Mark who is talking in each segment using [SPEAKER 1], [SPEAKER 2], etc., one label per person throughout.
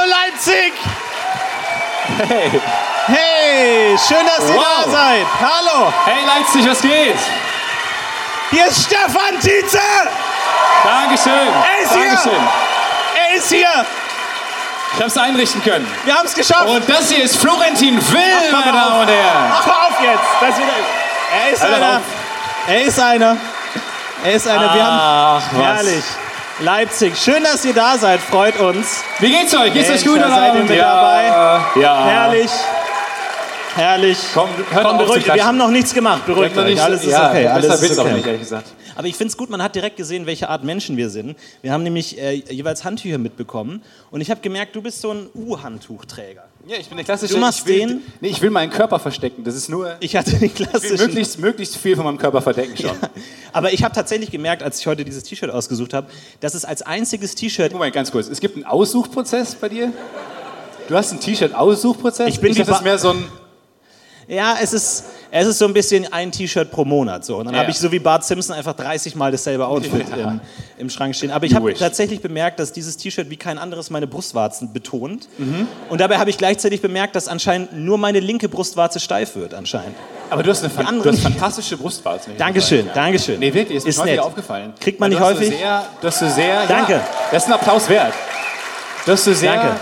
[SPEAKER 1] Leipzig!
[SPEAKER 2] Hey.
[SPEAKER 1] Hey, schön, dass ihr
[SPEAKER 2] Wow.
[SPEAKER 1] da seid. Hallo,
[SPEAKER 2] hey Leipzig, was geht?
[SPEAKER 1] hier ist Stefan Tietze.
[SPEAKER 2] Dankeschön.
[SPEAKER 1] Er ist hier.
[SPEAKER 2] Dankeschön.
[SPEAKER 1] Er ist hier.
[SPEAKER 2] Ich hab's einrichten können.
[SPEAKER 1] Wir haben es geschafft.
[SPEAKER 2] Und das hier ist Florentin Will,
[SPEAKER 1] Mach mal
[SPEAKER 2] meine Damen
[SPEAKER 1] auf.
[SPEAKER 2] und Herren.
[SPEAKER 1] Mach mal auf jetzt. Das wird er ist
[SPEAKER 2] Halt
[SPEAKER 1] einer.
[SPEAKER 2] auf.
[SPEAKER 1] Er ist einer. Er ist einer. Wir haben
[SPEAKER 2] Ach, was.
[SPEAKER 1] herrlich. Leipzig, schön, dass ihr da seid. Freut uns.
[SPEAKER 2] Wie geht's euch? Geht's
[SPEAKER 1] Mensch,
[SPEAKER 2] euch gut?
[SPEAKER 1] da
[SPEAKER 2] oder?
[SPEAKER 1] seid ihr mit
[SPEAKER 2] ja. Ja.
[SPEAKER 1] Herrlich. Herrlich.
[SPEAKER 2] Ah. Komm, hört
[SPEAKER 1] Komm,
[SPEAKER 2] auf zu
[SPEAKER 1] beruhigt.
[SPEAKER 2] klatschen.
[SPEAKER 1] Wir haben noch nichts gemacht.
[SPEAKER 2] Wir haben
[SPEAKER 1] Beruhigt
[SPEAKER 2] noch
[SPEAKER 1] euch.
[SPEAKER 2] nicht-
[SPEAKER 1] Alles ist
[SPEAKER 2] ja,
[SPEAKER 1] okay.
[SPEAKER 2] Besser
[SPEAKER 1] Alles
[SPEAKER 2] wird's
[SPEAKER 1] ist
[SPEAKER 2] auch nicht,
[SPEAKER 1] okay.
[SPEAKER 2] ehrlich gesagt.
[SPEAKER 1] Aber ich finde es gut, man hat direkt gesehen, welche Art Menschen wir sind. Wir haben nämlich äh, jeweils Handtücher mitbekommen. Und ich habe gemerkt, du bist so ein U-Handtuchträger.
[SPEAKER 2] Ja, ich bin der klassische.
[SPEAKER 1] Du machst
[SPEAKER 2] ich will,
[SPEAKER 1] den?
[SPEAKER 2] Nee, ich will meinen Körper verstecken. Das ist nur.
[SPEAKER 1] Ich hatte die
[SPEAKER 2] Ich will
[SPEAKER 1] klassischen.
[SPEAKER 2] möglichst, möglichst viel von meinem Körper verdecken schon.
[SPEAKER 1] Aber ich habe tatsächlich gemerkt, als ich heute dieses T-Shirt ausgesucht habe, dass es als einziges T-Shirt.
[SPEAKER 2] Moment, ganz kurz. Es gibt einen Aussuchprozess bei dir? Du hast einen T-Shirt-Aussuchprozess?
[SPEAKER 1] Ich bin
[SPEAKER 2] ich
[SPEAKER 1] die
[SPEAKER 2] dachte, das
[SPEAKER 1] Ba-
[SPEAKER 2] ist mehr so ein.
[SPEAKER 1] Ja, es ist, es ist so ein bisschen ein T-Shirt pro Monat. So. Und dann
[SPEAKER 2] Ja.
[SPEAKER 1] habe ich so wie Bart Simpson einfach 30 Mal dasselbe Outfit
[SPEAKER 2] Ja.
[SPEAKER 1] im, im Schrank stehen. Aber ich
[SPEAKER 2] You
[SPEAKER 1] habe
[SPEAKER 2] wish.
[SPEAKER 1] tatsächlich bemerkt, dass dieses T-Shirt wie kein anderes meine Brustwarzen betont.
[SPEAKER 2] Mhm.
[SPEAKER 1] Und dabei habe ich gleichzeitig bemerkt, dass anscheinend nur meine linke Brustwarze steif wird. Anscheinend.
[SPEAKER 2] Aber du hast eine fan
[SPEAKER 1] anderen
[SPEAKER 2] du hast
[SPEAKER 1] nicht.
[SPEAKER 2] fantastische Brustwarzen. wenn ich
[SPEAKER 1] Dankeschön,
[SPEAKER 2] das sagen
[SPEAKER 1] Dankeschön.
[SPEAKER 2] darf. Nee, wirklich, ist, mir häufig aufgefallen.
[SPEAKER 1] Kriegt man
[SPEAKER 2] Weil
[SPEAKER 1] nicht
[SPEAKER 2] du hast so
[SPEAKER 1] häufig?
[SPEAKER 2] Sehr, dass du sehr.
[SPEAKER 1] Danke.
[SPEAKER 2] Ja, das ist ein Applaus wert. Dass du sehr.
[SPEAKER 1] Danke.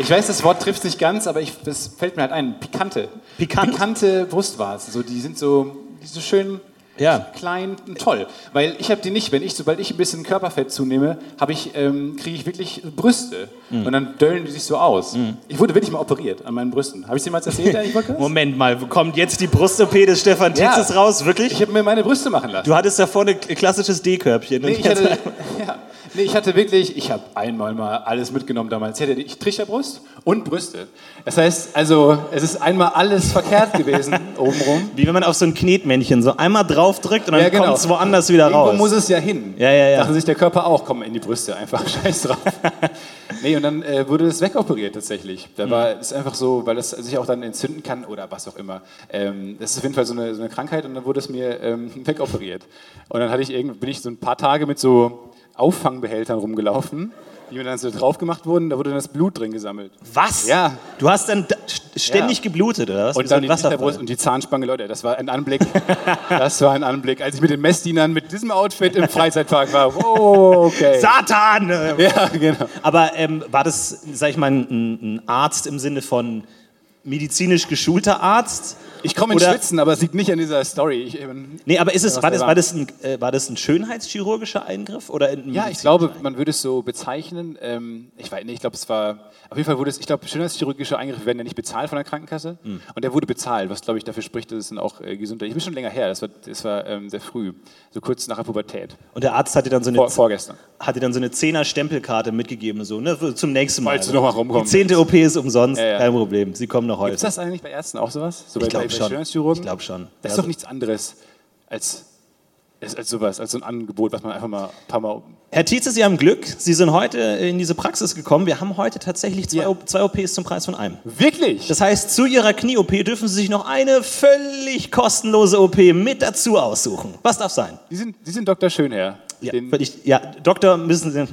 [SPEAKER 2] Ich weiß, das Wort trifft es nicht ganz, aber ich, das fällt mir halt ein. Pikante.
[SPEAKER 1] Pikant?
[SPEAKER 2] Pikante Brustwarzen. So, die sind so, die sind so schön
[SPEAKER 1] Ja.
[SPEAKER 2] klein und toll. Weil ich habe die nicht. Wenn ich, sobald ich ein bisschen Körperfett zunehme, habe ich, ähm, kriege ich wirklich Brüste.
[SPEAKER 1] Mhm.
[SPEAKER 2] Und dann döllen die sich so aus. Ich wurde wirklich mal operiert an meinen Brüsten. Habe ich dir mal erzählt, eigentlich, Podcast?
[SPEAKER 1] Moment mal, kommt jetzt die Brust-OP des Stefan
[SPEAKER 2] Ja.
[SPEAKER 1] Tietzes raus? Wirklich?
[SPEAKER 2] Ich habe mir meine Brüste machen lassen.
[SPEAKER 1] Du hattest da vorne ein klassisches D-Körbchen.
[SPEAKER 2] Nee,
[SPEAKER 1] Und
[SPEAKER 2] ich
[SPEAKER 1] jetzt-
[SPEAKER 2] hatte, ja, nee, ich hatte wirklich, ich habe einmal mal alles mitgenommen damals. Ich hatte ich Tricherbrust und Brüste. Das heißt, also es ist einmal alles verkehrt gewesen obenrum.
[SPEAKER 1] Wie wenn man auf so ein Knetmännchen so einmal drauf drückt und dann
[SPEAKER 2] Ja, genau.
[SPEAKER 1] kommt es woanders wieder
[SPEAKER 2] Irgendwo
[SPEAKER 1] raus.
[SPEAKER 2] muss es ja hin.
[SPEAKER 1] Ja, ja, ja.
[SPEAKER 2] Dachte sich der Körper auch, komm in die Brüste einfach, scheiß drauf. nee, und dann äh, wurde es wegoperiert tatsächlich.
[SPEAKER 1] Hm.
[SPEAKER 2] Da war es einfach so, weil es sich auch dann entzünden kann oder was auch immer. Ähm, das ist auf jeden Fall so eine, so eine Krankheit und dann wurde es mir ähm, wegoperiert. Und dann hatte ich irgend, bin ich so ein paar Tage mit so Auffangbehältern rumgelaufen, die mir dann so drauf gemacht wurden. Da wurde dann das Blut drin gesammelt.
[SPEAKER 1] was?
[SPEAKER 2] Ja.
[SPEAKER 1] Du hast dann d- st- ständig
[SPEAKER 2] Ja.
[SPEAKER 1] geblutet, oder was? Wie
[SPEAKER 2] Und
[SPEAKER 1] so
[SPEAKER 2] dann
[SPEAKER 1] ein
[SPEAKER 2] die
[SPEAKER 1] Wasserfall.
[SPEAKER 2] Brust und die Zahnspange, Leute, das war ein Anblick. das war ein Anblick, als ich mit den Messdienern mit diesem Outfit im Freizeitpark war. Oh, okay.
[SPEAKER 1] Satan! äh.
[SPEAKER 2] Ja, genau.
[SPEAKER 1] Aber ähm, war das, sag ich mal, ein, ein Arzt im Sinne von medizinisch geschulter Arzt?
[SPEAKER 2] Ich komme ins
[SPEAKER 1] Oder-
[SPEAKER 2] Schwitzen, aber es liegt nicht an dieser Story. Ich, ähm,
[SPEAKER 1] Nee, aber ist es,
[SPEAKER 2] Ja,
[SPEAKER 1] war, das,
[SPEAKER 2] sehr
[SPEAKER 1] war, das ein, äh, war das ein schönheitschirurgischer Eingriff? Oder ein
[SPEAKER 2] ja, ich
[SPEAKER 1] medizinischer
[SPEAKER 2] glaube,
[SPEAKER 1] Eingriff?
[SPEAKER 2] man würde es so bezeichnen. Ähm, ich weiß nicht, ich glaube, es war. Auf jeden Fall wurde es, ich glaube, schönheitschirurgische Eingriffe werden ja nicht bezahlt von der Krankenkasse.
[SPEAKER 1] Hm.
[SPEAKER 2] Und der wurde bezahlt, was, glaube ich, dafür spricht, dass es dann auch äh, gesünder Ich bin schon länger her, das war, das war ähm, sehr früh, so kurz nach der Pubertät.
[SPEAKER 1] Und der Arzt hatte dann so eine,
[SPEAKER 2] Vor, vorgestern.
[SPEAKER 1] hatte dann so eine Zehner-Stempelkarte mitgegeben, so, ne, für- zum nächsten Mal.
[SPEAKER 2] Falls du noch mal
[SPEAKER 1] Die
[SPEAKER 2] rumkommst.
[SPEAKER 1] zehnte OP ist umsonst,
[SPEAKER 2] Ja, ja.
[SPEAKER 1] kein Problem, sie kommen noch heute.
[SPEAKER 2] Ist das eigentlich bei Ärzten auch sowas? So
[SPEAKER 1] Ich
[SPEAKER 2] bei-
[SPEAKER 1] glaube
[SPEAKER 2] bei
[SPEAKER 1] schon.
[SPEAKER 2] Schönheitschirurgen?
[SPEAKER 1] Ich glaube schon. Also,
[SPEAKER 2] Das ist
[SPEAKER 1] Ja,
[SPEAKER 2] doch nichts anderes als, als, als sowas, als so ein Angebot, was man einfach mal ein paar Mal.
[SPEAKER 1] Herr Tietze, Sie haben Glück. Sie sind heute in diese Praxis gekommen. Wir haben heute tatsächlich zwei,
[SPEAKER 2] Ja.
[SPEAKER 1] O- zwei OPs zum Preis von einem.
[SPEAKER 2] Wirklich?
[SPEAKER 1] Das heißt, zu Ihrer Knie-OP dürfen Sie sich noch eine völlig kostenlose OP mit dazu aussuchen. Was darf sein?
[SPEAKER 2] Die sind, die sind Dr. Schönherr.
[SPEAKER 1] Ja,
[SPEAKER 2] Den-
[SPEAKER 1] völlig, ja Doktor, müssen Sie.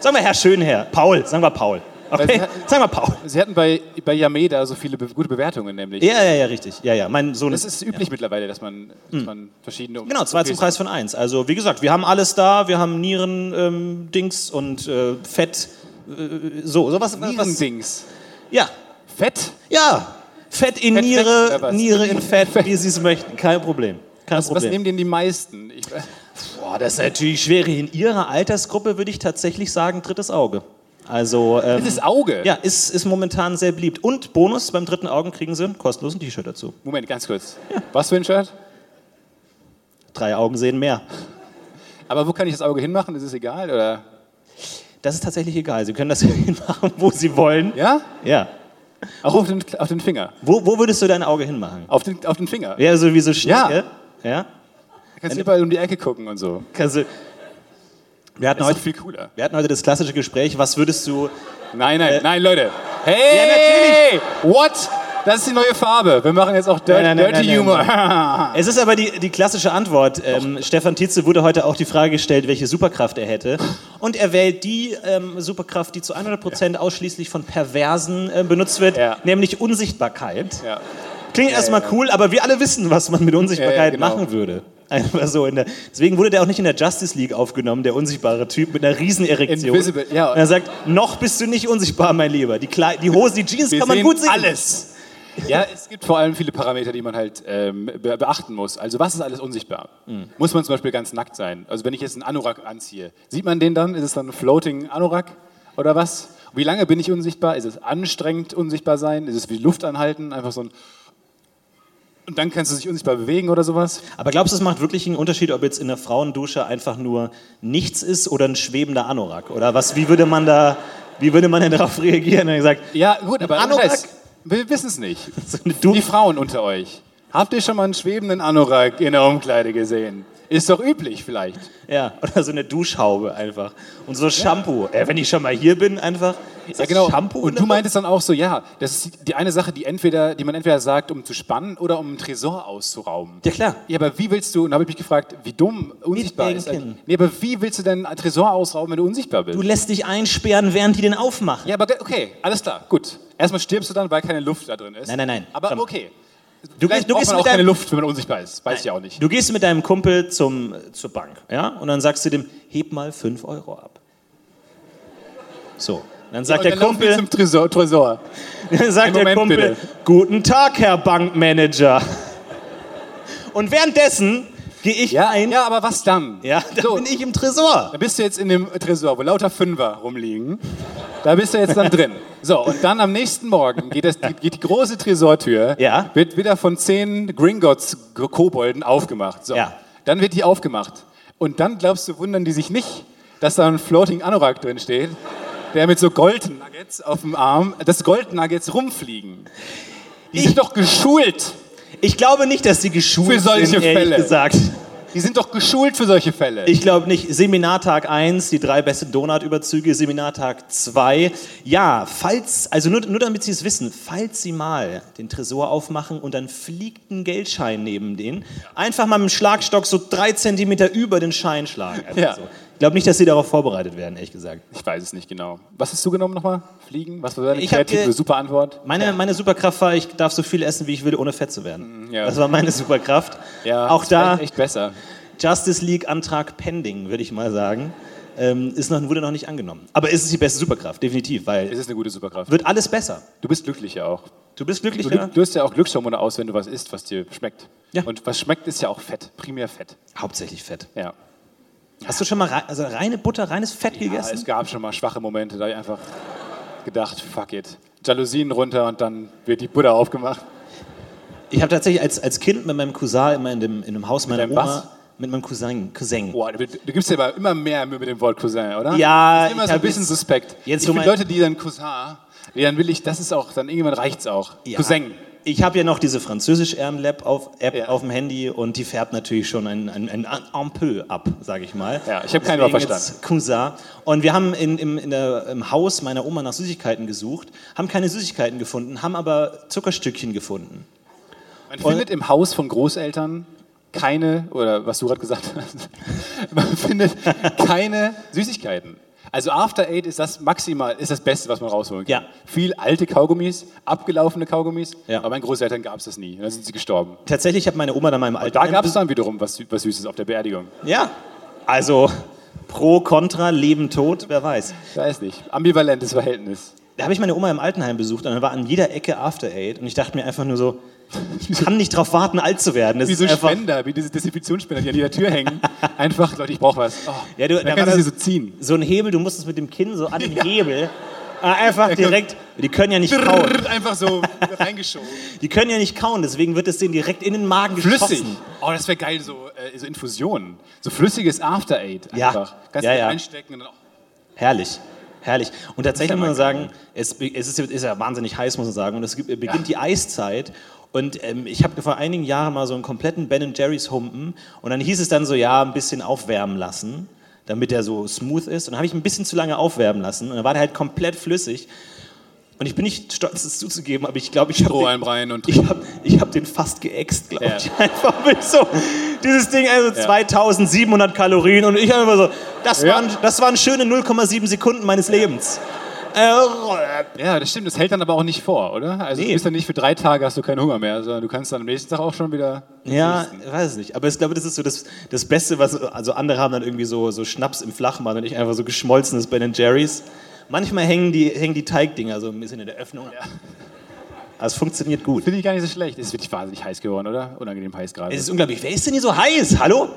[SPEAKER 1] Sagen wir Herr Schönherr. Paul, sagen wir Paul. Okay?
[SPEAKER 2] Weil Sie-
[SPEAKER 1] Sagen wir Paul.
[SPEAKER 2] Sie hatten bei, bei Yameda so viele be gute Bewertungen nämlich.
[SPEAKER 1] Ja, ja, ja, richtig. Ja, ja, mein Sohn
[SPEAKER 2] Es ist üblich mittlerweile, dass man, dass man verschiedene.
[SPEAKER 1] Genau, zwei zum Preis von eins. Also wie gesagt, wir haben alles da, wir haben Nieren, ähm, Dings und äh, Fett, äh, so, sowas. Was,
[SPEAKER 2] Nierendings.
[SPEAKER 1] ja,
[SPEAKER 2] Fett?
[SPEAKER 1] ja, Fett in
[SPEAKER 2] Fett,
[SPEAKER 1] Niere,
[SPEAKER 2] Fett, oder was?
[SPEAKER 1] Niere in Fett, wie Sie es möchten, kein Problem. Kein
[SPEAKER 2] Was
[SPEAKER 1] Problem.
[SPEAKER 2] nehmen denn die meisten? Ich,
[SPEAKER 1] Boah, das ist natürlich schwierig. In Ihrer Altersgruppe würde ich tatsächlich sagen, drittes Auge. Also, ähm,
[SPEAKER 2] das Auge.
[SPEAKER 1] ja, ist, ist momentan sehr beliebt. Und Bonus, beim dritten Augen kriegen Sie einen kostenlosen T-Shirt dazu.
[SPEAKER 2] Moment, ganz kurz. Was für ein Shirt?
[SPEAKER 1] Drei Augen sehen mehr.
[SPEAKER 2] Aber wo kann ich das Auge hinmachen? Ist es egal? Oder?
[SPEAKER 1] Das ist tatsächlich egal. Sie können das machen, wo Sie wollen.
[SPEAKER 2] Ja?
[SPEAKER 1] ja.
[SPEAKER 2] Auch auf den, auf den Finger.
[SPEAKER 1] Wo, wo würdest du dein Auge hinmachen?
[SPEAKER 2] Auf den, auf den Finger.
[SPEAKER 1] Ja, so wie so
[SPEAKER 2] Ja.
[SPEAKER 1] Schnecke. Ja.
[SPEAKER 2] Du kannst überall um die Ecke gucken und so.
[SPEAKER 1] Kannst du- Wir hatten,
[SPEAKER 2] Das ist
[SPEAKER 1] heute,
[SPEAKER 2] doch viel cooler.
[SPEAKER 1] wir hatten heute das Äh. klassische Gespräch, was würdest du...
[SPEAKER 2] Nein, nein, nein, Leute. Hey! What Das ist die neue Farbe. Wir machen jetzt auch Dirt,
[SPEAKER 1] Nein, nein, nein,
[SPEAKER 2] Dirty
[SPEAKER 1] nein,
[SPEAKER 2] Humor.
[SPEAKER 1] Es ist aber die, die klassische Antwort. Ähm, Stefan Tietze wurde heute auch die Frage gestellt, welche Superkraft er hätte. Und er wählt die ähm, Superkraft, die zu 100% ausschließlich von Perversen äh, benutzt wird,
[SPEAKER 2] Ja.
[SPEAKER 1] nämlich Unsichtbarkeit.
[SPEAKER 2] Ja.
[SPEAKER 1] Klingt erstmal cool, aber wir alle wissen, was man mit Unsichtbarkeit
[SPEAKER 2] Ja, ja, genau.
[SPEAKER 1] machen würde. Einfach so in der, deswegen wurde der auch nicht in der Justice League aufgenommen, der unsichtbare Typ mit einer riesen Erektion.
[SPEAKER 2] Invisible, ja.
[SPEAKER 1] Und er sagt, noch bist du nicht unsichtbar, mein Lieber. Die, Kle die Hose, die Jeans
[SPEAKER 2] Wir
[SPEAKER 1] kann man
[SPEAKER 2] sehen
[SPEAKER 1] gut sehen.
[SPEAKER 2] alles. Ja, es gibt vor allem viele Parameter, die man halt ähm, be beachten muss. Also was ist alles unsichtbar?
[SPEAKER 1] Mhm.
[SPEAKER 2] Muss man zum Beispiel ganz nackt sein? Also wenn ich jetzt einen Anorak anziehe, sieht man den dann? Ist es dann ein floating Anorak oder was? Wie lange bin ich unsichtbar? Ist es anstrengend unsichtbar sein? Ist es wie Luft anhalten? Einfach so ein... Und dann kannst du dich unsichtbar bewegen oder sowas?
[SPEAKER 1] Aber glaubst du, es macht wirklich einen Unterschied, ob jetzt in der Frauendusche einfach nur nichts ist oder ein schwebender Anorak? Oder was, wie würde man da, wie würde man denn darauf reagieren? Er sagt,
[SPEAKER 2] Ja, gut, aber
[SPEAKER 1] Anorak?
[SPEAKER 2] Scheiß, wir wissen es nicht.
[SPEAKER 1] so eine du
[SPEAKER 2] Die Frauen unter euch, habt ihr schon mal einen schwebenden Anorak in der Umkleide gesehen? Ist doch üblich vielleicht.
[SPEAKER 1] ja, oder so eine Duschhaube einfach. Und so Shampoo. Äh, wenn ich schon mal hier bin, einfach.
[SPEAKER 2] Ja, genau.
[SPEAKER 1] Shampoo in der
[SPEAKER 2] und du
[SPEAKER 1] Mund?
[SPEAKER 2] meintest dann auch so, ja, das ist die eine Sache, die, entweder, die man entweder sagt, um zu spannen oder um einen Tresor auszurauben.
[SPEAKER 1] Ja, klar.
[SPEAKER 2] Ja, aber wie willst du, und da habe ich mich gefragt, wie dumm unsichtbar
[SPEAKER 1] Mit
[SPEAKER 2] ist.
[SPEAKER 1] Denken.
[SPEAKER 2] Nee, aber wie willst du denn einen Tresor ausrauben, wenn du unsichtbar bist?
[SPEAKER 1] Du lässt dich einsperren, während die den aufmachen.
[SPEAKER 2] ja, aber ge- okay, alles klar, gut. Erstmal stirbst du dann, weil keine Luft da drin ist.
[SPEAKER 1] Nein, nein, nein.
[SPEAKER 2] Aber
[SPEAKER 1] Komm.
[SPEAKER 2] okay.
[SPEAKER 1] Du,
[SPEAKER 2] Vielleicht
[SPEAKER 1] gehst- du
[SPEAKER 2] braucht
[SPEAKER 1] gehst
[SPEAKER 2] man auch
[SPEAKER 1] mit
[SPEAKER 2] keine
[SPEAKER 1] deinem,
[SPEAKER 2] Luft, wenn man unsichtbar ist. Weiß ich auch nicht.
[SPEAKER 1] du gehst mit deinem Kumpel zum, zur Bank, ja? Und dann sagst du dem, heb mal 5 Euro ab. So. Dann sagt
[SPEAKER 2] Und
[SPEAKER 1] der
[SPEAKER 2] dann laufen wir
[SPEAKER 1] Kumpel,
[SPEAKER 2] Zum Tresor. Tresor.
[SPEAKER 1] Dann sagt
[SPEAKER 2] Einen
[SPEAKER 1] der
[SPEAKER 2] Moment,
[SPEAKER 1] Kumpel,
[SPEAKER 2] bitte.
[SPEAKER 1] guten Tag, Herr Bankmanager. Und währenddessen gehe ich
[SPEAKER 2] Ja,
[SPEAKER 1] ein.
[SPEAKER 2] ja, aber was dann?
[SPEAKER 1] Ja, da
[SPEAKER 2] so,
[SPEAKER 1] bin ich im Tresor.
[SPEAKER 2] Dann bist du jetzt in dem Tresor, wo lauter Fünfer rumliegen. Da bist du jetzt dann drin. So, und dann am nächsten Morgen geht, das, geht die große Tresortür,
[SPEAKER 1] Ja.
[SPEAKER 2] wird wieder von zehn Gringotts-Kobolden aufgemacht. So,
[SPEAKER 1] Ja.
[SPEAKER 2] dann wird die aufgemacht. Und dann glaubst du, wundern die sich nicht, dass da ein Floating Anorak drin steht, der mit so Goldnuggets auf dem Arm, dass Goldnuggets rumfliegen. Die sind doch geschult.
[SPEAKER 1] Ich glaube nicht, dass sie geschult
[SPEAKER 2] Für solche
[SPEAKER 1] sind, ehrlich
[SPEAKER 2] Fälle.
[SPEAKER 1] gesagt.
[SPEAKER 2] Die sind doch geschult für solche Fälle.
[SPEAKER 1] Ich glaube nicht. Seminartag 1, die drei besten Donutüberzüge, Seminartag 2. Ja, falls, also nur, nur damit Sie es wissen, falls Sie mal den Tresor aufmachen und dann fliegt ein Geldschein neben den, einfach mal mit dem Schlagstock so drei Zentimeter über den Schein schlagen. Einfach
[SPEAKER 2] Ja.
[SPEAKER 1] so. Ich glaube nicht, dass Sie darauf vorbereitet werden, ehrlich gesagt.
[SPEAKER 2] Ich weiß es nicht genau. Was hast du genommen nochmal? Fliegen? Was war deine
[SPEAKER 1] Ich hab
[SPEAKER 2] kreative
[SPEAKER 1] ge-
[SPEAKER 2] super Antwort?
[SPEAKER 1] Meine, meine Superkraft war, ich darf so viel essen, wie ich will, ohne fett zu werden.
[SPEAKER 2] ja.
[SPEAKER 1] Das war meine Superkraft.
[SPEAKER 2] Ja,
[SPEAKER 1] Auch
[SPEAKER 2] das
[SPEAKER 1] da
[SPEAKER 2] wär echt besser.
[SPEAKER 1] Justice League Antrag pending, würde ich mal sagen. Ähm, ist noch, wurde noch nicht angenommen. Aber es ist die beste Superkraft, definitiv,
[SPEAKER 2] Es
[SPEAKER 1] weil
[SPEAKER 2] ist eine gute Superkraft.
[SPEAKER 1] wird alles besser.
[SPEAKER 2] Du bist glücklich ja auch.
[SPEAKER 1] Du bist
[SPEAKER 2] Du,
[SPEAKER 1] glücklicher.
[SPEAKER 2] du hast ja auch Glückshormone aus, wenn du was isst, was dir schmeckt.
[SPEAKER 1] Ja.
[SPEAKER 2] Und was schmeckt, ist ja auch Fett. Primär Fett.
[SPEAKER 1] Hauptsächlich Fett.
[SPEAKER 2] Ja.
[SPEAKER 1] Hast du schon mal rei also reine Butter, reines Fett
[SPEAKER 2] Ah, es
[SPEAKER 1] gegessen?
[SPEAKER 2] gab schon mal schwache Momente, da hab ich einfach gedacht, fuck it. Jalousien runter und dann wird die Butter aufgemacht.
[SPEAKER 1] Ich habe tatsächlich als, als Kind mit meinem Cousin immer in dem, in dem Haus meiner
[SPEAKER 2] deinem
[SPEAKER 1] Oma,
[SPEAKER 2] was?
[SPEAKER 1] mit meinem Cousin, Cousin.
[SPEAKER 2] Boah, du, du gibst dir aber immer mehr Mühe mit dem Wort Cousin, oder?
[SPEAKER 1] Ja,
[SPEAKER 2] Das ist immer
[SPEAKER 1] ich
[SPEAKER 2] so ein
[SPEAKER 1] hab
[SPEAKER 2] bisschen
[SPEAKER 1] jetzt-
[SPEAKER 2] suspekt.
[SPEAKER 1] jetzt
[SPEAKER 2] ich
[SPEAKER 1] so
[SPEAKER 2] finde
[SPEAKER 1] mein-
[SPEAKER 2] Leute, die dann Cousin, die dann will ich, das ist auch, dann irgendwann reicht's auch.
[SPEAKER 1] Ja.
[SPEAKER 2] Cousin.
[SPEAKER 1] Ich habe ja noch diese französisch Ehrenlab auf App
[SPEAKER 2] Ja.
[SPEAKER 1] auf dem Handy und die färbt natürlich schon ein, ein, ein Ampel ab, sage ich mal.
[SPEAKER 2] Ja, ich hab keinen
[SPEAKER 1] Deswegen
[SPEAKER 2] verstanden.
[SPEAKER 1] jetzt Cousin. Und wir haben in, im, in der, im Haus meiner Oma nach Süßigkeiten gesucht, haben keine Süßigkeiten gefunden, haben aber Zuckerstückchen gefunden.
[SPEAKER 2] Man findet im Haus von Großeltern keine, oder was du gerade gesagt hast, man findet keine Süßigkeiten. Also After Eight ist das maximal, ist das Beste, was man rausholen kann.
[SPEAKER 1] Ja.
[SPEAKER 2] Viel alte Kaugummis, abgelaufene Kaugummis,
[SPEAKER 1] Ja.
[SPEAKER 2] aber meinen Großeltern gab es das nie. Und Dann sind sie gestorben.
[SPEAKER 1] Tatsächlich hat meine Oma dann meinem Alter.
[SPEAKER 2] Da gab es dann wiederum was, Sü- was Süßes auf der Beerdigung.
[SPEAKER 1] Ja. Also pro, contra, Leben, Tod, wer weiß.
[SPEAKER 2] Ich weiß nicht. Ambivalentes Verhältnis.
[SPEAKER 1] Da habe ich meine Oma im Altenheim besucht und dann war an jeder Ecke After Eight und ich dachte mir einfach nur so, ich kann nicht darauf warten, alt zu werden. Das
[SPEAKER 2] Wie so
[SPEAKER 1] ist einfach,
[SPEAKER 2] Spender, wie diese Desinfektionsspender, die an jeder Tür hängen. Einfach, Leute, ich brauche was. Oh,
[SPEAKER 1] Ja, du- da
[SPEAKER 2] dann kannst
[SPEAKER 1] war
[SPEAKER 2] du sie
[SPEAKER 1] das-
[SPEAKER 2] so ziehen.
[SPEAKER 1] so ein Hebel, du musst es mit dem Kinn so an den Hebel. äh, Einfach direkt, die können ja nicht kauen.
[SPEAKER 2] Einfach so reingeschoben.
[SPEAKER 1] Die können ja nicht kauen, deswegen wird es denen direkt in den Magen geschossen.
[SPEAKER 2] Flüssig. Oh, das wäre geil, so, äh, so Infusionen. So flüssiges After Eight
[SPEAKER 1] Ja.
[SPEAKER 2] einfach. Kannst
[SPEAKER 1] Ja,
[SPEAKER 2] du
[SPEAKER 1] ja.
[SPEAKER 2] einstecken und dann auch.
[SPEAKER 1] Herrlich. Herrlich. Und tatsächlich
[SPEAKER 2] Das
[SPEAKER 1] muss man
[SPEAKER 2] ist ja
[SPEAKER 1] sagen, es, be- es ist, ist ja wahnsinnig heiß, muss man sagen. Und es gibt- beginnt die Eiszeit. Und ähm, ich habe vor einigen Jahren mal so einen kompletten Ben Jerry's Humpen. Und dann hieß es dann so, ja, ein bisschen aufwärmen lassen, damit der so smooth ist. Und dann habe ich ein bisschen zu lange aufwärmen lassen. Und dann war der halt komplett flüssig. Und Und ich bin nicht stolz, es zuzugeben, aber ich glaube, ich habe
[SPEAKER 2] Strohhalm rein und
[SPEAKER 1] ich hab, ich hab den fast geäxt, glaube
[SPEAKER 2] Ja.
[SPEAKER 1] ich. Einfach mit so, dieses Ding, also
[SPEAKER 2] Ja.
[SPEAKER 1] 2700 Kalorien und ich einfach so, das,
[SPEAKER 2] Ja.
[SPEAKER 1] waren, das waren schöne 0,7 Sekunden meines Lebens. Äh,
[SPEAKER 2] Ja, das stimmt. Das hält dann aber auch nicht vor, oder? Also
[SPEAKER 1] Nee.
[SPEAKER 2] du bist dann nicht für drei Tage hast du keinen Hunger mehr, sondern du kannst dann am nächsten Tag auch schon wieder.
[SPEAKER 1] Ja, weiß nicht. Aber ich glaube, das ist so das, das Beste, was. Also, andere haben dann irgendwie so, so Schnaps im Flachmann und ich einfach so geschmolzenes bei den Jerry's. Manchmal hängen die, hängen die Teigdinger so ein bisschen in der Öffnung. Aber es funktioniert gut.
[SPEAKER 2] Finde ich gar nicht so schlecht. Ist wirklich wahnsinnig heiß geworden, oder? Unangenehm heiß gerade.
[SPEAKER 1] Es ist unglaublich. Wer ist denn hier so heiß? Hallo?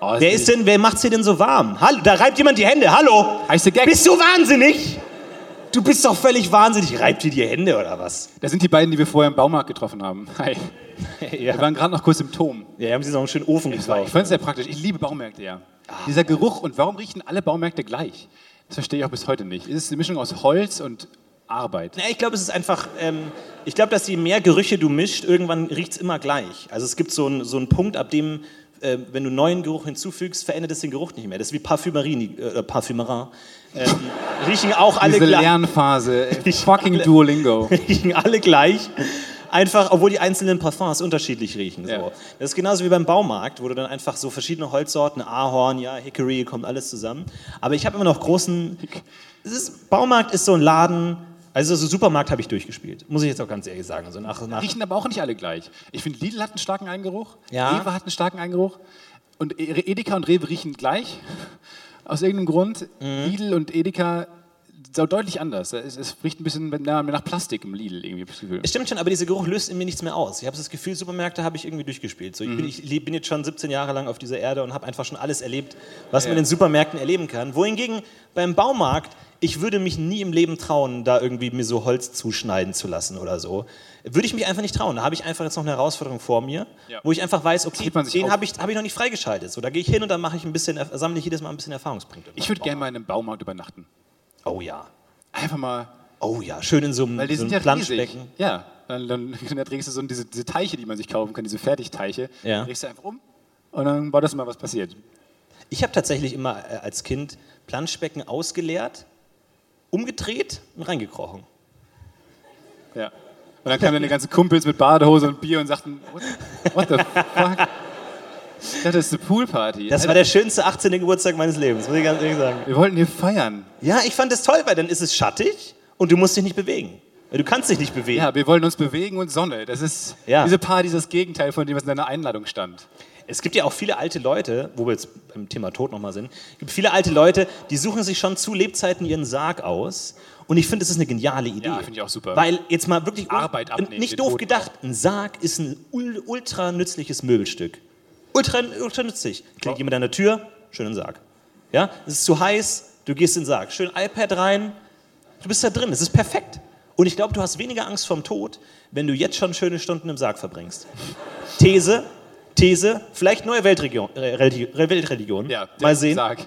[SPEAKER 2] Oh, das
[SPEAKER 1] Wer ist denn, wer macht's hier denn so warm? Hallo, da reibt jemand die Hände. Hallo?
[SPEAKER 2] Heiße Gag.
[SPEAKER 1] Bist du wahnsinnig? Du bist doch völlig wahnsinnig. Reibt ihr die Hände oder was?
[SPEAKER 2] Das sind die beiden, die wir vorher im Baumarkt getroffen haben. Hi. Wir
[SPEAKER 1] ja.
[SPEAKER 2] waren gerade noch kurz im Tom.
[SPEAKER 1] ja, haben sie so einen schönen Ofen
[SPEAKER 2] Ich fand
[SPEAKER 1] gebraucht.
[SPEAKER 2] es sehr praktisch. Ich liebe Baumärkte, ja.
[SPEAKER 1] Ah.
[SPEAKER 2] Dieser Geruch und warum riechen alle Baumärkte gleich? Das verstehe ich auch bis heute nicht. Ist es eine Mischung aus Holz und Arbeit?
[SPEAKER 1] Na, ich glaube, es ist einfach, ähm, ich glaube, dass je mehr Gerüche du mischt, irgendwann riecht es immer gleich. Also es gibt so einen so einen Punkt, ab dem, äh, wenn du neuen Geruch hinzufügst, verändert es den Geruch nicht mehr. Das ist wie Parfümerie, die- äh, Parfümerin. Ähm, riechen auch alle
[SPEAKER 2] Diese
[SPEAKER 1] gleich.
[SPEAKER 2] Lernphase.
[SPEAKER 1] Die-
[SPEAKER 2] Fucking Duolingo.
[SPEAKER 1] Riechen alle gleich. Einfach, obwohl die einzelnen Parfums unterschiedlich riechen. So.
[SPEAKER 2] Ja.
[SPEAKER 1] Das ist genauso wie beim Baumarkt, wo du dann einfach so verschiedene Holzsorten, Ahorn, ja, Hickory, kommt alles zusammen. Aber ich habe immer noch großen. Es ist, Baumarkt ist so ein Laden. Also so Supermarkt habe ich durchgespielt, muss ich jetzt auch ganz ehrlich sagen. So nach, nach
[SPEAKER 2] Riechen aber auch nicht alle gleich. Ich finde, Lidl hat einen starken Eingeruch.
[SPEAKER 1] Ja.
[SPEAKER 2] Rewe hat einen starken Eingeruch. Und E- Edeka und Rewe riechen gleich. Aus irgendeinem Grund.
[SPEAKER 1] Mhm.
[SPEAKER 2] Lidl und Edeka so deutlich anders. Es, es riecht ein bisschen na, nach Plastik im Lidl irgendwie. hab ich Das Gefühl.
[SPEAKER 1] Es Stimmt schon, aber dieser Geruch löst in mir nichts mehr aus. Ich habe das Gefühl, Supermärkte habe ich irgendwie durchgespielt. So, ich,
[SPEAKER 2] Mhm.
[SPEAKER 1] bin, ich leb- bin jetzt schon 17 Jahre lang auf dieser Erde und habe einfach schon alles erlebt, was man in Supermärkten erleben kann. Wohingegen beim Baumarkt, ich würde mich nie im Leben trauen, da irgendwie mir so Holz zuschneiden zu lassen oder so. Würde ich mich einfach nicht trauen. Da habe ich einfach jetzt noch eine Herausforderung vor mir,
[SPEAKER 2] Ja.
[SPEAKER 1] wo ich einfach weiß, okay,
[SPEAKER 2] hebt man sich
[SPEAKER 1] den
[SPEAKER 2] auf.
[SPEAKER 1] habe ich, hab ich noch nicht freigeschaltet. So, da gehe ich hin und dann mache ich ein bisschen, sammle ich jedes Mal ein bisschen Erfahrungspunkte.
[SPEAKER 2] Ich würde gerne mal in einem Baumarkt übernachten.
[SPEAKER 1] Oh ja.
[SPEAKER 2] Einfach mal
[SPEAKER 1] Oh ja, schön in so einem,
[SPEAKER 2] Weil die
[SPEAKER 1] so
[SPEAKER 2] sind
[SPEAKER 1] einem
[SPEAKER 2] ja riesig.
[SPEAKER 1] Planschbecken.
[SPEAKER 2] Ja, dann, dann, dann drehst du so diese, diese Teiche, die man sich kaufen kann, diese Fertigteiche,
[SPEAKER 1] Ja.
[SPEAKER 2] drehst du einfach um und dann war das mal was passiert.
[SPEAKER 1] Ich habe tatsächlich immer äh, als Kind Planschbecken ausgeleert, umgedreht und reingekrochen.
[SPEAKER 2] Ja. Und dann kamen deine ganzen Kumpels mit Badehose und Bier und sagten, what, what the fuck? Ich dachte, das ist eine Poolparty.
[SPEAKER 1] Das
[SPEAKER 2] Alter,
[SPEAKER 1] war der schönste 18. Geburtstag meines Lebens, muss ich ganz ehrlich sagen.
[SPEAKER 2] wir wollten hier feiern.
[SPEAKER 1] Ja, ich fand das toll, weil dann ist es schattig und du musst dich nicht bewegen. Du kannst dich nicht bewegen.
[SPEAKER 2] Ja, wir wollen uns bewegen und Sonne. Das ist
[SPEAKER 1] Ja.
[SPEAKER 2] diese Party ist das Gegenteil von dem, was in deiner Einladung stand.
[SPEAKER 1] Es gibt ja auch viele alte Leute, wo wir jetzt beim Thema Tod nochmal sind, es gibt viele alte Leute, die suchen sich schon zu Lebzeiten ihren Sarg aus. Und ich finde, das ist eine geniale Idee.
[SPEAKER 2] Ja, finde ich auch super.
[SPEAKER 1] Weil jetzt mal wirklich
[SPEAKER 2] Arbeit abnehmen, den
[SPEAKER 1] nicht doof
[SPEAKER 2] Toten
[SPEAKER 1] gedacht, ein Sarg ist ein ul ultra nützliches Möbelstück. Ultra, ultra nützlich. Klingt
[SPEAKER 2] Oh.
[SPEAKER 1] jemand an der Tür, schönen Sarg. Ja, es ist zu heiß, du gehst in den Sarg. Schön iPad rein, du bist da drin, es ist perfekt. Und ich glaube, du hast weniger Angst vorm Tod, wenn du jetzt schon schöne Stunden im Sarg verbringst. These, These, vielleicht neue Weltregion, äh, Religi- Weltreligion.
[SPEAKER 2] Ja,
[SPEAKER 1] mal sehen,
[SPEAKER 2] Sag.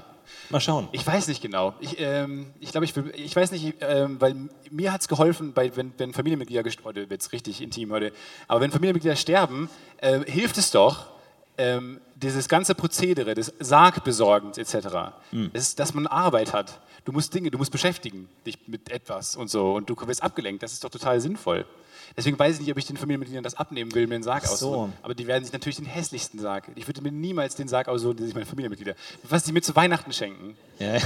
[SPEAKER 1] mal schauen.
[SPEAKER 2] Ich weiß nicht genau. Ich, ähm, ich glaube, ich, will- ich weiß nicht, ähm, weil mir hat es geholfen, bei, wenn, wenn Familienmitglieder gestorben heute wird es richtig intim heute, aber wenn Familienmitglieder sterben, äh, hilft es doch, ähm, dieses ganze Prozedere des Sargbesorgens etc.,
[SPEAKER 1] Hm.
[SPEAKER 2] es ist, dass man Arbeit hat. Du musst Dinge, du musst beschäftigen dich mit etwas und so und du wirst abgelenkt. Das ist doch total sinnvoll. Deswegen weiß ich nicht, ob ich den Familienmitgliedern das abnehmen will, mir den Sarg
[SPEAKER 1] Ach so.
[SPEAKER 2] auszuholen. Aber die werden sich natürlich den hässlichsten Sarg. Ich würde mir niemals den Sarg aussuchen, den sich meine Familienmitglieder, was die mir zu Weihnachten schenken.
[SPEAKER 1] Ja.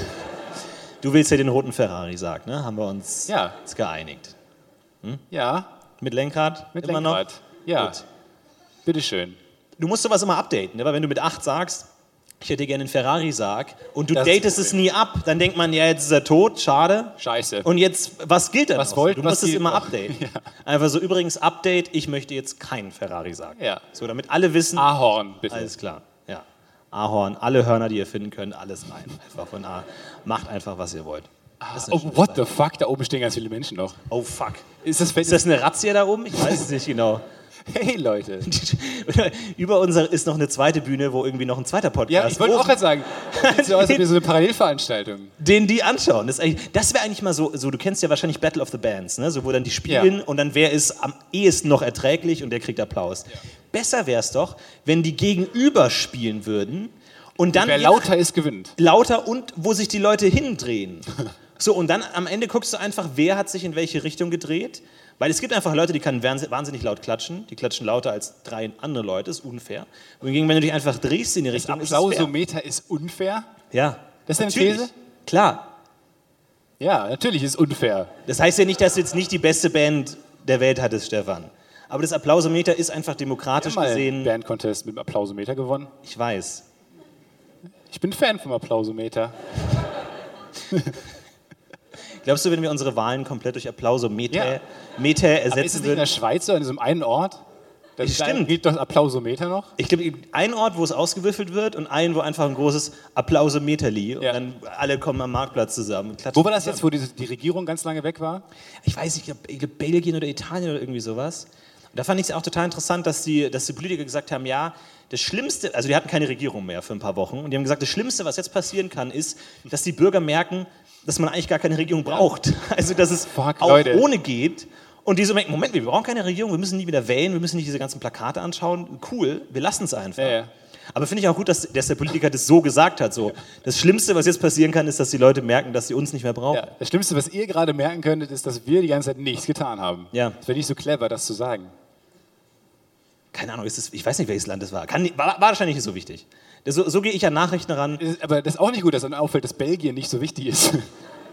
[SPEAKER 1] Du willst ja den roten Ferrari, sag, ne? Haben wir uns
[SPEAKER 2] Ja.
[SPEAKER 1] jetzt geeinigt.
[SPEAKER 2] Ja,
[SPEAKER 1] Mit Lenkrad?
[SPEAKER 2] Mit
[SPEAKER 1] immer
[SPEAKER 2] Lenkrad.
[SPEAKER 1] noch?
[SPEAKER 2] Ja.
[SPEAKER 1] Gut.
[SPEAKER 2] Bitteschön.
[SPEAKER 1] Du musst sowas immer updaten, ne? weil wenn du mit 8 sagst, ich hätte gerne einen Ferrari-Sarg und du
[SPEAKER 2] Das ist das
[SPEAKER 1] datest es nie ab, dann denkt man, ja, jetzt ist er tot, schade.
[SPEAKER 2] Scheiße.
[SPEAKER 1] Und jetzt, was gilt denn?
[SPEAKER 2] Was
[SPEAKER 1] noch?
[SPEAKER 2] wollt,
[SPEAKER 1] du
[SPEAKER 2] was
[SPEAKER 1] musst es
[SPEAKER 2] gilt
[SPEAKER 1] immer
[SPEAKER 2] noch?
[SPEAKER 1] updaten. Einfach so, übrigens, Update, ich möchte jetzt keinen Ferrari-Sarg.
[SPEAKER 2] Ja.
[SPEAKER 1] So, damit alle wissen,
[SPEAKER 2] Ahorn, bitte.
[SPEAKER 1] alles klar. Ja. Ahorn, alle Hörner, die ihr finden könnt, alles rein. Einfach von A. Macht einfach, was ihr wollt. Das ist eine
[SPEAKER 2] Oh,
[SPEAKER 1] schöne
[SPEAKER 2] what
[SPEAKER 1] Sache.
[SPEAKER 2] the fuck? Da oben stehen ganz viele Menschen noch.
[SPEAKER 1] Oh fuck.
[SPEAKER 2] Ist das,
[SPEAKER 1] Ist das eine Razzia da oben? Ich weiß es nicht genau.
[SPEAKER 2] Hey, Leute.
[SPEAKER 1] Über unser ist noch eine zweite Bühne, wo irgendwie noch ein zweiter Podcast
[SPEAKER 2] Ja, ich wollte auch gerade sagen, das sieht so aus wie so eine Parallelveranstaltung.
[SPEAKER 1] den die anschauen. Das, ist eigentlich- das wäre eigentlich mal so, so, du kennst ja wahrscheinlich Battle of the Bands, ne? so, wo dann die spielen
[SPEAKER 2] Ja.
[SPEAKER 1] und dann wer ist am ehesten noch erträglich und der kriegt Applaus. Besser wäre es doch, wenn die gegenüber spielen würden und dann
[SPEAKER 2] Wer
[SPEAKER 1] je
[SPEAKER 2] lauter ist, gewinnt.
[SPEAKER 1] lauter und wo sich die Leute hindrehen. So, und dann am Ende guckst du einfach, wer hat sich in welche Richtung gedreht. Weil es gibt einfach Leute, die können wahns- wahnsinnig laut klatschen. Die klatschen lauter als drei andere Leute, ist unfair. Wohingegen, wenn du dich einfach drehst in die Richtung, ist es fair.
[SPEAKER 2] Applausometer ist unfair?
[SPEAKER 1] Ja.
[SPEAKER 2] Das ist eine
[SPEAKER 1] Natürlich.
[SPEAKER 2] These?
[SPEAKER 1] Klar.
[SPEAKER 2] Ja, natürlich ist unfair.
[SPEAKER 1] Das heißt ja nicht, dass du jetzt nicht die beste Band der Welt hattest, Stefan. Aber das Applausometer ist einfach
[SPEAKER 2] Ich
[SPEAKER 1] demokratisch
[SPEAKER 2] habe mal einen
[SPEAKER 1] gesehen.
[SPEAKER 2] Band-Contest mit dem Applausometer gewonnen.
[SPEAKER 1] Ich weiß.
[SPEAKER 2] Ich bin Fan vom Applausometer.
[SPEAKER 1] Glaubst du, wenn wir unsere Wahlen komplett durch Applausometer
[SPEAKER 2] Ja.
[SPEAKER 1] Meter
[SPEAKER 2] Ist es
[SPEAKER 1] ersetzen
[SPEAKER 2] nicht in der
[SPEAKER 1] würden?
[SPEAKER 2] Schweiz oder in so einem einen Ort? Das
[SPEAKER 1] Stimmt.
[SPEAKER 2] da Gibt das Applausometer noch?
[SPEAKER 1] Ich glaube, es gibt einen Ort, wo es ausgewürfelt wird und einen, wo einfach ein großes Applausometer liegt.
[SPEAKER 2] Ja.
[SPEAKER 1] Und dann alle kommen am Marktplatz zusammen. Und klatschen
[SPEAKER 2] Wo war das jetzt, wo die, die Regierung ganz lange weg war?
[SPEAKER 1] ich weiß nicht, ich glaub, ich glaub, Belgien oder Italien oder irgendwie sowas. Und da fand ich es auch total interessant, dass die, dass die Politiker gesagt haben, ja, das Schlimmste, also die hatten keine Regierung mehr für ein paar Wochen und die haben gesagt, das Schlimmste, was jetzt passieren kann, ist, dass die Bürger merken, dass man eigentlich gar keine Regierung braucht. Also, dass es
[SPEAKER 2] Fuck,
[SPEAKER 1] auch
[SPEAKER 2] Leute.
[SPEAKER 1] ohne geht. Und die so merken, Moment, wir brauchen keine Regierung, wir müssen nie wieder wählen, wir müssen nicht diese ganzen Plakate anschauen. Cool, wir lassen es einfach.
[SPEAKER 2] Ja, ja.
[SPEAKER 1] Aber finde ich auch gut, dass, dass der Politiker das so gesagt hat. So. Das Schlimmste, was jetzt passieren kann, ist, dass die Leute merken, dass sie uns nicht mehr brauchen.
[SPEAKER 2] Ja, das Schlimmste, was ihr gerade merken könntet, ist, dass wir die ganze Zeit nichts getan haben.
[SPEAKER 1] Ja.
[SPEAKER 2] Das wäre nicht so clever, das zu sagen.
[SPEAKER 1] keine Ahnung, ist es, ich weiß nicht, welches Land es war. Kann, war, war wahrscheinlich nicht so wichtig. Das- So, so gehe ich an Nachrichten ran.
[SPEAKER 2] Es ist- Aber das ist auch nicht gut, dass dann auffällt, dass Belgien nicht so wichtig ist.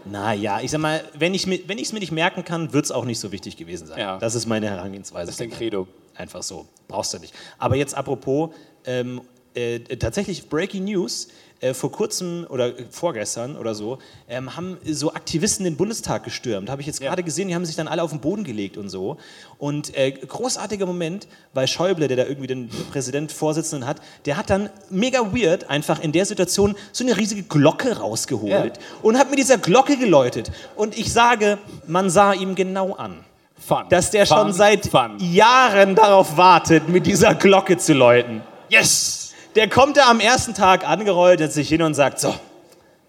[SPEAKER 1] Naja, ich sag mal, wenn ich es mir nicht merken kann, wird es auch nicht so wichtig gewesen sein.
[SPEAKER 2] Ja.
[SPEAKER 1] Das ist meine Herangehensweise.
[SPEAKER 2] Das ist dein Credo.
[SPEAKER 1] Einfach so. Brauchst du nicht. Aber jetzt apropos, ähm, äh, tatsächlich Breaking News. Äh, vor kurzem oder vorgestern oder so ähm, haben so Aktivisten den Bundestag gestürmt. Habe ich jetzt
[SPEAKER 2] Ja.
[SPEAKER 1] gerade gesehen, die haben sich dann alle auf den Boden gelegt und so. Und äh, großartiger Moment, weil Schäuble, der da irgendwie den Präsident Vorsitzenden hat, der hat dann mega weird einfach in der Situation so eine riesige Glocke rausgeholt
[SPEAKER 2] Ja.
[SPEAKER 1] und hat mit dieser Glocke geläutet. Und ich sage, man sah ihm genau an
[SPEAKER 2] Fun.
[SPEAKER 1] dass der
[SPEAKER 2] fun,
[SPEAKER 1] schon seit
[SPEAKER 2] Fun.
[SPEAKER 1] Jahren darauf wartet, mit dieser Glocke zu läuten.
[SPEAKER 2] Yes!
[SPEAKER 1] Der kommt da am ersten Tag angerollt, setzt sich hin und sagt, so,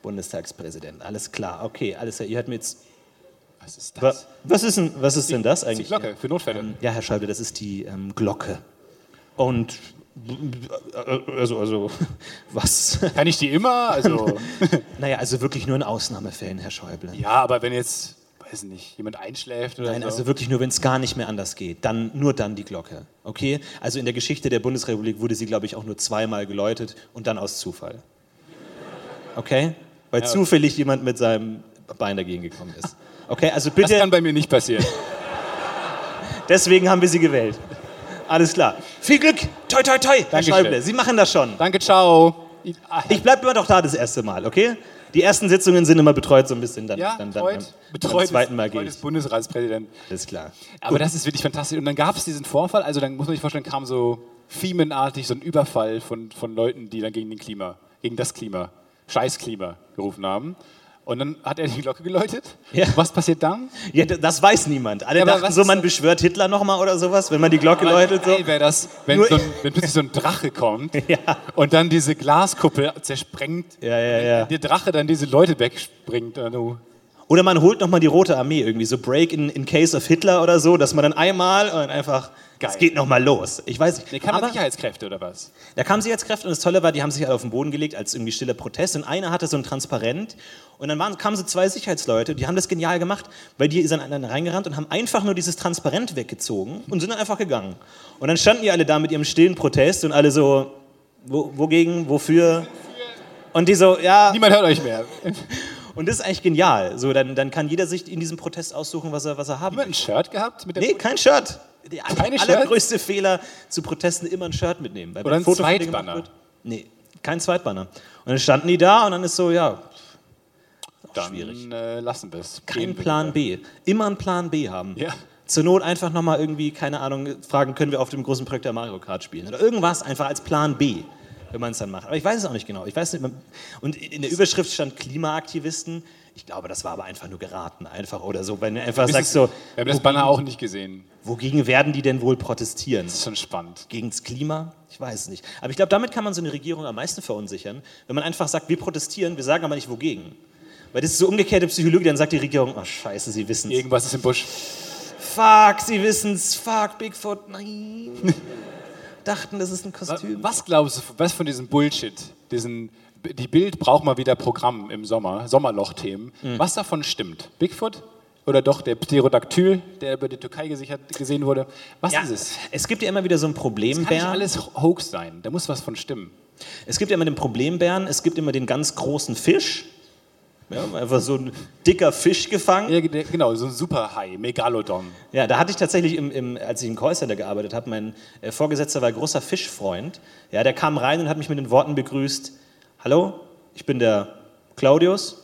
[SPEAKER 1] Bundestagspräsident, alles klar, okay, alles klar, ihr hört mir jetzt...
[SPEAKER 2] Was ist
[SPEAKER 1] Wa-
[SPEAKER 2] das?
[SPEAKER 1] Was ist denn, was ist denn das
[SPEAKER 2] Das ist die
[SPEAKER 1] eigentlich?
[SPEAKER 2] Glocke für Notfälle.
[SPEAKER 1] Ja, Herr Schäuble, das ist die ähm, Glocke. Und... äh, Also, also, was?
[SPEAKER 2] Kann ich die immer? Also,
[SPEAKER 1] Naja, also wirklich nur in Ausnahmefällen, Herr Schäuble.
[SPEAKER 2] ja, aber wenn jetzt, weiß nicht, jemand einschläft oder
[SPEAKER 1] Nein,
[SPEAKER 2] so.
[SPEAKER 1] also wirklich nur, wenn es gar nicht mehr anders geht. Dann nur dann die Glocke. Okay? Also in der Geschichte der Bundesrepublik wurde sie, glaube ich, auch nur zweimal geläutet und dann aus Zufall. Okay? Weil zufällig jemand mit seinem Bein dagegen gekommen ist. Okay, also
[SPEAKER 2] das
[SPEAKER 1] bitte,
[SPEAKER 2] kann bei mir nicht passieren.
[SPEAKER 1] deswegen haben wir sie gewählt. Alles klar. Viel Glück! Toi, toi, toi, Herr
[SPEAKER 2] Dankeschön.
[SPEAKER 1] Schäuble. Sie machen das schon.
[SPEAKER 2] Danke, ciao. Ich,
[SPEAKER 1] Ich bleibe immer doch da das erste Mal, okay? Die ersten Sitzungen sind immer betreut so ein bisschen. Dann,
[SPEAKER 2] ja,
[SPEAKER 1] dann, dann,
[SPEAKER 2] betreut,
[SPEAKER 1] beim-
[SPEAKER 2] betreut
[SPEAKER 1] beim zweiten Mal
[SPEAKER 2] ist,
[SPEAKER 1] gehe
[SPEAKER 2] betreut
[SPEAKER 1] ich.
[SPEAKER 2] ist Bundesratspräsident.
[SPEAKER 1] Alles klar.
[SPEAKER 2] Aber das ist wirklich fantastisch. Und dann gab es diesen Vorfall, also dann muss man sich vorstellen, kam so Fiemenartig so ein Überfall von, von Leuten, die dann gegen den Klima, gegen das Klima, scheiß Klima gerufen haben. Und dann hat er die Glocke geläutet.
[SPEAKER 1] Ja.
[SPEAKER 2] Was passiert dann?
[SPEAKER 1] Ja, d- das weiß niemand. Alle
[SPEAKER 2] aber
[SPEAKER 1] dachten
[SPEAKER 2] was
[SPEAKER 1] so,
[SPEAKER 2] ist
[SPEAKER 1] man
[SPEAKER 2] das-
[SPEAKER 1] beschwört Hitler nochmal oder sowas, wenn man die Glocke läutet. So.
[SPEAKER 2] Ey, wäre das, wenn,
[SPEAKER 1] Nur-
[SPEAKER 2] so ein, wenn plötzlich so ein Drache kommt
[SPEAKER 1] Ja.
[SPEAKER 2] und dann diese Glaskuppel zersprengt,
[SPEAKER 1] Ja, ja, ja.
[SPEAKER 2] der Drache dann diese Leute wegspringt. Also, Und du,
[SPEAKER 1] Oder man holt nochmal die Rote Armee irgendwie, so Break in, in Case of Hitler oder so, dass man dann einmal und einfach,
[SPEAKER 2] Geil.
[SPEAKER 1] es geht nochmal los. Ich weiß nicht.
[SPEAKER 2] der kann
[SPEAKER 1] aber
[SPEAKER 2] man Sicherheitskräfte oder was?
[SPEAKER 1] da kamen Sicherheitskräfte und das Tolle war, die haben sich alle auf den Boden gelegt als irgendwie stiller Protest und einer hatte so ein Transparent und dann waren, kamen so zwei Sicherheitsleute, die haben das genial gemacht, weil die sind dann reingerannt und haben einfach nur dieses Transparent weggezogen und sind dann einfach gegangen. Und dann standen die alle da mit ihrem stillen Protest und alle so, wo, wogegen, wofür? Und die so, ja,
[SPEAKER 2] Niemand hört euch mehr.
[SPEAKER 1] Und das ist eigentlich genial. So, dann, dann kann jeder sich in diesem Protest aussuchen, was er, was er haben
[SPEAKER 2] Niemand
[SPEAKER 1] will.
[SPEAKER 2] ein Shirt gehabt mit der
[SPEAKER 1] Nee, kein Shirt. Der
[SPEAKER 2] Keine Shirts?
[SPEAKER 1] allergrößte Fehler zu Protesten immer ein Shirt mitnehmen. Weil wenn
[SPEAKER 2] Oder ein
[SPEAKER 1] Foto von dir
[SPEAKER 2] Zweitbanner.
[SPEAKER 1] gemacht wird- Nee, kein Zweitbanner. Und dann standen die da und dann ist so, ja,
[SPEAKER 2] Dann
[SPEAKER 1] schwierig.
[SPEAKER 2] Äh, lassen wir es.
[SPEAKER 1] kein Plan B. Immer einen Plan B haben.
[SPEAKER 2] Ja.
[SPEAKER 1] Zur Not einfach nochmal irgendwie, keine Ahnung, fragen, können wir auf dem großen Projekt der Mario Kart spielen? Oder irgendwas einfach als Plan B, wenn man es dann macht. Aber ich weiß es auch nicht genau. Ich weiß nicht, man, und in der Überschrift stand Klimaaktivisten. Ich glaube, das war aber einfach nur geraten, einfach oder so. Wenn du einfach sagst so,
[SPEAKER 2] wir haben das Banner auch nicht gesehen.
[SPEAKER 1] wogegen werden die denn wohl protestieren?
[SPEAKER 2] Das ist schon spannend.
[SPEAKER 1] Gegen das Klima? Ich weiß es nicht. Aber ich glaube, damit kann man so eine Regierung am meisten verunsichern, wenn man einfach sagt, wir protestieren, wir sagen aber nicht wogegen. Weil das ist so umgekehrte Psychologie, dann sagt die Regierung, oh scheiße, sie wissen es.
[SPEAKER 2] Irgendwas ist im Busch.
[SPEAKER 1] Fuck, sie wissen's. Fuck, Bigfoot, nein. Dachten, das ist ein Kostüm.
[SPEAKER 2] Was glaubst du, was von diesem Bullshit, diesen die Bild braucht mal wieder Programm im Sommer, Sommerloch-Themen.
[SPEAKER 1] Hm.
[SPEAKER 2] Was davon stimmt? Bigfoot oder doch der Pterodactyl, der über die Türkei gesichert, gesehen wurde? Was
[SPEAKER 1] Ja,
[SPEAKER 2] ist es?
[SPEAKER 1] es gibt ja immer wieder so einen
[SPEAKER 2] Kann nicht
[SPEAKER 1] Problembären.
[SPEAKER 2] alles Hoax sein. Da muss was von stimmen.
[SPEAKER 1] Es gibt ja immer den Problembären, es gibt immer den ganz großen Fisch. Ja, einfach so ein dicker Fisch gefangen.
[SPEAKER 2] Ja, ge- genau, so ein Superhai, Megalodon.
[SPEAKER 1] Ja, da hatte ich tatsächlich, im, im, als ich im Callcenter gearbeitet habe, mein äh, Vorgesetzter war großer Fischfreund. Ja, der kam rein und hat mich mit den Worten begrüßt: Hallo, ich bin der Claudius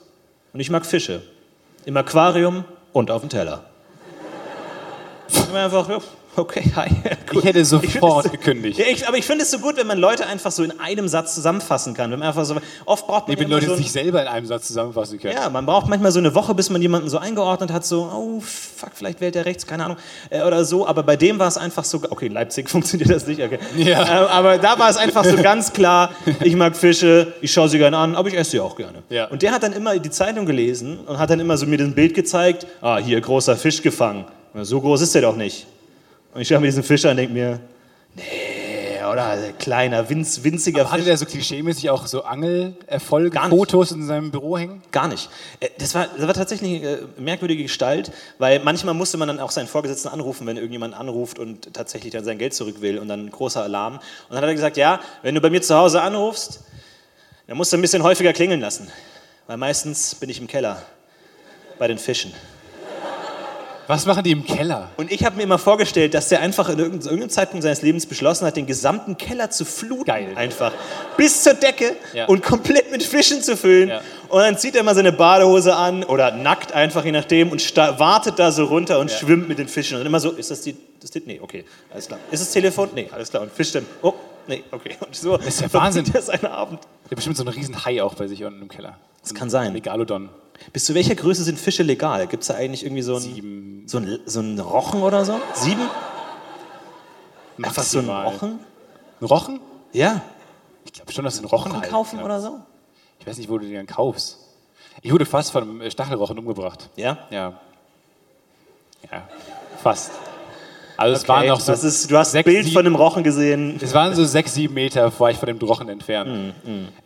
[SPEAKER 1] und ich mag Fische. Im Aquarium und auf dem Teller. Ich bin einfach, ja, okay, hi.
[SPEAKER 2] Ich hätte sofort
[SPEAKER 1] Ich find es-
[SPEAKER 2] gekündigt.
[SPEAKER 1] Ja, ich, aber ich finde es so gut, wenn man Leute einfach so in einem Satz zusammenfassen kann. Wenn man einfach so, oft braucht man
[SPEAKER 2] Ich bin
[SPEAKER 1] ja immer
[SPEAKER 2] Leute,
[SPEAKER 1] so
[SPEAKER 2] die
[SPEAKER 1] ein-
[SPEAKER 2] sich selber in einem Satz zusammenfassen können.
[SPEAKER 1] ja, man braucht manchmal so eine Woche, bis man jemanden so eingeordnet hat, so, oh, fuck, vielleicht wählt er rechts, keine Ahnung, äh, oder so. Aber bei dem war es einfach so, okay, in Leipzig funktioniert das nicht, okay.
[SPEAKER 2] Ja.
[SPEAKER 1] Ähm, aber da war es einfach so ganz klar, ich mag Fische, ich schaue sie gerne an, aber ich esse sie auch gerne.
[SPEAKER 2] Ja.
[SPEAKER 1] Und der hat dann immer die Zeitung gelesen und hat dann immer so mir das Bild gezeigt, ah, hier, großer Fisch gefangen. Na, So groß ist der doch nicht. Und ich schaue mir diesen Fisch an und denke mir, nee, oder? Also, kleiner, winz, winziger
[SPEAKER 2] Hatte der so klischeemäßig auch so Angelerfolge,
[SPEAKER 1] Gar nicht.
[SPEAKER 2] Fotos in seinem Büro hängen?
[SPEAKER 1] Gar nicht. Äh, Das war, das war tatsächlich eine äh, merkwürdige Gestalt, weil manchmal musste man dann auch seinen Vorgesetzten anrufen, wenn irgendjemand anruft und tatsächlich dann sein Geld zurück will und dann ein großer Alarm. Und dann hat er gesagt, ja, wenn du bei mir zu Hause anrufst, dann musst du ein bisschen häufiger klingeln lassen, weil meistens bin ich im Keller bei den Fischen.
[SPEAKER 2] Was machen die im Keller?
[SPEAKER 1] Und ich habe mir immer vorgestellt, dass der einfach in irgendein- zu irgendeinem Zeitpunkt seines Lebens beschlossen hat, den gesamten Keller zu fluten.
[SPEAKER 2] Geil.
[SPEAKER 1] Einfach. Bis zur Decke
[SPEAKER 2] Ja.
[SPEAKER 1] und komplett mit Fischen zu füllen.
[SPEAKER 2] Ja.
[SPEAKER 1] Und dann zieht er mal seine Badehose an oder nackt einfach, je nachdem, und sta- wartet da so runter und schwimmt mit den Fischen. Und immer so, ist das die, das die, nee, okay, alles klar. Ist das Telefon? Nee, alles klar. Und Fisch dann, oh, nee, okay. Und so. Das
[SPEAKER 2] ist ja Wahnsinn.
[SPEAKER 1] Das ist ein Abend.
[SPEAKER 2] Der hat bestimmt so einen riesen Hai auch bei sich unten im Keller.
[SPEAKER 1] Das kann sein.
[SPEAKER 2] Megalodon.
[SPEAKER 1] Bis zu welcher Größe sind Fische legal? Gibt es da eigentlich irgendwie so einen,
[SPEAKER 2] Sieben.
[SPEAKER 1] so, einen, so einen Rochen oder so? Sieben? Einfach so einen
[SPEAKER 2] Maximal.
[SPEAKER 1] Rochen?
[SPEAKER 2] Ein Rochen?
[SPEAKER 1] Ja.
[SPEAKER 2] Ich glaube schon, dass du einen Rochen halten
[SPEAKER 1] kaufen
[SPEAKER 2] kannst.
[SPEAKER 1] oder so?
[SPEAKER 2] Ich weiß nicht, wo du den dann kaufst. Ich wurde fast von einem äh, Stachelrochen umgebracht.
[SPEAKER 1] Ja.
[SPEAKER 2] Ja. Ja, fast. Also es
[SPEAKER 1] Okay.
[SPEAKER 2] waren noch so,
[SPEAKER 1] das ist, du hast ein
[SPEAKER 2] sechs,
[SPEAKER 1] Bild
[SPEAKER 2] sieben-
[SPEAKER 1] von einem Rochen gesehen.
[SPEAKER 2] es waren so sechs, sieben Meter, war ich von dem Rochen entfernt.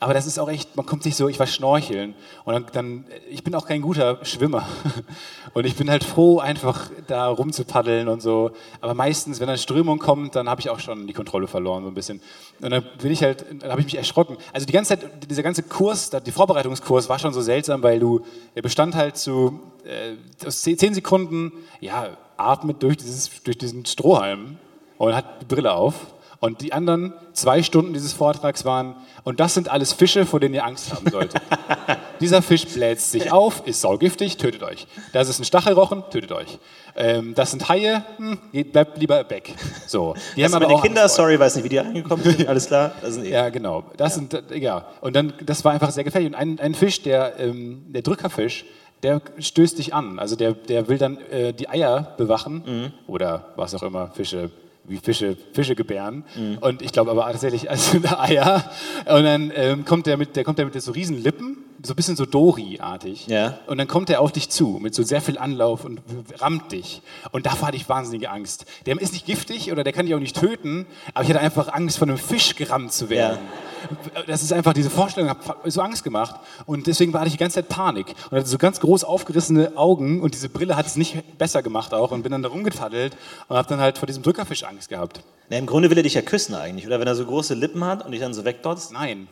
[SPEAKER 2] Aber das ist auch echt, man kommt sich so, ich war schnorcheln und dann, dann ich bin auch kein guter Schwimmer und ich bin halt froh, einfach da rumzupaddeln und so. Aber meistens, wenn dann Strömung kommt, dann habe ich auch schon die Kontrolle verloren so ein bisschen. Und dann bin ich halt, dann habe ich mich erschrocken. Also die ganze Zeit, dieser ganze Kurs, da- der Vorbereitungskurs war schon so seltsam, weil du, der bestand halt zu äh, aus zehn zehn Sekunden, ja, atmet durch, dieses, durch diesen Strohhalm und hat die Brille auf. Und die anderen zwei Stunden dieses Vortrags waren, und das sind alles Fische, vor denen ihr Angst haben solltet. Dieser Fisch bläst sich auf, ist saugiftig, tötet euch. Das ist ein Stachelrochen, tötet euch. Ähm, das sind Haie, hm, geht, bleibt lieber weg. So. Die
[SPEAKER 1] Das
[SPEAKER 2] haben
[SPEAKER 1] sind
[SPEAKER 2] aber
[SPEAKER 1] meine
[SPEAKER 2] auch
[SPEAKER 1] Kinder,
[SPEAKER 2] Angst vor euch.
[SPEAKER 1] sorry, weiß nicht, wie die angekommen sind. Alles klar. Das sind eh.
[SPEAKER 2] Ja, genau. Das sind, äh, ja. Und dann, das war einfach sehr gefährlich. Und ein, ein Fisch, der, ähm, der Drückerfisch, der stößt dich an. Also der, der will dann äh, die Eier bewachen oder was auch immer, Fische, wie Fische, Fische gebären. Und ich glaube aber tatsächlich, also Eier. Und dann ähm, kommt der mit, der kommt der mit so riesen Lippen, so ein bisschen so Dory-artig.
[SPEAKER 1] Ja.
[SPEAKER 2] Und dann kommt er auf dich zu mit so sehr viel Anlauf und rammt dich. Und davor hatte ich wahnsinnige Angst. Der ist nicht giftig oder der kann dich auch nicht töten, aber ich hatte einfach Angst, von einem Fisch gerammt zu werden. Das ist einfach diese Vorstellung, hat so Angst gemacht. Und deswegen war ich die ganze Zeit Panik. Und hatte so ganz groß aufgerissene Augen und diese Brille hat es nicht besser gemacht auch. Und bin dann da rumgefaddelt und habe dann halt vor diesem Drückerfisch Angst gehabt.
[SPEAKER 1] Na, Im Grunde will er dich ja küssen eigentlich, oder? Wenn er so große Lippen hat und dich dann so wegdotzt.
[SPEAKER 2] Nein.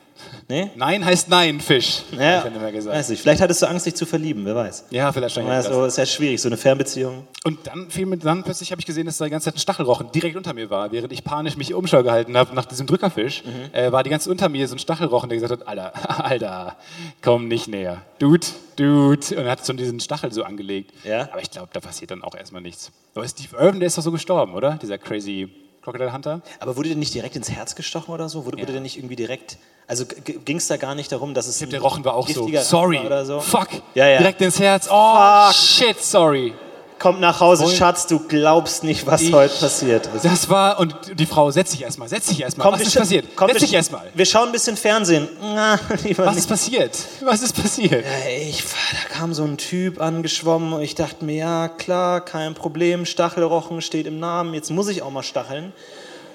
[SPEAKER 1] Nee?
[SPEAKER 2] Nein heißt Nein, Fisch.
[SPEAKER 1] Ja.
[SPEAKER 2] hab Ich immer gesagt.
[SPEAKER 1] Weiß nicht. Vielleicht hattest du Angst, dich zu verlieben, wer weiß.
[SPEAKER 2] Ja, vielleicht schon.
[SPEAKER 1] Also, ist ja schwierig, so eine Fernbeziehung.
[SPEAKER 2] Und dann fiel mir dann plötzlich habe ich gesehen, dass da die ganze Zeit ein Stachelrochen direkt unter mir war, während ich panisch mich um Umschau gehalten habe nach diesem Drückerfisch,
[SPEAKER 1] Mhm.
[SPEAKER 2] äh, war die ganze Zeit unter mir so ein Stachelrochen, der gesagt hat, Alter, Alter, komm nicht näher, Dude, Dude, und hat so diesen Stachel so angelegt.
[SPEAKER 1] Ja.
[SPEAKER 2] Aber ich glaube, da passiert dann auch erstmal nichts. Aber Steve Irwin, der ist doch so gestorben, oder? Dieser crazy Crocodile Hunter.
[SPEAKER 1] Aber wurde der nicht direkt ins Herz gestochen oder so? Wurde, wurde der nicht irgendwie direkt. Also ging es da gar nicht darum, dass es.
[SPEAKER 2] Der Rochen war auch so.
[SPEAKER 1] giftiger
[SPEAKER 2] Sorry,
[SPEAKER 1] Rachen war Oder so?
[SPEAKER 2] fuck,
[SPEAKER 1] Ja, ja.
[SPEAKER 2] direkt ins Herz. Oh
[SPEAKER 1] Fuck.
[SPEAKER 2] shit, sorry.
[SPEAKER 1] Kommt nach Hause,
[SPEAKER 2] Voll.
[SPEAKER 1] Schatz, du glaubst nicht, was
[SPEAKER 2] Ich-
[SPEAKER 1] heute passiert ist.
[SPEAKER 2] Das war und die Frau, setz dich erstmal, setz dich erstmal.
[SPEAKER 1] Komm,
[SPEAKER 2] Was
[SPEAKER 1] wir
[SPEAKER 2] ist
[SPEAKER 1] scha-
[SPEAKER 2] passiert?
[SPEAKER 1] komm,
[SPEAKER 2] setz
[SPEAKER 1] wir
[SPEAKER 2] dich
[SPEAKER 1] sch-
[SPEAKER 2] erstmal.
[SPEAKER 1] Wir schauen ein bisschen Fernsehen. Na, lieber
[SPEAKER 2] Was
[SPEAKER 1] nicht.
[SPEAKER 2] ist passiert? Was ist passiert?
[SPEAKER 1] Ich, da kam so ein Typ angeschwommen und ich dachte mir, ja klar, kein Problem, Stachelrochen steht im Namen, jetzt muss ich auch mal stacheln.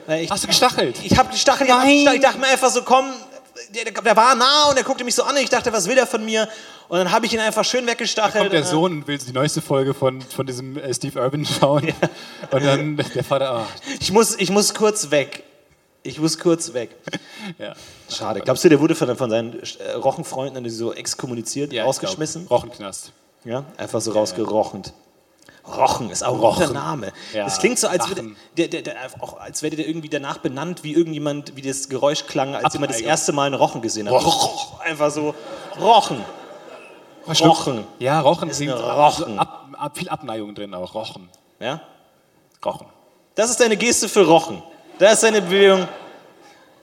[SPEAKER 1] Weil ich,
[SPEAKER 2] Hast du gestachelt?
[SPEAKER 1] ich habe gestachelt, ich, hab
[SPEAKER 2] Nein.
[SPEAKER 1] gestachelt, ich dachte mir einfach so, komm, der, der, der war nah und er guckte mich so an und ich dachte, was will der von mir? Und dann habe ich ihn einfach schön weggestachelt.
[SPEAKER 2] Kommt der
[SPEAKER 1] und, äh,
[SPEAKER 2] Sohn und will die neueste Folge von, von diesem äh, Steve Urban schauen. Und dann der Vater, ah,
[SPEAKER 1] Ich muss, ich muss kurz weg. Ich muss kurz weg.
[SPEAKER 2] ja.
[SPEAKER 1] Schade. Glaubst du, der wurde von, von seinen äh, Rochenfreunden dann so exkommuniziert,
[SPEAKER 2] ja.
[SPEAKER 1] rausgeschmissen?
[SPEAKER 2] Rochenknast.
[SPEAKER 1] Ja, einfach so rausgerochend. Rochen ist auch ein
[SPEAKER 2] Rochen.
[SPEAKER 1] guter Name.
[SPEAKER 2] Ja,
[SPEAKER 1] Das klingt so, als, würde
[SPEAKER 2] Rachen.
[SPEAKER 1] der, der, der, auch, als wäre der irgendwie danach benannt, wie irgendjemand, wie das Geräusch klang, als jemand das
[SPEAKER 2] Abneigung.
[SPEAKER 1] erste Mal einen Rochen gesehen hat.
[SPEAKER 2] Rochen.
[SPEAKER 1] Roch, einfach so. Rochen. Rochen.
[SPEAKER 2] Ja, Rochen
[SPEAKER 1] Ist
[SPEAKER 2] klingt
[SPEAKER 1] eine Rochen.
[SPEAKER 2] Ab, ab, viel Abneigung drin auch. Rochen.
[SPEAKER 1] Ja?
[SPEAKER 2] Rochen.
[SPEAKER 1] Das ist deine Geste für Rochen. Da ist deine Bewegung.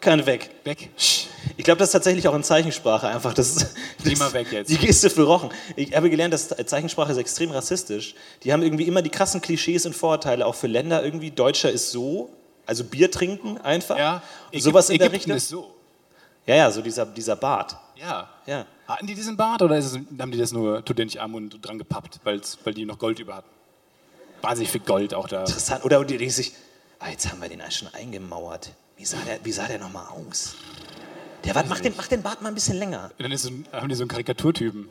[SPEAKER 1] Kann weg.
[SPEAKER 2] Weg.
[SPEAKER 1] Ich glaube, das ist tatsächlich auch in Zeichensprache einfach. Das, das,
[SPEAKER 2] Geh mal weg jetzt.
[SPEAKER 1] Die Geste für Rochen. Ich habe gelernt, dass Zeichensprache ist extrem rassistisch. Die haben irgendwie immer die krassen Klischees und Vorurteile, auch für Länder irgendwie. Deutscher ist so, also Bier trinken einfach.
[SPEAKER 2] Ja.
[SPEAKER 1] Und sowas in
[SPEAKER 2] Ägypten
[SPEAKER 1] der Richtung.
[SPEAKER 2] ist so.
[SPEAKER 1] Ja, ja, so dieser, dieser Bart.
[SPEAKER 2] Ja.
[SPEAKER 1] Ja.
[SPEAKER 2] Hatten die diesen Bart oder ist es, haben die das nur tudentig arm und dran gepappt, weil's- weil die noch Gold über hatten? Wahnsinnig viel Gold auch da.
[SPEAKER 1] Interessant. Oder die denken sich, ah, jetzt haben wir den schon eingemauert. Wie sah der, wie sah der nochmal aus? Der, Bart- mach, den, mach den Bart mal ein bisschen länger.
[SPEAKER 2] Und dann ist so, ein- haben die so einen Karikaturtypen.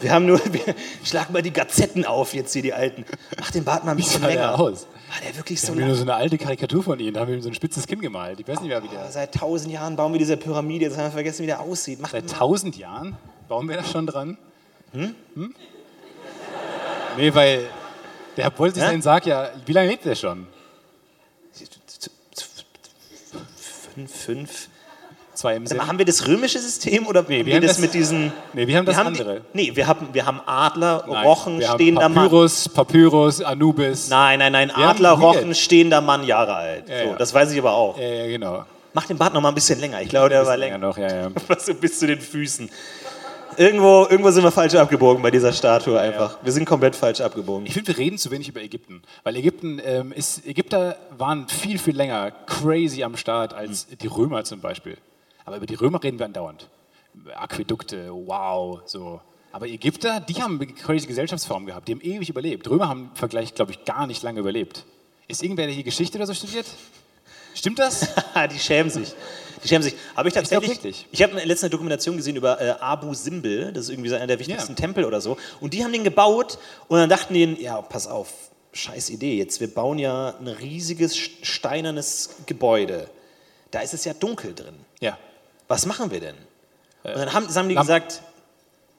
[SPEAKER 1] Wir haben nur, wir schlagen mal die Gazetten auf, jetzt hier die alten. Mach den Bart mal ein bisschen
[SPEAKER 2] sah der
[SPEAKER 1] länger.
[SPEAKER 2] aus?
[SPEAKER 1] War der wirklich so
[SPEAKER 2] Haben wir
[SPEAKER 1] lang?
[SPEAKER 2] nur so eine alte Karikatur von ihnen, da haben wir ihm so ein spitzes Kinn gemalt. Ich weiß nicht mehr, wie der.
[SPEAKER 1] Seit tausend Jahren bauen wir diese Pyramide, jetzt haben wir vergessen, wie der aussieht. Mach
[SPEAKER 2] Seit tausend Jahren bauen wir da schon dran. Hm? Hm? Nee, weil der wollte sich
[SPEAKER 1] Hä?
[SPEAKER 2] seinen Sarg ja. Wie lange lebt der schon?
[SPEAKER 1] fünf, fünf.
[SPEAKER 2] Zwei im Sinn.
[SPEAKER 1] Haben wir das römische System oder nee,
[SPEAKER 2] wir
[SPEAKER 1] wir
[SPEAKER 2] haben
[SPEAKER 1] das,
[SPEAKER 2] das-
[SPEAKER 1] mit diesen.
[SPEAKER 2] Nee, wir haben das
[SPEAKER 1] die-
[SPEAKER 2] andere.
[SPEAKER 1] nee, wir haben, wir haben Adler,
[SPEAKER 2] Nein,
[SPEAKER 1] Rochen,
[SPEAKER 2] wir haben
[SPEAKER 1] stehender Mann.
[SPEAKER 2] Papyrus, Papyrus, Anubis.
[SPEAKER 1] Nein, nein, nein.
[SPEAKER 2] Wir haben
[SPEAKER 1] Adler,
[SPEAKER 2] hier-
[SPEAKER 1] Rochen, stehender Mann, Jahre alt. so,
[SPEAKER 2] Ja, ja.
[SPEAKER 1] Das weiß ich aber auch.
[SPEAKER 2] Äh, genau.
[SPEAKER 1] Mach den Bart noch mal ein bisschen länger. Ich glaube, der war
[SPEAKER 2] Ja,
[SPEAKER 1] länger.
[SPEAKER 2] noch, ja, ja.
[SPEAKER 1] Was so bis zu den Füßen. Irgendwo, irgendwo sind wir falsch abgebogen bei dieser Statue einfach. Wir sind komplett falsch abgebogen.
[SPEAKER 2] Ich finde, wir reden zu wenig über Ägypten, weil Ägypten ähm, ist, Ägypter waren viel, viel länger crazy am Start als
[SPEAKER 1] Hm.
[SPEAKER 2] die Römer zum Beispiel. Aber über die Römer reden wir andauernd. Aquädukte, wow, so. Aber Ägypter, die haben eine crazy Gesellschaftsform gehabt, die haben ewig überlebt. Römer haben im Vergleich, glaube ich, gar nicht lange überlebt. Ist irgendwer, der hier Geschichte oder so studiert? Stimmt das?
[SPEAKER 1] Ah, die schämen sich. Die schämen sich. Habe ich
[SPEAKER 2] glaub
[SPEAKER 1] tatsächlich.
[SPEAKER 2] wirklich.
[SPEAKER 1] Ich, habe letztens eine Dokumentation gesehen über äh, Abu Simbel. Das ist irgendwie so einer der wichtigsten
[SPEAKER 2] Ja.
[SPEAKER 1] Tempel oder so. Und die haben den gebaut und dann dachten die, ja, pass auf, scheiß Idee. Jetzt, wir bauen ja ein riesiges sch- steinernes Gebäude. Da ist es ja dunkel drin.
[SPEAKER 2] ja. Äh,
[SPEAKER 1] Was machen wir denn? Und dann haben, haben die
[SPEAKER 2] Lampen.
[SPEAKER 1] gesagt,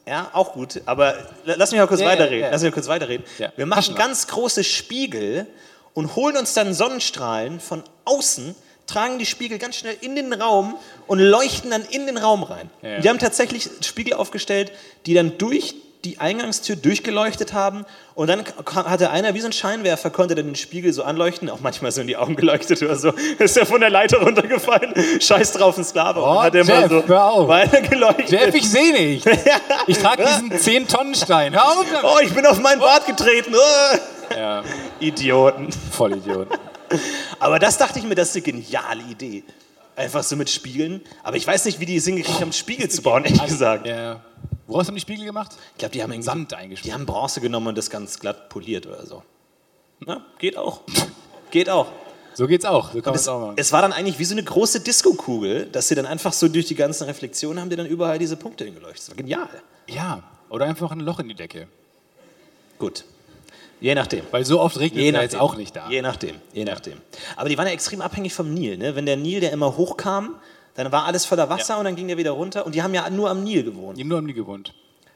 [SPEAKER 1] ja, auch gut, aber la- lass mich mal kurz
[SPEAKER 2] Ja, ja,
[SPEAKER 1] weiterreden.
[SPEAKER 2] ja.
[SPEAKER 1] Lass mich mal kurz weiterreden.
[SPEAKER 2] Ja.
[SPEAKER 1] Wir machen
[SPEAKER 2] Taschenlampe.
[SPEAKER 1] ganz große Spiegel und holen uns dann Sonnenstrahlen von außen, tragen die Spiegel ganz schnell in den Raum und leuchten dann in den Raum rein.
[SPEAKER 2] Ja, ja.
[SPEAKER 1] Und die haben tatsächlich Spiegel aufgestellt, die dann durch die Eingangstür durchgeleuchtet haben und dann kam- hatte einer wie so ein Scheinwerfer, konnte dann den Spiegel so anleuchten, auch manchmal so in die Augen geleuchtet oder so, ist er von der Leiter runtergefallen, scheiß drauf, ein Sklave. Und
[SPEAKER 2] Oh,
[SPEAKER 1] hat er mal
[SPEAKER 2] Jeff,
[SPEAKER 1] so
[SPEAKER 2] hör auf.
[SPEAKER 1] weitergeleuchtet.
[SPEAKER 2] Jeff, ich sehe nicht. Ich trage diesen 10-Tonnen-Stein. Hör auf damit.
[SPEAKER 1] Oh, ich bin auf meinen Bart getreten. Ah.
[SPEAKER 2] Ja,
[SPEAKER 1] Idioten.
[SPEAKER 2] voll Idiot.
[SPEAKER 1] Aber das dachte ich mir, das ist eine geniale Idee. Einfach so mit Spiegeln. Aber ich weiß nicht, wie die es hingekriegt haben, Spiegel zu bauen, ehrlich gesagt.
[SPEAKER 2] Also, Ja. Woraus haben die Spiegel gemacht?
[SPEAKER 1] Ich glaube, die haben irgendwie-
[SPEAKER 2] Sand eingeschmissen.
[SPEAKER 1] Die haben Bronze genommen und das ganz glatt poliert oder so. Na, geht auch. geht auch.
[SPEAKER 2] So geht's auch. So kann man
[SPEAKER 1] Es,
[SPEAKER 2] es auch machen.
[SPEAKER 1] es war dann eigentlich wie so eine große Disco-Kugel, dass sie dann einfach so durch die ganzen Reflexionen haben, die dann überall diese Punkte hingeleuchtet. Das war genial.
[SPEAKER 2] Ja, oder einfach ein Loch in die Decke.
[SPEAKER 1] Gut. Je nachdem.
[SPEAKER 2] Weil so oft
[SPEAKER 1] Je
[SPEAKER 2] regnet es ja
[SPEAKER 1] nachdem.
[SPEAKER 2] jetzt auch nicht da.
[SPEAKER 1] Je nachdem, je nachdem. Aber die waren ja extrem abhängig vom Nil. Ne? Wenn der Nil, der immer hochkam, dann war alles voller Wasser und dann ging der wieder runter. Und die haben ja nur am Nil gewohnt.
[SPEAKER 2] Die haben nur am Nil gewohnt.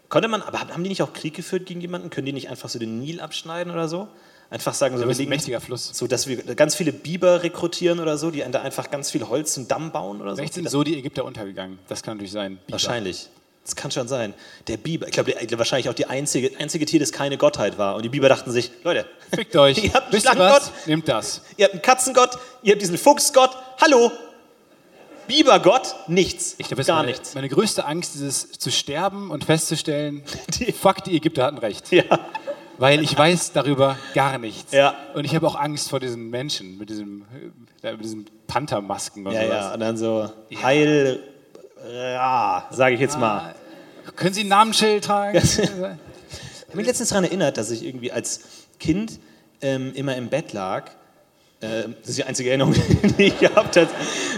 [SPEAKER 1] Konnte man, aber haben die nicht auch Krieg geführt gegen jemanden? Können die nicht einfach so den Nil abschneiden oder so? Einfach sagen, so,
[SPEAKER 2] Das
[SPEAKER 1] wir
[SPEAKER 2] ist ein
[SPEAKER 1] legen,
[SPEAKER 2] mächtiger Fluss.
[SPEAKER 1] so dass wir ganz viele Biber rekrutieren oder so, die da einfach ganz viel Holz zum Damm bauen oder so.
[SPEAKER 2] Vielleicht sind so die Ägypter untergegangen. Das kann natürlich sein. Biber.
[SPEAKER 1] Wahrscheinlich. Das kann schon sein. Der Biber, ich glaube, der- wahrscheinlich auch die einzige, einzige Tier, das keine Gottheit war. Und die Biber dachten sich, Leute,
[SPEAKER 2] Fickt euch.
[SPEAKER 1] Ihr habt einen
[SPEAKER 2] Wisst ihr
[SPEAKER 1] Schlangengott.
[SPEAKER 2] was? Nehmt das.
[SPEAKER 1] Ihr habt einen Katzengott, ihr habt diesen Fuchsgott. Hallo! Bibergott, nichts.
[SPEAKER 2] Ich glaube, das ist
[SPEAKER 1] Gar
[SPEAKER 2] meine,
[SPEAKER 1] nichts.
[SPEAKER 2] Meine größte Angst ist es, zu sterben und festzustellen,
[SPEAKER 1] Die-
[SPEAKER 2] fuck, die Ägypter hatten recht.
[SPEAKER 1] Ja.
[SPEAKER 2] Weil ich weiß darüber gar nichts.
[SPEAKER 1] Ja.
[SPEAKER 2] Und ich habe auch Angst vor diesen Menschen mit, diesem, äh, mit diesen Panthermasken und
[SPEAKER 1] ja,
[SPEAKER 2] sowas.
[SPEAKER 1] ja. Und dann so heil ra, sage ich jetzt mal.
[SPEAKER 2] Können Sie ein Namensschild tragen?
[SPEAKER 1] Ich habe mich letztens daran erinnert, dass ich irgendwie als Kind ähm, immer im Bett lag Äh, Das ist die einzige Erinnerung, die ich gehabt habe.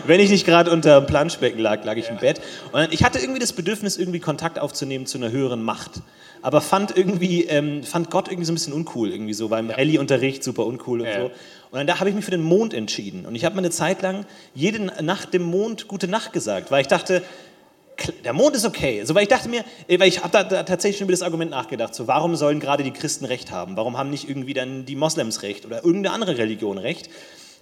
[SPEAKER 1] Wenn ich nicht gerade unter dem Planschbecken lag, lag ich im Bett. Und dann- ich hatte irgendwie das Bedürfnis, irgendwie Kontakt aufzunehmen zu einer höheren Macht. Aber fand irgendwie, ähm, fand Gott irgendwie so ein bisschen uncool, irgendwie so, weil im Rallye-Unterricht super uncool und
[SPEAKER 2] Ja.
[SPEAKER 1] so. Und dann da habe ich mich für den Mond entschieden. Und ich habe mir eine Zeit lang jede Nacht dem Mond gute Nacht gesagt, weil ich dachte, Kl- der Mond ist okay. So, weil ich dachte mir, äh, weil ich habe da, da tatsächlich schon über das Argument nachgedacht. So, warum sollen gerade die Christen Recht haben? Warum haben nicht irgendwie dann die Moslems Recht oder irgendeine andere Religion Recht?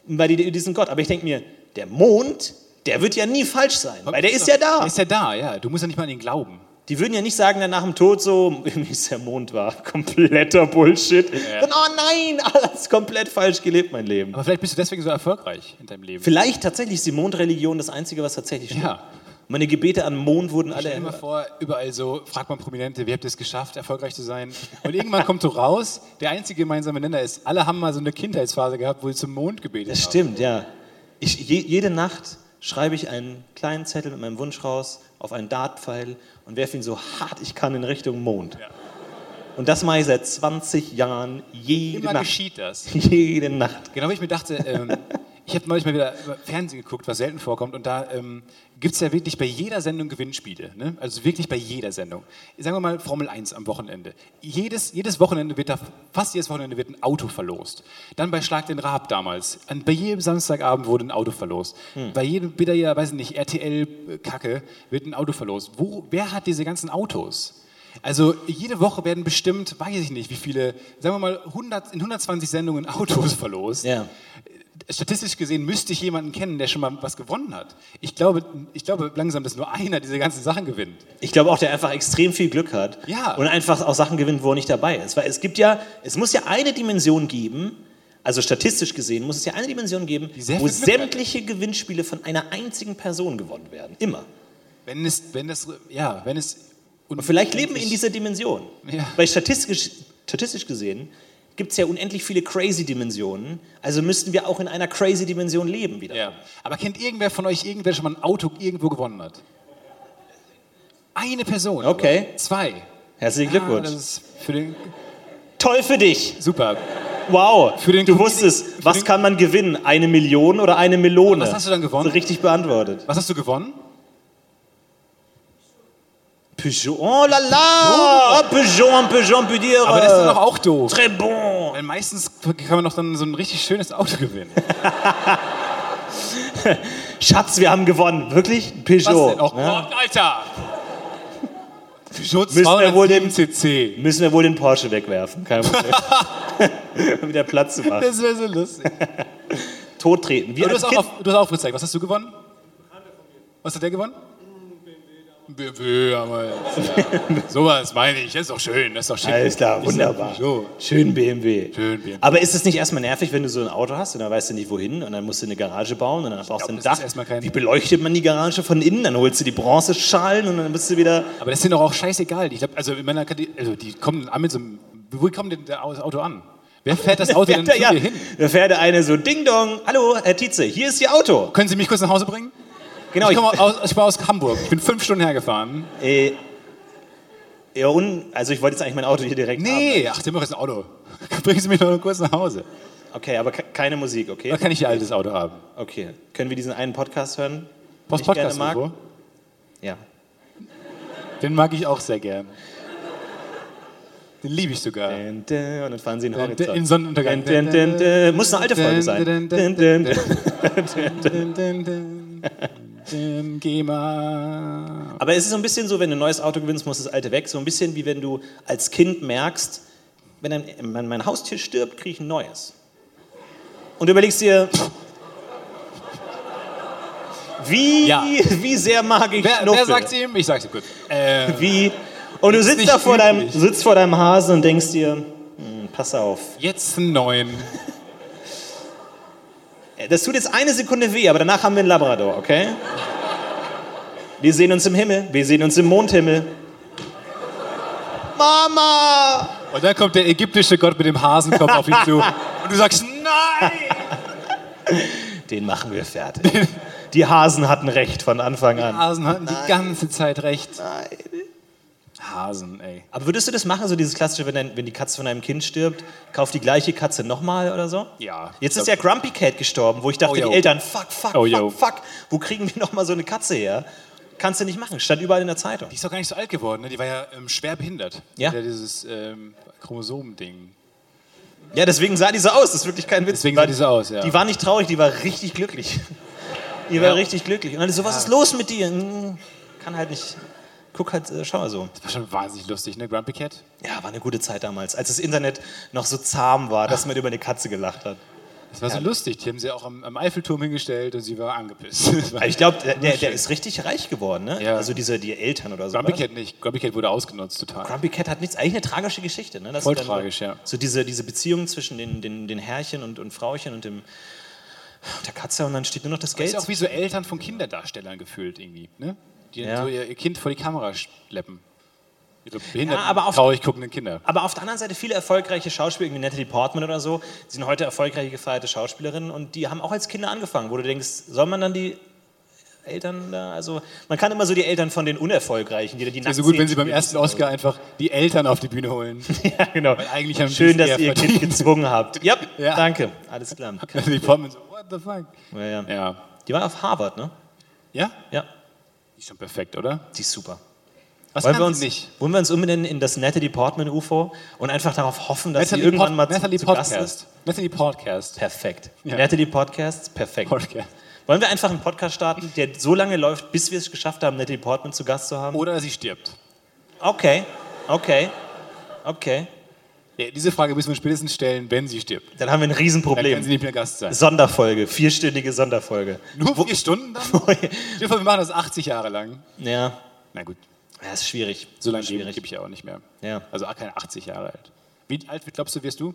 [SPEAKER 1] Bei die- diesem Gott. Aber ich denke mir, der Mond, der wird ja nie falsch sein, weil der ist ja da.
[SPEAKER 2] Der ist ja da, ja. Du musst ja nicht mal an ihn glauben.
[SPEAKER 1] Die würden ja nicht sagen, dann nach dem Tod so, irgendwie ist der Mond war kompletter Bullshit. Und, oh nein, alles komplett falsch gelebt, mein Leben.
[SPEAKER 2] Aber vielleicht bist du deswegen so erfolgreich in deinem Leben.
[SPEAKER 1] Vielleicht tatsächlich ist die Mondreligion das Einzige, was tatsächlich stimmt.
[SPEAKER 2] Ja.
[SPEAKER 1] Meine Gebete an Mond wurden alle
[SPEAKER 2] Stell dir mal
[SPEAKER 1] erhört.
[SPEAKER 2] vor, überall so fragt man Prominente, wie habt ihr es geschafft, erfolgreich zu sein? Und irgendwann kommt du raus, der einzige gemeinsame Nenner ist, alle haben mal so eine Kindheitsphase gehabt, wo sie zum Mond gebetet
[SPEAKER 1] Das
[SPEAKER 2] haben.
[SPEAKER 1] stimmt, ja. Ich, je, jede Nacht schreibe ich einen kleinen Zettel mit meinem Wunsch raus auf einen Dartpfeil und werfe ihn so hart ich kann in Richtung Mond. Und das mache ich seit 20 Jahren, jede
[SPEAKER 2] Immer
[SPEAKER 1] Nacht.
[SPEAKER 2] geschieht das.
[SPEAKER 1] Jede Nacht.
[SPEAKER 2] Genau wie ich mir dachte, ähm, ich habe neulich mal wieder Fernsehen geguckt, was selten vorkommt, und da ähm, gibt es ja wirklich bei jeder Sendung Gewinnspiele. Ne? Also wirklich bei jeder Sendung. Sagen wir mal Formel 1 am Wochenende. Jedes, jedes Wochenende wird da, fast jedes Wochenende wird ein Auto verlost. Dann bei Schlag den Raab damals. An, bei jedem Samstagabend wurde ein Auto verlost. Bei jedem, wieder ja, weiß ich nicht, RTL-Kacke äh, wird ein Auto verlost. Wo, wer hat diese ganzen Autos? Also jede Woche werden bestimmt, weiß ich nicht, wie viele, sagen wir mal 100, in 120 Sendungen Autos verlost.
[SPEAKER 1] Ja.
[SPEAKER 2] Statistisch gesehen müsste ich jemanden kennen, der schon mal was gewonnen hat. Ich glaube, ich glaube langsam, dass nur einer diese ganzen Sachen gewinnt.
[SPEAKER 1] Ich glaube auch, der einfach extrem viel Glück hat
[SPEAKER 2] Ja.
[SPEAKER 1] und einfach auch Sachen gewinnt, wo er nicht dabei ist. Weil es gibt ja, es muss ja eine Dimension geben, also statistisch gesehen muss es ja eine Dimension geben,
[SPEAKER 2] sehr
[SPEAKER 1] wo
[SPEAKER 2] viel Glück hat.
[SPEAKER 1] sämtliche Gewinnspiele von einer einzigen Person gewonnen werden. Immer.
[SPEAKER 2] Wenn es, wenn das, ja, wenn es. Und
[SPEAKER 1] Vielleicht leben wir in dieser Dimension.
[SPEAKER 2] Ja.
[SPEAKER 1] Weil statistisch, statistisch gesehen gibt es ja unendlich viele crazy Dimensionen. Also müssten wir auch in einer crazy Dimension leben wieder.
[SPEAKER 2] Ja. Aber kennt irgendwer von euch irgendwer, der schon mal ein Auto irgendwo gewonnen hat? Eine Person.
[SPEAKER 1] Okay.
[SPEAKER 2] aber Zwei.
[SPEAKER 1] Herzlichen
[SPEAKER 2] Ah,
[SPEAKER 1] Glückwunsch.
[SPEAKER 2] das ist für den,
[SPEAKER 1] Toll für dich.
[SPEAKER 2] super.
[SPEAKER 1] Wow.
[SPEAKER 2] Für den
[SPEAKER 1] du
[SPEAKER 2] Comedian-
[SPEAKER 1] wusstest,
[SPEAKER 2] für
[SPEAKER 1] was
[SPEAKER 2] den-
[SPEAKER 1] kann man gewinnen? Eine Million oder eine Melone?
[SPEAKER 2] Was hast du dann gewonnen?
[SPEAKER 1] So richtig beantwortet.
[SPEAKER 2] Was hast du gewonnen?
[SPEAKER 1] Peugeot. Oh la la. Oh, Peugeot, un Peugeot, un Peugeot.
[SPEAKER 2] Aber das ist doch auch doof.
[SPEAKER 1] euh, Très bon.
[SPEAKER 2] Weil meistens kann man noch dann so ein richtig schönes Auto gewinnen.
[SPEAKER 1] Schatz, wir haben gewonnen. Wirklich? Peugeot.
[SPEAKER 2] Was denn? Oh
[SPEAKER 1] ne?
[SPEAKER 2] Gott, Alter! Peugeot
[SPEAKER 1] Müssen wir wohl
[SPEAKER 2] 207 CC.
[SPEAKER 1] Müssen wir wohl den Porsche wegwerfen. Kein Problem. um wieder Platz zu machen.
[SPEAKER 2] Das wäre so lustig.
[SPEAKER 1] tot treten. Wie
[SPEAKER 2] Aber du,
[SPEAKER 1] als
[SPEAKER 2] hast auch
[SPEAKER 1] Kind.
[SPEAKER 2] auf, du hast auch gezeigt. Was hast du gewonnen? Was hat der gewonnen? Ein BMW, aber ja. sowas meine ich. Das ist doch schön, das ist doch schön.
[SPEAKER 1] Alles klar, wunderbar.
[SPEAKER 2] So.
[SPEAKER 1] Schön BMW.
[SPEAKER 2] Schön BMW.
[SPEAKER 1] Aber ist es nicht erstmal nervig, wenn du so ein Auto hast und dann weißt du nicht wohin und dann musst du eine Garage bauen und dann brauchst du ein
[SPEAKER 2] das ist
[SPEAKER 1] Dach?
[SPEAKER 2] erstmal kein-
[SPEAKER 1] Wie beleuchtet man die Garage von innen? Dann holst du die Bronzeschalen und dann bist du wieder.
[SPEAKER 2] Aber das sind doch auch scheißegal. Ich glaube, also in meiner Kategorie, also die kommen an mit so einem, wo kommt denn das Auto an? Wer fährt das Auto denn
[SPEAKER 1] da,
[SPEAKER 2] zu dir hin?
[SPEAKER 1] da fährt der eine so Ding Dong. Hallo, Herr Tietze, hier ist Ihr Auto.
[SPEAKER 2] Können Sie mich kurz nach Hause bringen?
[SPEAKER 1] Genau.
[SPEAKER 2] Ich, komme aus, ich war aus Hamburg. Ich bin fünf Stunden hergefahren.
[SPEAKER 1] äh, ja, un, also ich wollte jetzt eigentlich mein Auto hier direkt haben.
[SPEAKER 2] Nee, ach, der macht jetzt ein Auto. Bringen Sie mich doch noch kurz nach Hause.
[SPEAKER 1] Okay, aber ke- keine Musik, okay?
[SPEAKER 2] Da kann ich Ihr altes Auto haben.
[SPEAKER 1] Okay. Können wir diesen einen Podcast hören?
[SPEAKER 2] Post
[SPEAKER 1] Ich gerne
[SPEAKER 2] Podcast
[SPEAKER 1] mag.
[SPEAKER 2] irgendwo?
[SPEAKER 1] Ja.
[SPEAKER 2] Den mag ich auch sehr gern. Den liebe ich sogar.
[SPEAKER 1] Und dann fahren sie in den
[SPEAKER 2] Dun,
[SPEAKER 1] Horizont.
[SPEAKER 2] dun, in Sonnenuntergang.
[SPEAKER 1] Dun, dun, dun, dun. Muss eine alte Folge sein.
[SPEAKER 2] Dun,
[SPEAKER 1] Dun,
[SPEAKER 2] dun,
[SPEAKER 1] dun, dun.
[SPEAKER 2] dun, Dun, dun, dun, dun, Geh mal.
[SPEAKER 1] Aber es ist so ein bisschen so, wenn du ein neues Auto gewinnst, muss das alte weg. So ein bisschen wie wenn du als Kind merkst, wenn ein, mein, mein Haustier stirbt, kriege ich ein neues. Und du überlegst dir, wie,
[SPEAKER 2] Ja.
[SPEAKER 1] wie sehr mag ich
[SPEAKER 2] Wer,
[SPEAKER 1] Schnuffel?
[SPEAKER 2] wer sagt's ihm? Ich sag's ihm kurz. Äh,
[SPEAKER 1] Wie? Und du sitzt
[SPEAKER 2] nicht
[SPEAKER 1] da vor deinem,
[SPEAKER 2] üblich.
[SPEAKER 1] sitzt vor deinem Hasen und denkst dir, hm, pass auf.
[SPEAKER 2] jetzt einen neuen.
[SPEAKER 1] Das tut jetzt eine Sekunde weh, aber danach haben wir einen Labrador, okay? Wir sehen uns im Himmel, wir sehen uns im Mondhimmel. Mama!
[SPEAKER 2] Und dann kommt der ägyptische Gott mit dem Hasenkopf auf ihn zu. Und du sagst, nein!
[SPEAKER 1] Den machen wir fertig. Die Hasen hatten recht von Anfang an.
[SPEAKER 2] Hasen hatten die ganze Zeit recht.
[SPEAKER 1] Nein.
[SPEAKER 2] Hasen, ey.
[SPEAKER 1] Aber würdest du das machen, so dieses klassische, wenn, dein, wenn die Katze von einem Kind stirbt, kauf die gleiche Katze nochmal oder so?
[SPEAKER 2] Ja.
[SPEAKER 1] Jetzt ist ja Grumpy Cat gestorben, wo ich dachte,
[SPEAKER 2] Oh, yo.
[SPEAKER 1] die Eltern, fuck, fuck,
[SPEAKER 2] Oh,
[SPEAKER 1] fuck,
[SPEAKER 2] yo.
[SPEAKER 1] fuck, wo kriegen wir nochmal so eine Katze her? Kannst du nicht machen, stand überall in der Zeitung.
[SPEAKER 2] Die ist doch gar nicht so alt geworden, ne? die war ja ähm, schwer behindert.
[SPEAKER 1] Ja.
[SPEAKER 2] Die hat dieses ähm, Chromosomen-Ding.
[SPEAKER 1] Ja, deswegen sah die so aus, das ist wirklich kein Witz.
[SPEAKER 2] Deswegen sah die so aus, ja.
[SPEAKER 1] Die war nicht traurig, die war richtig glücklich. Die war richtig glücklich. Und dann so, was ist los mit dir? Hm, Kann halt nicht, guck halt, äh, schau mal so.
[SPEAKER 2] Das war schon wahnsinnig lustig, ne? Grumpy Cat?
[SPEAKER 1] Ja, war eine gute Zeit damals, als das Internet noch so zahm war, dass man über eine Katze gelacht hat.
[SPEAKER 2] Das war so lustig. Die haben sie auch am, am Eiffelturm hingestellt und sie war angepisst. Das war-
[SPEAKER 1] Aber ich glaube, der, der, der ist richtig reich geworden, ne?
[SPEAKER 2] Ja.
[SPEAKER 1] Also diese die Eltern oder so. ne?
[SPEAKER 2] Grumpy Cat nicht. Grumpy Cat wurde ausgenutzt total.
[SPEAKER 1] Grumpy Cat hat nichts, eigentlich eine tragische Geschichte, ne? Das
[SPEAKER 2] Voll
[SPEAKER 1] ist dann
[SPEAKER 2] tragisch, ja.
[SPEAKER 1] So diese, diese Beziehung zwischen den, den, den Herrchen und, und Frauchen und dem und der Katze und dann steht nur noch das
[SPEAKER 2] Das
[SPEAKER 1] Geld.
[SPEAKER 2] ist auch wie so Eltern von Kinderdarstellern gefühlt irgendwie, ne? Die dann
[SPEAKER 1] Ja.
[SPEAKER 2] so ihr, ihr Kind vor die Kamera schleppen. Ihre behinderten,
[SPEAKER 1] Ja, aber auf- Ah,
[SPEAKER 2] traurig guckenden Kinder.
[SPEAKER 1] Aber auf der anderen Seite viele erfolgreiche Schauspieler, irgendwie Natalie Portman oder so, sind heute erfolgreiche gefeierte Schauspielerinnen und die haben auch als Kinder angefangen, wo du denkst, soll man dann die Eltern da, also man kann immer so die Eltern von den Unerfolgreichen, die dann die
[SPEAKER 2] Wäre so
[SPEAKER 1] Nachtszenen
[SPEAKER 2] gut, wenn sie beim
[SPEAKER 1] spielen.
[SPEAKER 2] ersten Oscar einfach die Eltern auf die Bühne holen.
[SPEAKER 1] Ja, genau.
[SPEAKER 2] Weil eigentlich haben die es
[SPEAKER 1] Schön, dass
[SPEAKER 2] eher
[SPEAKER 1] ihr Kind
[SPEAKER 2] verdient.
[SPEAKER 1] gezwungen habt. Yep,
[SPEAKER 2] Ja.
[SPEAKER 1] danke. Alles klar.
[SPEAKER 2] Also die Pommes so, what the fuck?
[SPEAKER 1] Ja, ja.
[SPEAKER 2] Ja.
[SPEAKER 1] Die war auf Harvard, ne?
[SPEAKER 2] Ja?
[SPEAKER 1] Ja,
[SPEAKER 2] Die ist schon perfekt, oder?
[SPEAKER 1] die ist super.
[SPEAKER 2] Was
[SPEAKER 1] Wollen
[SPEAKER 2] kann
[SPEAKER 1] wir,
[SPEAKER 2] sie
[SPEAKER 1] uns,
[SPEAKER 2] nicht?
[SPEAKER 1] wollen wir uns umbenennen in das Natalie Portman-UFO und einfach darauf hoffen, dass sie
[SPEAKER 2] Natalie,
[SPEAKER 1] irgendwann
[SPEAKER 2] Pod
[SPEAKER 1] mal
[SPEAKER 2] Natalie
[SPEAKER 1] zu, zu Gast ist?
[SPEAKER 2] Podcast. Natalie Podcast.
[SPEAKER 1] Perfekt.
[SPEAKER 2] Ja.
[SPEAKER 1] Natalie Podcasts, perfekt.
[SPEAKER 2] Podcast.
[SPEAKER 1] Wollen wir einfach einen Podcast starten, der so lange läuft, bis wir es geschafft haben, Natalie Portman zu Gast zu haben?
[SPEAKER 2] Oder sie stirbt.
[SPEAKER 1] Okay, okay, okay.
[SPEAKER 2] Ja, diese Frage müssen wir spätestens stellen, wenn sie stirbt.
[SPEAKER 1] Dann haben wir ein
[SPEAKER 2] Dann kann sie
[SPEAKER 1] Riesenproblem.
[SPEAKER 2] nicht mehr Gast sein.
[SPEAKER 1] Sonderfolge, vierstündige Sonderfolge.
[SPEAKER 2] Nur vier Stunden dann? Ich hoffe, wir machen das 80 Jahre lang.
[SPEAKER 1] ja,
[SPEAKER 2] Na gut,
[SPEAKER 1] das ist schwierig.
[SPEAKER 2] so lange gebe
[SPEAKER 1] schwierig.
[SPEAKER 2] geb ich ja auch nicht mehr.
[SPEAKER 1] Ja.
[SPEAKER 2] Also auch keine 80 Jahre alt. Wie alt glaubst du, wirst du?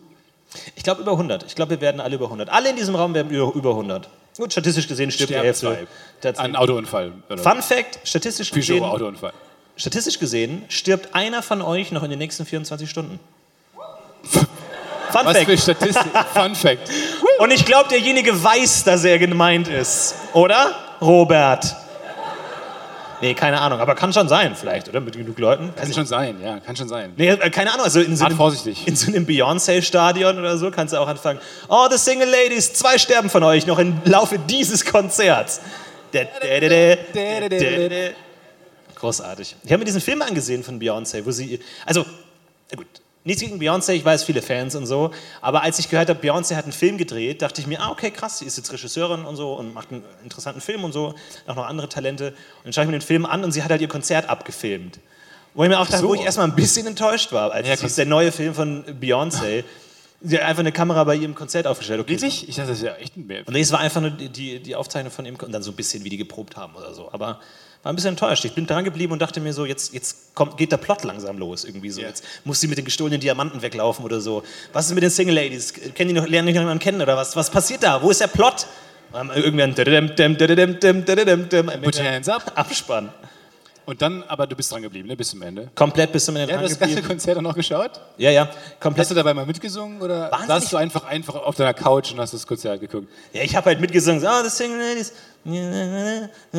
[SPEAKER 1] Ich glaube über 100. Ich glaube, wir werden alle über 100. Alle in diesem Raum werden über über 100. Gut, statistisch gesehen stirbt
[SPEAKER 2] Sterben
[SPEAKER 1] die Hälfte.
[SPEAKER 2] zwei. An
[SPEAKER 1] Tatsächlich.
[SPEAKER 2] Autounfall. Oder
[SPEAKER 1] Fun Fact, statistisch
[SPEAKER 2] Peugeot
[SPEAKER 1] gesehen,
[SPEAKER 2] Autounfall.
[SPEAKER 1] statistisch gesehen stirbt einer von euch noch in den nächsten 24 Stunden. Fun
[SPEAKER 2] Was
[SPEAKER 1] Fact.
[SPEAKER 2] für Statistik. Fun Fact.
[SPEAKER 1] Und ich glaube, derjenige weiß, dass er gemeint ist. Oder? Robert. Nee, keine Ahnung. Aber kann schon sein, vielleicht, oder? Mit genug Leuten.
[SPEAKER 2] Kann schon sein, ja, kann schon sein.
[SPEAKER 1] Nee, äh, keine Ahnung. Also in so
[SPEAKER 2] Hart
[SPEAKER 1] einem,
[SPEAKER 2] vorsichtig.
[SPEAKER 1] in so einem Beyoncé-Stadion oder so kannst du auch anfangen. Oh, the Single Ladies, zwei sterben von euch noch im Laufe dieses Konzerts. Dä, dä, dä, dä, dä, dä, dä. Großartig. Ich habe mir diesen Film angesehen von Beyoncé, wo sie. Also, na gut. Nichts gegen Beyoncé, ich weiß, viele Fans und so. Aber als ich gehört habe, Beyoncé hat einen Film gedreht, dachte ich mir, ah, okay, krass, sie ist jetzt Regisseurin und so und macht einen interessanten Film und so. Auch noch andere Talente. Und dann schaue ich mir den Film an und sie hat halt ihr Konzert abgefilmt. Wo ich mir auch dachte,
[SPEAKER 2] so.
[SPEAKER 1] wo ich erstmal ein bisschen enttäuscht war, als
[SPEAKER 2] Ja,
[SPEAKER 1] es hieß,
[SPEAKER 2] kon-
[SPEAKER 1] der neue Film von Beyoncé. Sie hat einfach eine Kamera bei ihrem Konzert aufgestellt. Okay,
[SPEAKER 2] Wirklich? Ich dachte, das ist ja echt ein Bild.
[SPEAKER 1] und nee, es war einfach nur die- die, die Aufzeichnung von ihm und dann so ein bisschen, wie die geprobt haben oder so. Aber war ein bisschen enttäuscht. Ich bin dran geblieben und dachte mir so, jetzt, jetzt kommt, geht der Plot langsam los irgendwie so.
[SPEAKER 2] Ja.
[SPEAKER 1] Jetzt muss sie mit den gestohlenen Diamanten weglaufen oder so. Was ist mit den Single Ladies? Kennen die noch, lernen die noch jemanden kennen oder was? Was passiert da? Wo ist der Plot? Und dann Irgendwann dadadam, dadadam, dadadam, dadadam, dadadam,
[SPEAKER 2] Put your hands up.
[SPEAKER 1] Abspann.
[SPEAKER 2] Und dann, aber du bist dran geblieben, ne? bis zum Ende.
[SPEAKER 1] Komplett bis zum Ende
[SPEAKER 2] Ja, du
[SPEAKER 1] dran
[SPEAKER 2] hast das ganze
[SPEAKER 1] geblieben.
[SPEAKER 2] Konzert auch noch geschaut?
[SPEAKER 1] Ja, ja, komplett.
[SPEAKER 2] Hast du dabei mal mitgesungen oder
[SPEAKER 1] Wahnsinnig-
[SPEAKER 2] saßt du einfach, einfach auf deiner Couch und hast das Konzert geguckt?
[SPEAKER 1] Ja, ich habe halt mitgesungen. so, Oh, the Single Ladies.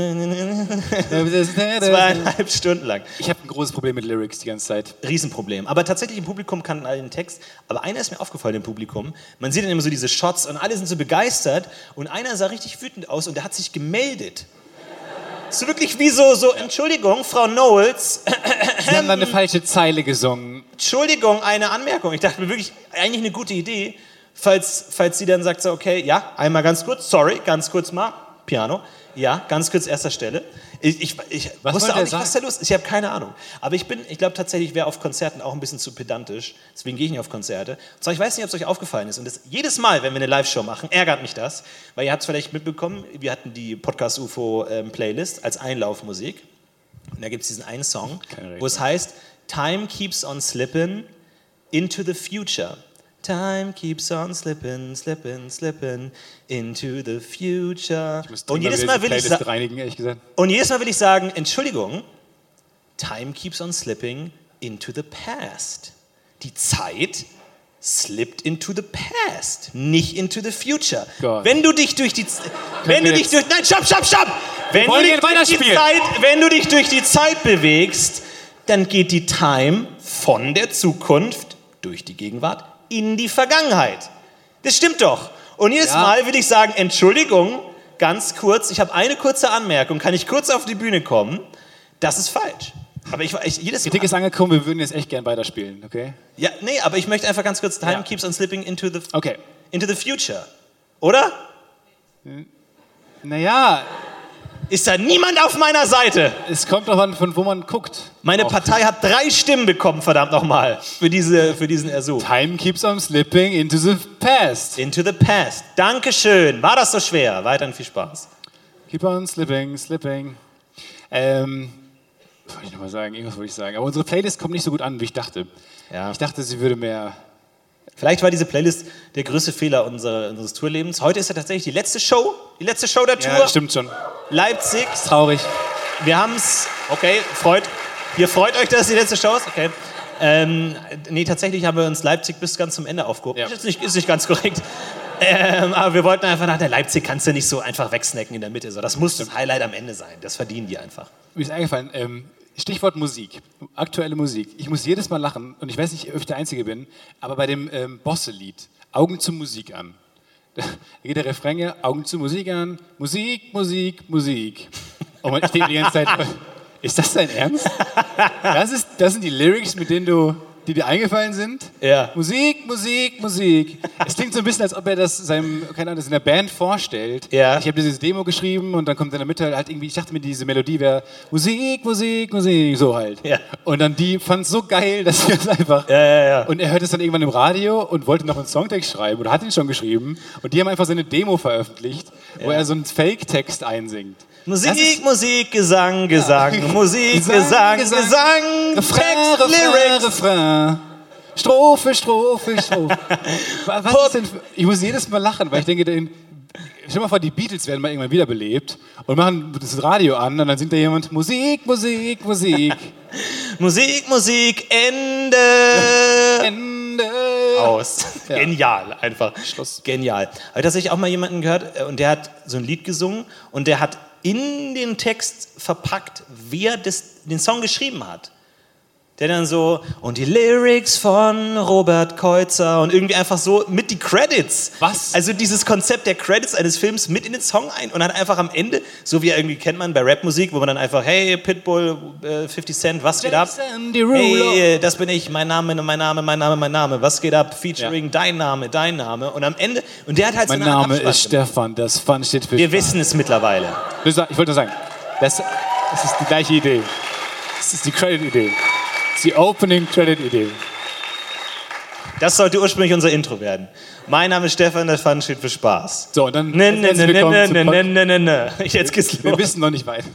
[SPEAKER 1] Zweieinhalb Stunden lang.
[SPEAKER 2] Ich habe ein großes Problem mit Lyrics die ganze Zeit.
[SPEAKER 1] Riesenproblem. Aber tatsächlich im Publikum kannten alle den Text. Aber einer ist mir aufgefallen im Publikum. Man sieht dann immer so diese Shots und alle sind so begeistert. Und einer sah richtig wütend aus und der hat sich gemeldet. So wirklich wie so, so, Entschuldigung, Frau Knowles,
[SPEAKER 2] Sie
[SPEAKER 1] Ähm.
[SPEAKER 2] haben dann eine falsche Zeile gesungen.
[SPEAKER 1] Entschuldigung, eine Anmerkung. Ich dachte mir wirklich, eigentlich eine gute Idee, falls, falls sie dann sagt, so, okay, ja, einmal ganz kurz, sorry, ganz kurz mal, Piano, ja, ganz kurz erster Stelle. Ich, ich, ich
[SPEAKER 2] Was
[SPEAKER 1] wusste
[SPEAKER 2] wollte
[SPEAKER 1] auch
[SPEAKER 2] er
[SPEAKER 1] nicht, was da los ist. Ich habe keine Ahnung. Aber ich bin, ich glaube tatsächlich, ich wäre auf Konzerten auch ein bisschen zu pedantisch. Deswegen gehe ich nicht auf Konzerte. Und zwar, ich weiß nicht, ob es euch aufgefallen ist. Und das, jedes Mal, wenn wir eine Live-Show machen, ärgert mich das. Weil ihr habt es vielleicht mitbekommen, wir hatten die Podcast-UFO-Playlist als Einlaufmusik. Und da gibt es diesen einen Song,
[SPEAKER 2] Keine Rede.
[SPEAKER 1] wo es heißt, Time keeps on slippin' into the future. Time keeps on slippin', slippin', slippin' into the future.
[SPEAKER 2] Ich muss
[SPEAKER 1] Und
[SPEAKER 2] dringend
[SPEAKER 1] jedes,
[SPEAKER 2] wieder
[SPEAKER 1] mal
[SPEAKER 2] die
[SPEAKER 1] will ich sa-
[SPEAKER 2] Playlist reinigen, ehrlich gesagt.
[SPEAKER 1] und jedes Mal will ich sagen, Entschuldigung, Time keeps on slipping into the past. Die Zeit slipped into the past, nicht into the future.
[SPEAKER 2] Gott.
[SPEAKER 1] Wenn du dich durch die Z- wenn
[SPEAKER 2] wir
[SPEAKER 1] du dich durch nein, stopp, stopp, stopp. Wenn du
[SPEAKER 2] wollen
[SPEAKER 1] dich
[SPEAKER 2] jetzt
[SPEAKER 1] durch die
[SPEAKER 2] weiterspielen.
[SPEAKER 1] Zeit, wenn du dich durch die Zeit bewegst, dann geht die Time von der Zukunft durch die Gegenwart in die Vergangenheit. Das stimmt doch. Und jedes
[SPEAKER 2] Ja.
[SPEAKER 1] Mal würde ich sagen, Entschuldigung, ganz kurz, ich habe eine kurze Anmerkung, kann ich kurz auf die Bühne kommen? Das ist falsch. Aber ich, ich jedes
[SPEAKER 2] Kritik
[SPEAKER 1] Mal,
[SPEAKER 2] ist angekommen, wir würden jetzt echt gern weiterspielen, okay?
[SPEAKER 1] ja, nee, aber ich möchte einfach ganz kurz Time
[SPEAKER 2] Ja.
[SPEAKER 1] keeps on slipping into the
[SPEAKER 2] Okay.
[SPEAKER 1] into the future. Oder?
[SPEAKER 2] Naja,
[SPEAKER 1] Ist da niemand auf meiner Seite?
[SPEAKER 2] es kommt doch an, von wo man guckt.
[SPEAKER 1] Meine
[SPEAKER 2] Auch
[SPEAKER 1] Partei hat drei Stimmen bekommen, verdammt nochmal, für, diese, für diesen Ersuch.
[SPEAKER 2] Time keeps on slipping into the past.
[SPEAKER 1] Into the past. Dankeschön. War das so schwer? Weiterhin viel Spaß.
[SPEAKER 2] Keep on slipping, slipping. Ähm, was wollte ich nochmal sagen? Irgendwas wollte ich sagen. Aber unsere Playlist kommt nicht so gut an, wie ich dachte.
[SPEAKER 1] Ja.
[SPEAKER 2] Ich dachte, sie würde mehr.
[SPEAKER 1] Vielleicht war diese Playlist der größte Fehler unserer, unseres Tourlebens. Heute ist ja tatsächlich die letzte Show, die letzte Show der Tour.
[SPEAKER 2] Ja, stimmt schon.
[SPEAKER 1] Leipzig.
[SPEAKER 2] Traurig.
[SPEAKER 1] Wir haben's. Okay, freut. Ihr freut euch, dass die letzte Show ist? Okay. Ähm, nee, tatsächlich haben wir uns Leipzig bis ganz zum Ende aufgehoben.
[SPEAKER 2] Ja.
[SPEAKER 1] Ist, nicht, ist nicht ganz korrekt. Ähm, aber wir wollten einfach nach der Leipzig kannst du nicht so einfach wegsnacken in der Mitte. So, das muss das Highlight am Ende sein. Das verdienen die einfach.
[SPEAKER 2] Mir ist eingefallen, ähm, Stichwort Musik, aktuelle Musik. Ich muss jedes Mal lachen und ich weiß nicht, ob ich der Einzige bin, aber bei dem ähm, Bosse-Lied, Augen zu Musik an. Da geht der Refrain, ja, Augen zu Musik an, Musik, Musik, Musik. Und man- ich denke die ganze Zeit, äh, ist das dein Ernst? Das, ist, das sind die Lyrics, mit denen du, die dir eingefallen sind?
[SPEAKER 1] Ja.
[SPEAKER 2] Musik, Musik, Musik. Es klingt so ein bisschen, als ob er das seinem, keine Ahnung, das in der Band vorstellt.
[SPEAKER 1] Ja.
[SPEAKER 2] Ich habe dieses Demo geschrieben und dann kommt in der Mitte halt irgendwie, ich dachte mir, diese Melodie wäre Musik, Musik, Musik, so halt.
[SPEAKER 1] Ja.
[SPEAKER 2] Und dann die fand es so geil, dass wir es einfach.
[SPEAKER 1] Ja, ja, ja.
[SPEAKER 2] Und er hört es dann irgendwann im Radio und wollte noch einen Songtext schreiben oder hat ihn schon geschrieben. Und die haben einfach seine Demo veröffentlicht, wo er so einen Fake-Text einsingt. Das
[SPEAKER 1] Musik,
[SPEAKER 2] ist-
[SPEAKER 1] Musik, Gesang, Gesang, Musik, Gesang,
[SPEAKER 2] Gesang,
[SPEAKER 1] Gesang,
[SPEAKER 2] Gesang,
[SPEAKER 1] Text, Lyrics.
[SPEAKER 2] Refrain. Strophe, Strophe, Strophe. Wa- Was ist denn, für- ich muss jedes Mal lachen, weil ich denke, den, stell mal vor, die Beatles werden mal irgendwann wiederbelebt und machen das Radio an und dann singt da jemand Musik, Musik, Musik.
[SPEAKER 1] Musik, Musik, Ende.
[SPEAKER 2] Ende.
[SPEAKER 1] Aus.
[SPEAKER 2] Ja.
[SPEAKER 1] Genial, einfach.
[SPEAKER 2] Schluss.
[SPEAKER 1] Genial. Habe tatsächlich auch mal jemanden gehört äh, und der hat so ein Lied gesungen und der hat in den Text verpackt, wer das, den Song geschrieben hat. Der dann so, und die Lyrics von Robert Keutzer und irgendwie einfach so mit die Credits.
[SPEAKER 2] Was?
[SPEAKER 1] Also dieses Konzept der Credits eines Films mit in den Song ein und dann einfach am Ende, so wie irgendwie kennt man bei Rapmusik, wo man dann einfach, hey, Pitbull, äh, 50 Cent, was geht ab?
[SPEAKER 2] Jason Derulo.
[SPEAKER 1] Hey, äh, das bin ich, mein Name, mein Name, mein Name, mein Name. Was geht ab? Featuring dein Name, dein Name. Und am Ende, und der hat halt
[SPEAKER 2] Mein
[SPEAKER 1] so eine Art
[SPEAKER 2] Name
[SPEAKER 1] Abspann
[SPEAKER 2] ist
[SPEAKER 1] gemacht.
[SPEAKER 2] Stefan, das Fun steht für
[SPEAKER 1] Wir wissen es mittlerweile.
[SPEAKER 2] Ich wollte nur sagen, das, das ist die gleiche Idee. Das ist die Credit-Idee. Das ist Die Opening-Credit-Idee.
[SPEAKER 1] Das sollte ursprünglich unser Intro werden. Mein Name ist Stefan, der Fun steht für Spaß.
[SPEAKER 2] So, und dann
[SPEAKER 1] Ne, ne, ne,
[SPEAKER 2] herzlich
[SPEAKER 1] ne,
[SPEAKER 2] willkommen
[SPEAKER 1] ne,
[SPEAKER 2] zum
[SPEAKER 1] ne,
[SPEAKER 2] Pod-
[SPEAKER 1] ne, ne, ne, ne. Ich jetzt geht's
[SPEAKER 2] Wir
[SPEAKER 1] los.
[SPEAKER 2] wissen noch nicht weiter.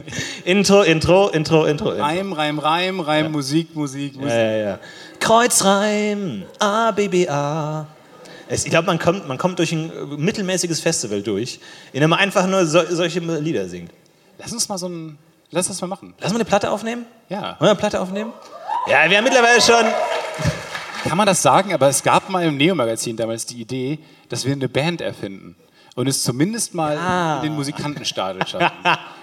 [SPEAKER 1] Intro, Intro, Intro, Intro. Intro.
[SPEAKER 2] Reim, Reim, Reim, Reim, Musik, Musik, Musik.
[SPEAKER 1] Ja, ja, ja. Kreuzreim, A, B, B, A. Es, ich glaube, man kommt, man kommt durch ein äh, mittelmäßiges Festival durch, in dem man einfach nur so, solche Lieder singt.
[SPEAKER 2] Lass uns mal so ein. Lass das mal machen.
[SPEAKER 1] Lass mal eine Platte aufnehmen?
[SPEAKER 2] Ja.
[SPEAKER 1] Wollen wir eine Platte aufnehmen? Ja, wir haben mittlerweile schon.
[SPEAKER 2] Kann man das sagen? Aber es gab mal im Neo-Magazin damals die Idee, dass wir eine Band erfinden und es zumindest mal in den Musikantenstadel schaffen.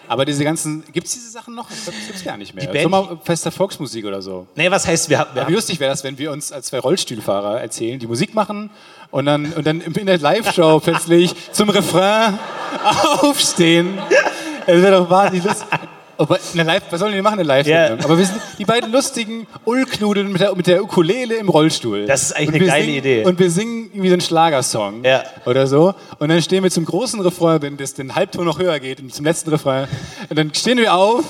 [SPEAKER 2] Aber diese ganzen. Gibt es diese Sachen noch? Ich glaube, das gibt es gar nicht mehr.
[SPEAKER 1] Band-
[SPEAKER 2] Sommerfest der Volksmusik oder so.
[SPEAKER 1] Nee, was heißt, wir, haben- wir
[SPEAKER 2] Aber wie
[SPEAKER 1] haben.
[SPEAKER 2] lustig wäre das, wenn wir uns als zwei Rollstuhlfahrer erzählen, die Musik machen und dann, und dann in der Live-Show plötzlich zum Refrain aufstehen. Das wäre doch wahnsinnig lustig. Oh, Aber eine Live, was sollen wir machen, eine Live-Sendung?
[SPEAKER 1] Ja.
[SPEAKER 2] Aber wir sind die beiden lustigen Ullknudeln mit der, mit der Ukulele im Rollstuhl.
[SPEAKER 1] Das ist eigentlich
[SPEAKER 2] Und
[SPEAKER 1] eine
[SPEAKER 2] wir
[SPEAKER 1] geile
[SPEAKER 2] singen,
[SPEAKER 1] Idee.
[SPEAKER 2] Und wir singen irgendwie so einen Schlagersong
[SPEAKER 1] Ja.
[SPEAKER 2] oder so. Und dann stehen wir zum großen Refrain, wenn das den Halbton noch höher geht und zum letzten Refrain. Und dann stehen wir auf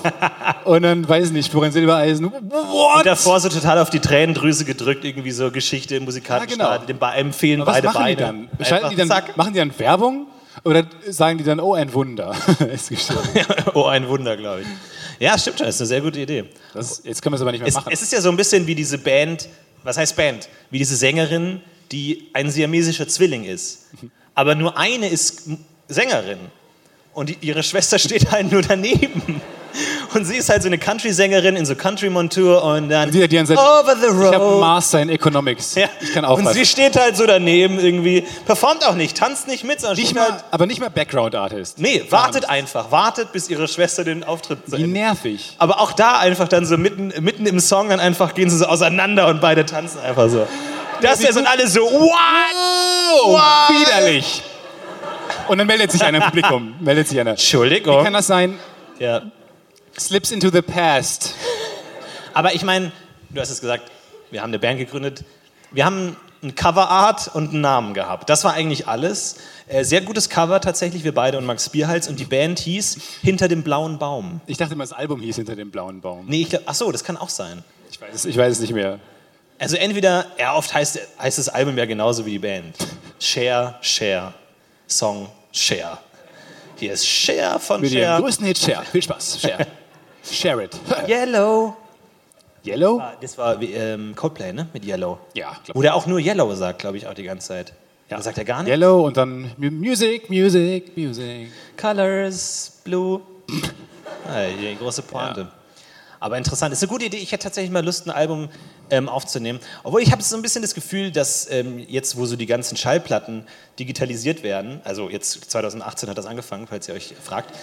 [SPEAKER 2] und dann, weiß ich nicht, Florian Silbereisen, what?
[SPEAKER 1] Und davor so total auf die Tränendrüse gedrückt, irgendwie so Geschichte, Musikantenstadel,
[SPEAKER 2] Ja, genau.
[SPEAKER 1] dem Be- einem fehlen
[SPEAKER 2] Aber was
[SPEAKER 1] beide
[SPEAKER 2] machen
[SPEAKER 1] Beine.
[SPEAKER 2] die dann?
[SPEAKER 1] Einfach
[SPEAKER 2] Schalten die dann
[SPEAKER 1] zack.
[SPEAKER 2] machen die dann Werbung? Oder sagen die dann, oh, ein Wunder? ist gestorben.
[SPEAKER 1] oh, ein Wunder, glaube ich. Ja, stimmt schon, ist eine sehr gute Idee.
[SPEAKER 2] Das, jetzt können wir es aber nicht mehr
[SPEAKER 1] Es,
[SPEAKER 2] machen.
[SPEAKER 1] es ist ja so ein bisschen wie diese Band, was heißt Band? Wie diese Sängerin, die ein siamesischer Zwilling ist. Aber nur eine ist M- Sängerin und die, ihre Schwester steht halt nur daneben. Und sie ist halt so eine Country-Sängerin in so Country-Montur und dann
[SPEAKER 2] Die, die haben gesagt,
[SPEAKER 1] over the
[SPEAKER 2] ich habe einen
[SPEAKER 1] road.
[SPEAKER 2] Master in Economics.
[SPEAKER 1] Ja.
[SPEAKER 2] Ich kann auch
[SPEAKER 1] und
[SPEAKER 2] was.
[SPEAKER 1] sie steht halt so daneben irgendwie, performt auch nicht, tanzt nicht mit, sondern
[SPEAKER 2] Nicht
[SPEAKER 1] steht halt,
[SPEAKER 2] mal, aber nicht mal Background-Artist.
[SPEAKER 1] nee, wartet einfach, wartet, bis ihre Schwester den Auftritt zu
[SPEAKER 2] Wie
[SPEAKER 1] Ende
[SPEAKER 2] nervig.
[SPEAKER 1] Aber auch da einfach dann so mitten, mitten im Song dann einfach gehen sie so auseinander und beide tanzen einfach so. Das ist und alle so, what? what?
[SPEAKER 2] Widerlich. Und dann meldet sich einer im Publikum. Meldet sich einer. Kann
[SPEAKER 1] Entschuldigung.
[SPEAKER 2] das sein?
[SPEAKER 1] Ja.
[SPEAKER 2] Slips into the past.
[SPEAKER 1] Aber ich meine, du hast es gesagt, wir haben eine Band gegründet. Wir haben ein Coverart und einen Namen gehabt. Das war eigentlich alles. Äh, Sehr gutes Cover tatsächlich, wir beide und Max Bierhals. Und die Band hieß Hinter dem blauen Baum.
[SPEAKER 2] Ich dachte immer, das Album hieß Hinter dem blauen Baum.
[SPEAKER 1] Nee, ich glaube, ach so, das kann auch sein.
[SPEAKER 2] Ich weiß, es- ich weiß es nicht mehr.
[SPEAKER 1] Also entweder, ja, oft heißt, heißt das Album ja genauso wie die Band. Share, Share, Song, Share. Hier ist Share von
[SPEAKER 2] Mit ihrem
[SPEAKER 1] Share.
[SPEAKER 2] größten Hit Share. Viel Spaß. Share. Share it.
[SPEAKER 1] Yellow.
[SPEAKER 2] Yellow?
[SPEAKER 1] Ah, Das war wie, ähm, Coldplay, ne? Mit Yellow.
[SPEAKER 2] Ja, glaub
[SPEAKER 1] Wo der auch nur Yellow sagt, glaube ich, auch die ganze Zeit. Ja. Sagt er gar nicht?
[SPEAKER 2] Yellow und dann Mu- Music, Music, Music.
[SPEAKER 1] Colors, Blue. ah, die große Pointe. Aber interessant, ist eine gute Idee. Ich hätte tatsächlich mal Lust, ein Album ähm, aufzunehmen. Obwohl ich habe so ein bisschen das Gefühl, dass ähm, jetzt, wo so die ganzen Schallplatten digitalisiert werden, also jetzt 2018 hat das angefangen, falls ihr euch fragt,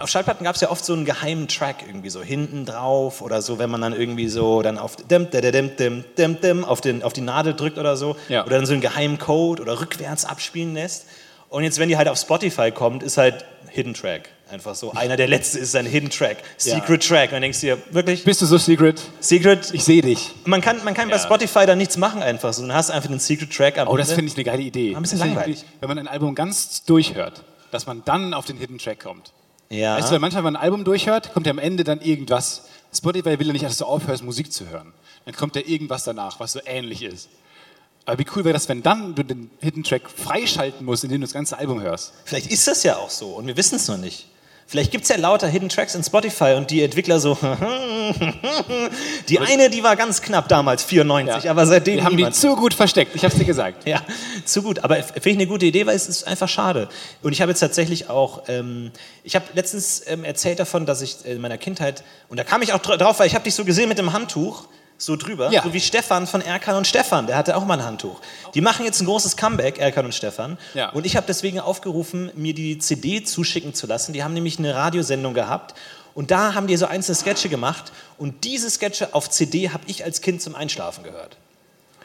[SPEAKER 1] auf Schallplatten gab es ja oft so einen geheimen Track irgendwie so hinten drauf oder so, wenn man dann irgendwie so dann auf dem, da, da, dem, dem, dem, dem, auf, den, auf die Nadel drückt oder so
[SPEAKER 2] Ja.
[SPEAKER 1] oder dann so einen geheimen Code oder rückwärts abspielen lässt. Und jetzt, wenn die halt auf Spotify kommt, ist halt Hidden Track. Einfach so. Einer der letzte ist ein Hidden Track, Secret Track. Und dann denkst du dir, wirklich?
[SPEAKER 2] Bist du so secret?
[SPEAKER 1] Secret?
[SPEAKER 2] Ich sehe dich.
[SPEAKER 1] Man kann, man kann bei
[SPEAKER 2] Ja.
[SPEAKER 1] Spotify da nichts machen einfach so. Dann hast du einfach einen Secret Track am
[SPEAKER 2] Oh, das
[SPEAKER 1] Ende.
[SPEAKER 2] finde ich eine geile Idee.
[SPEAKER 1] Ne? Ein bisschen
[SPEAKER 2] Das finde ich
[SPEAKER 1] langweilig.
[SPEAKER 2] wirklich, Wenn man ein Album ganz durchhört, dass man dann auf den Hidden Track kommt.
[SPEAKER 1] Ja.
[SPEAKER 2] Weißt du, weil manchmal, wenn man ein Album durchhört, kommt ja am Ende dann irgendwas. Spotify will ja nicht, dass du aufhörst, Musik zu hören. Dann kommt ja irgendwas danach, was so ähnlich ist. Aber wie cool wäre das, wenn dann du den Hidden Track freischalten musst, indem du das ganze Album hörst?
[SPEAKER 1] Vielleicht ist das ja auch so und wir wissen es noch nicht. Vielleicht gibt es ja lauter Hidden Tracks in Spotify und die Entwickler so. die eine, die war ganz knapp damals, 94,
[SPEAKER 2] Ja.
[SPEAKER 1] aber seitdem
[SPEAKER 2] Wir haben die
[SPEAKER 1] niemand.
[SPEAKER 2] zu gut versteckt, ich hab's dir gesagt.
[SPEAKER 1] Ja, zu gut. Aber f- finde ich eine gute Idee, weil es ist einfach schade. Und ich habe jetzt tatsächlich auch, ähm, ich habe letztens ähm, erzählt davon, dass ich äh, in meiner Kindheit, und da kam ich auch dr- drauf, weil ich habe dich so gesehen mit dem Handtuch, so drüber,
[SPEAKER 2] Ja. Oh.
[SPEAKER 1] so wie Stefan von Erkan und Stefan, der hatte auch mal ein Handtuch. Die machen jetzt ein großes Comeback, Erkan und Stefan.
[SPEAKER 2] Ja.
[SPEAKER 1] Und ich habe deswegen aufgerufen, mir die CD zuschicken zu lassen. Die haben nämlich eine Radiosendung gehabt. Und da haben die so einzelne Sketche gemacht. Und diese Sketche auf CD habe ich als Kind zum Einschlafen gehört.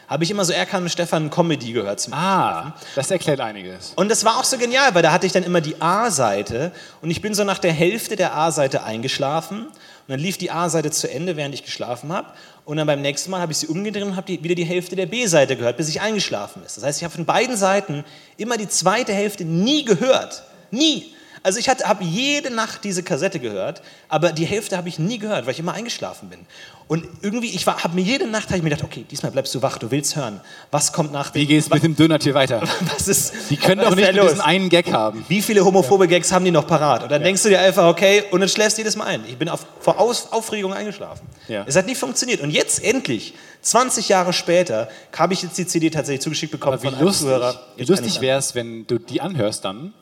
[SPEAKER 1] Habe ich immer so Erkan und Stefan Comedy gehört zum
[SPEAKER 2] Ah, das erklärt einiges.
[SPEAKER 1] und das war auch so genial, weil da hatte ich dann immer die A-Seite und ich bin so nach der Hälfte der A-Seite eingeschlafen und dann lief die A-Seite zu Ende, während ich geschlafen habe und dann beim nächsten Mal habe ich sie umgedreht und habe die, wieder die Hälfte der B-Seite gehört, bis ich eingeschlafen ist. Das heißt, ich habe von beiden Seiten immer die zweite Hälfte nie gehört. Nie. Also ich habe jede Nacht diese Kassette gehört, aber die Hälfte habe ich nie gehört, weil ich immer eingeschlafen bin. Und irgendwie, ich habe mir jede Nacht, habe ich mir gedacht, okay, diesmal bleibst du wach, du willst hören. Was kommt nach dem...
[SPEAKER 2] Wie geht's mit dem Dönertier weiter?
[SPEAKER 1] Was ist,
[SPEAKER 2] Die können
[SPEAKER 1] was
[SPEAKER 2] doch
[SPEAKER 1] ist
[SPEAKER 2] nicht
[SPEAKER 1] da Also
[SPEAKER 2] nur
[SPEAKER 1] los?
[SPEAKER 2] diesen einen Gag haben.
[SPEAKER 1] Wie viele homophobe Gags haben die noch parat? Und dann denkst du dir einfach, okay, und dann schläfst du jedes Mal ein. Ich bin auf, vor Aus, Aufregung eingeschlafen.
[SPEAKER 2] Ja.
[SPEAKER 1] Es hat nie funktioniert. Und jetzt endlich, 20 Jahre später, habe ich jetzt die CD tatsächlich zugeschickt bekommen
[SPEAKER 2] Aber wie
[SPEAKER 1] von einem
[SPEAKER 2] lustig,
[SPEAKER 1] Zuhörer.
[SPEAKER 2] wie
[SPEAKER 1] Jetzt
[SPEAKER 2] lustig
[SPEAKER 1] kann ich's
[SPEAKER 2] wäre es, wenn du die anhörst dann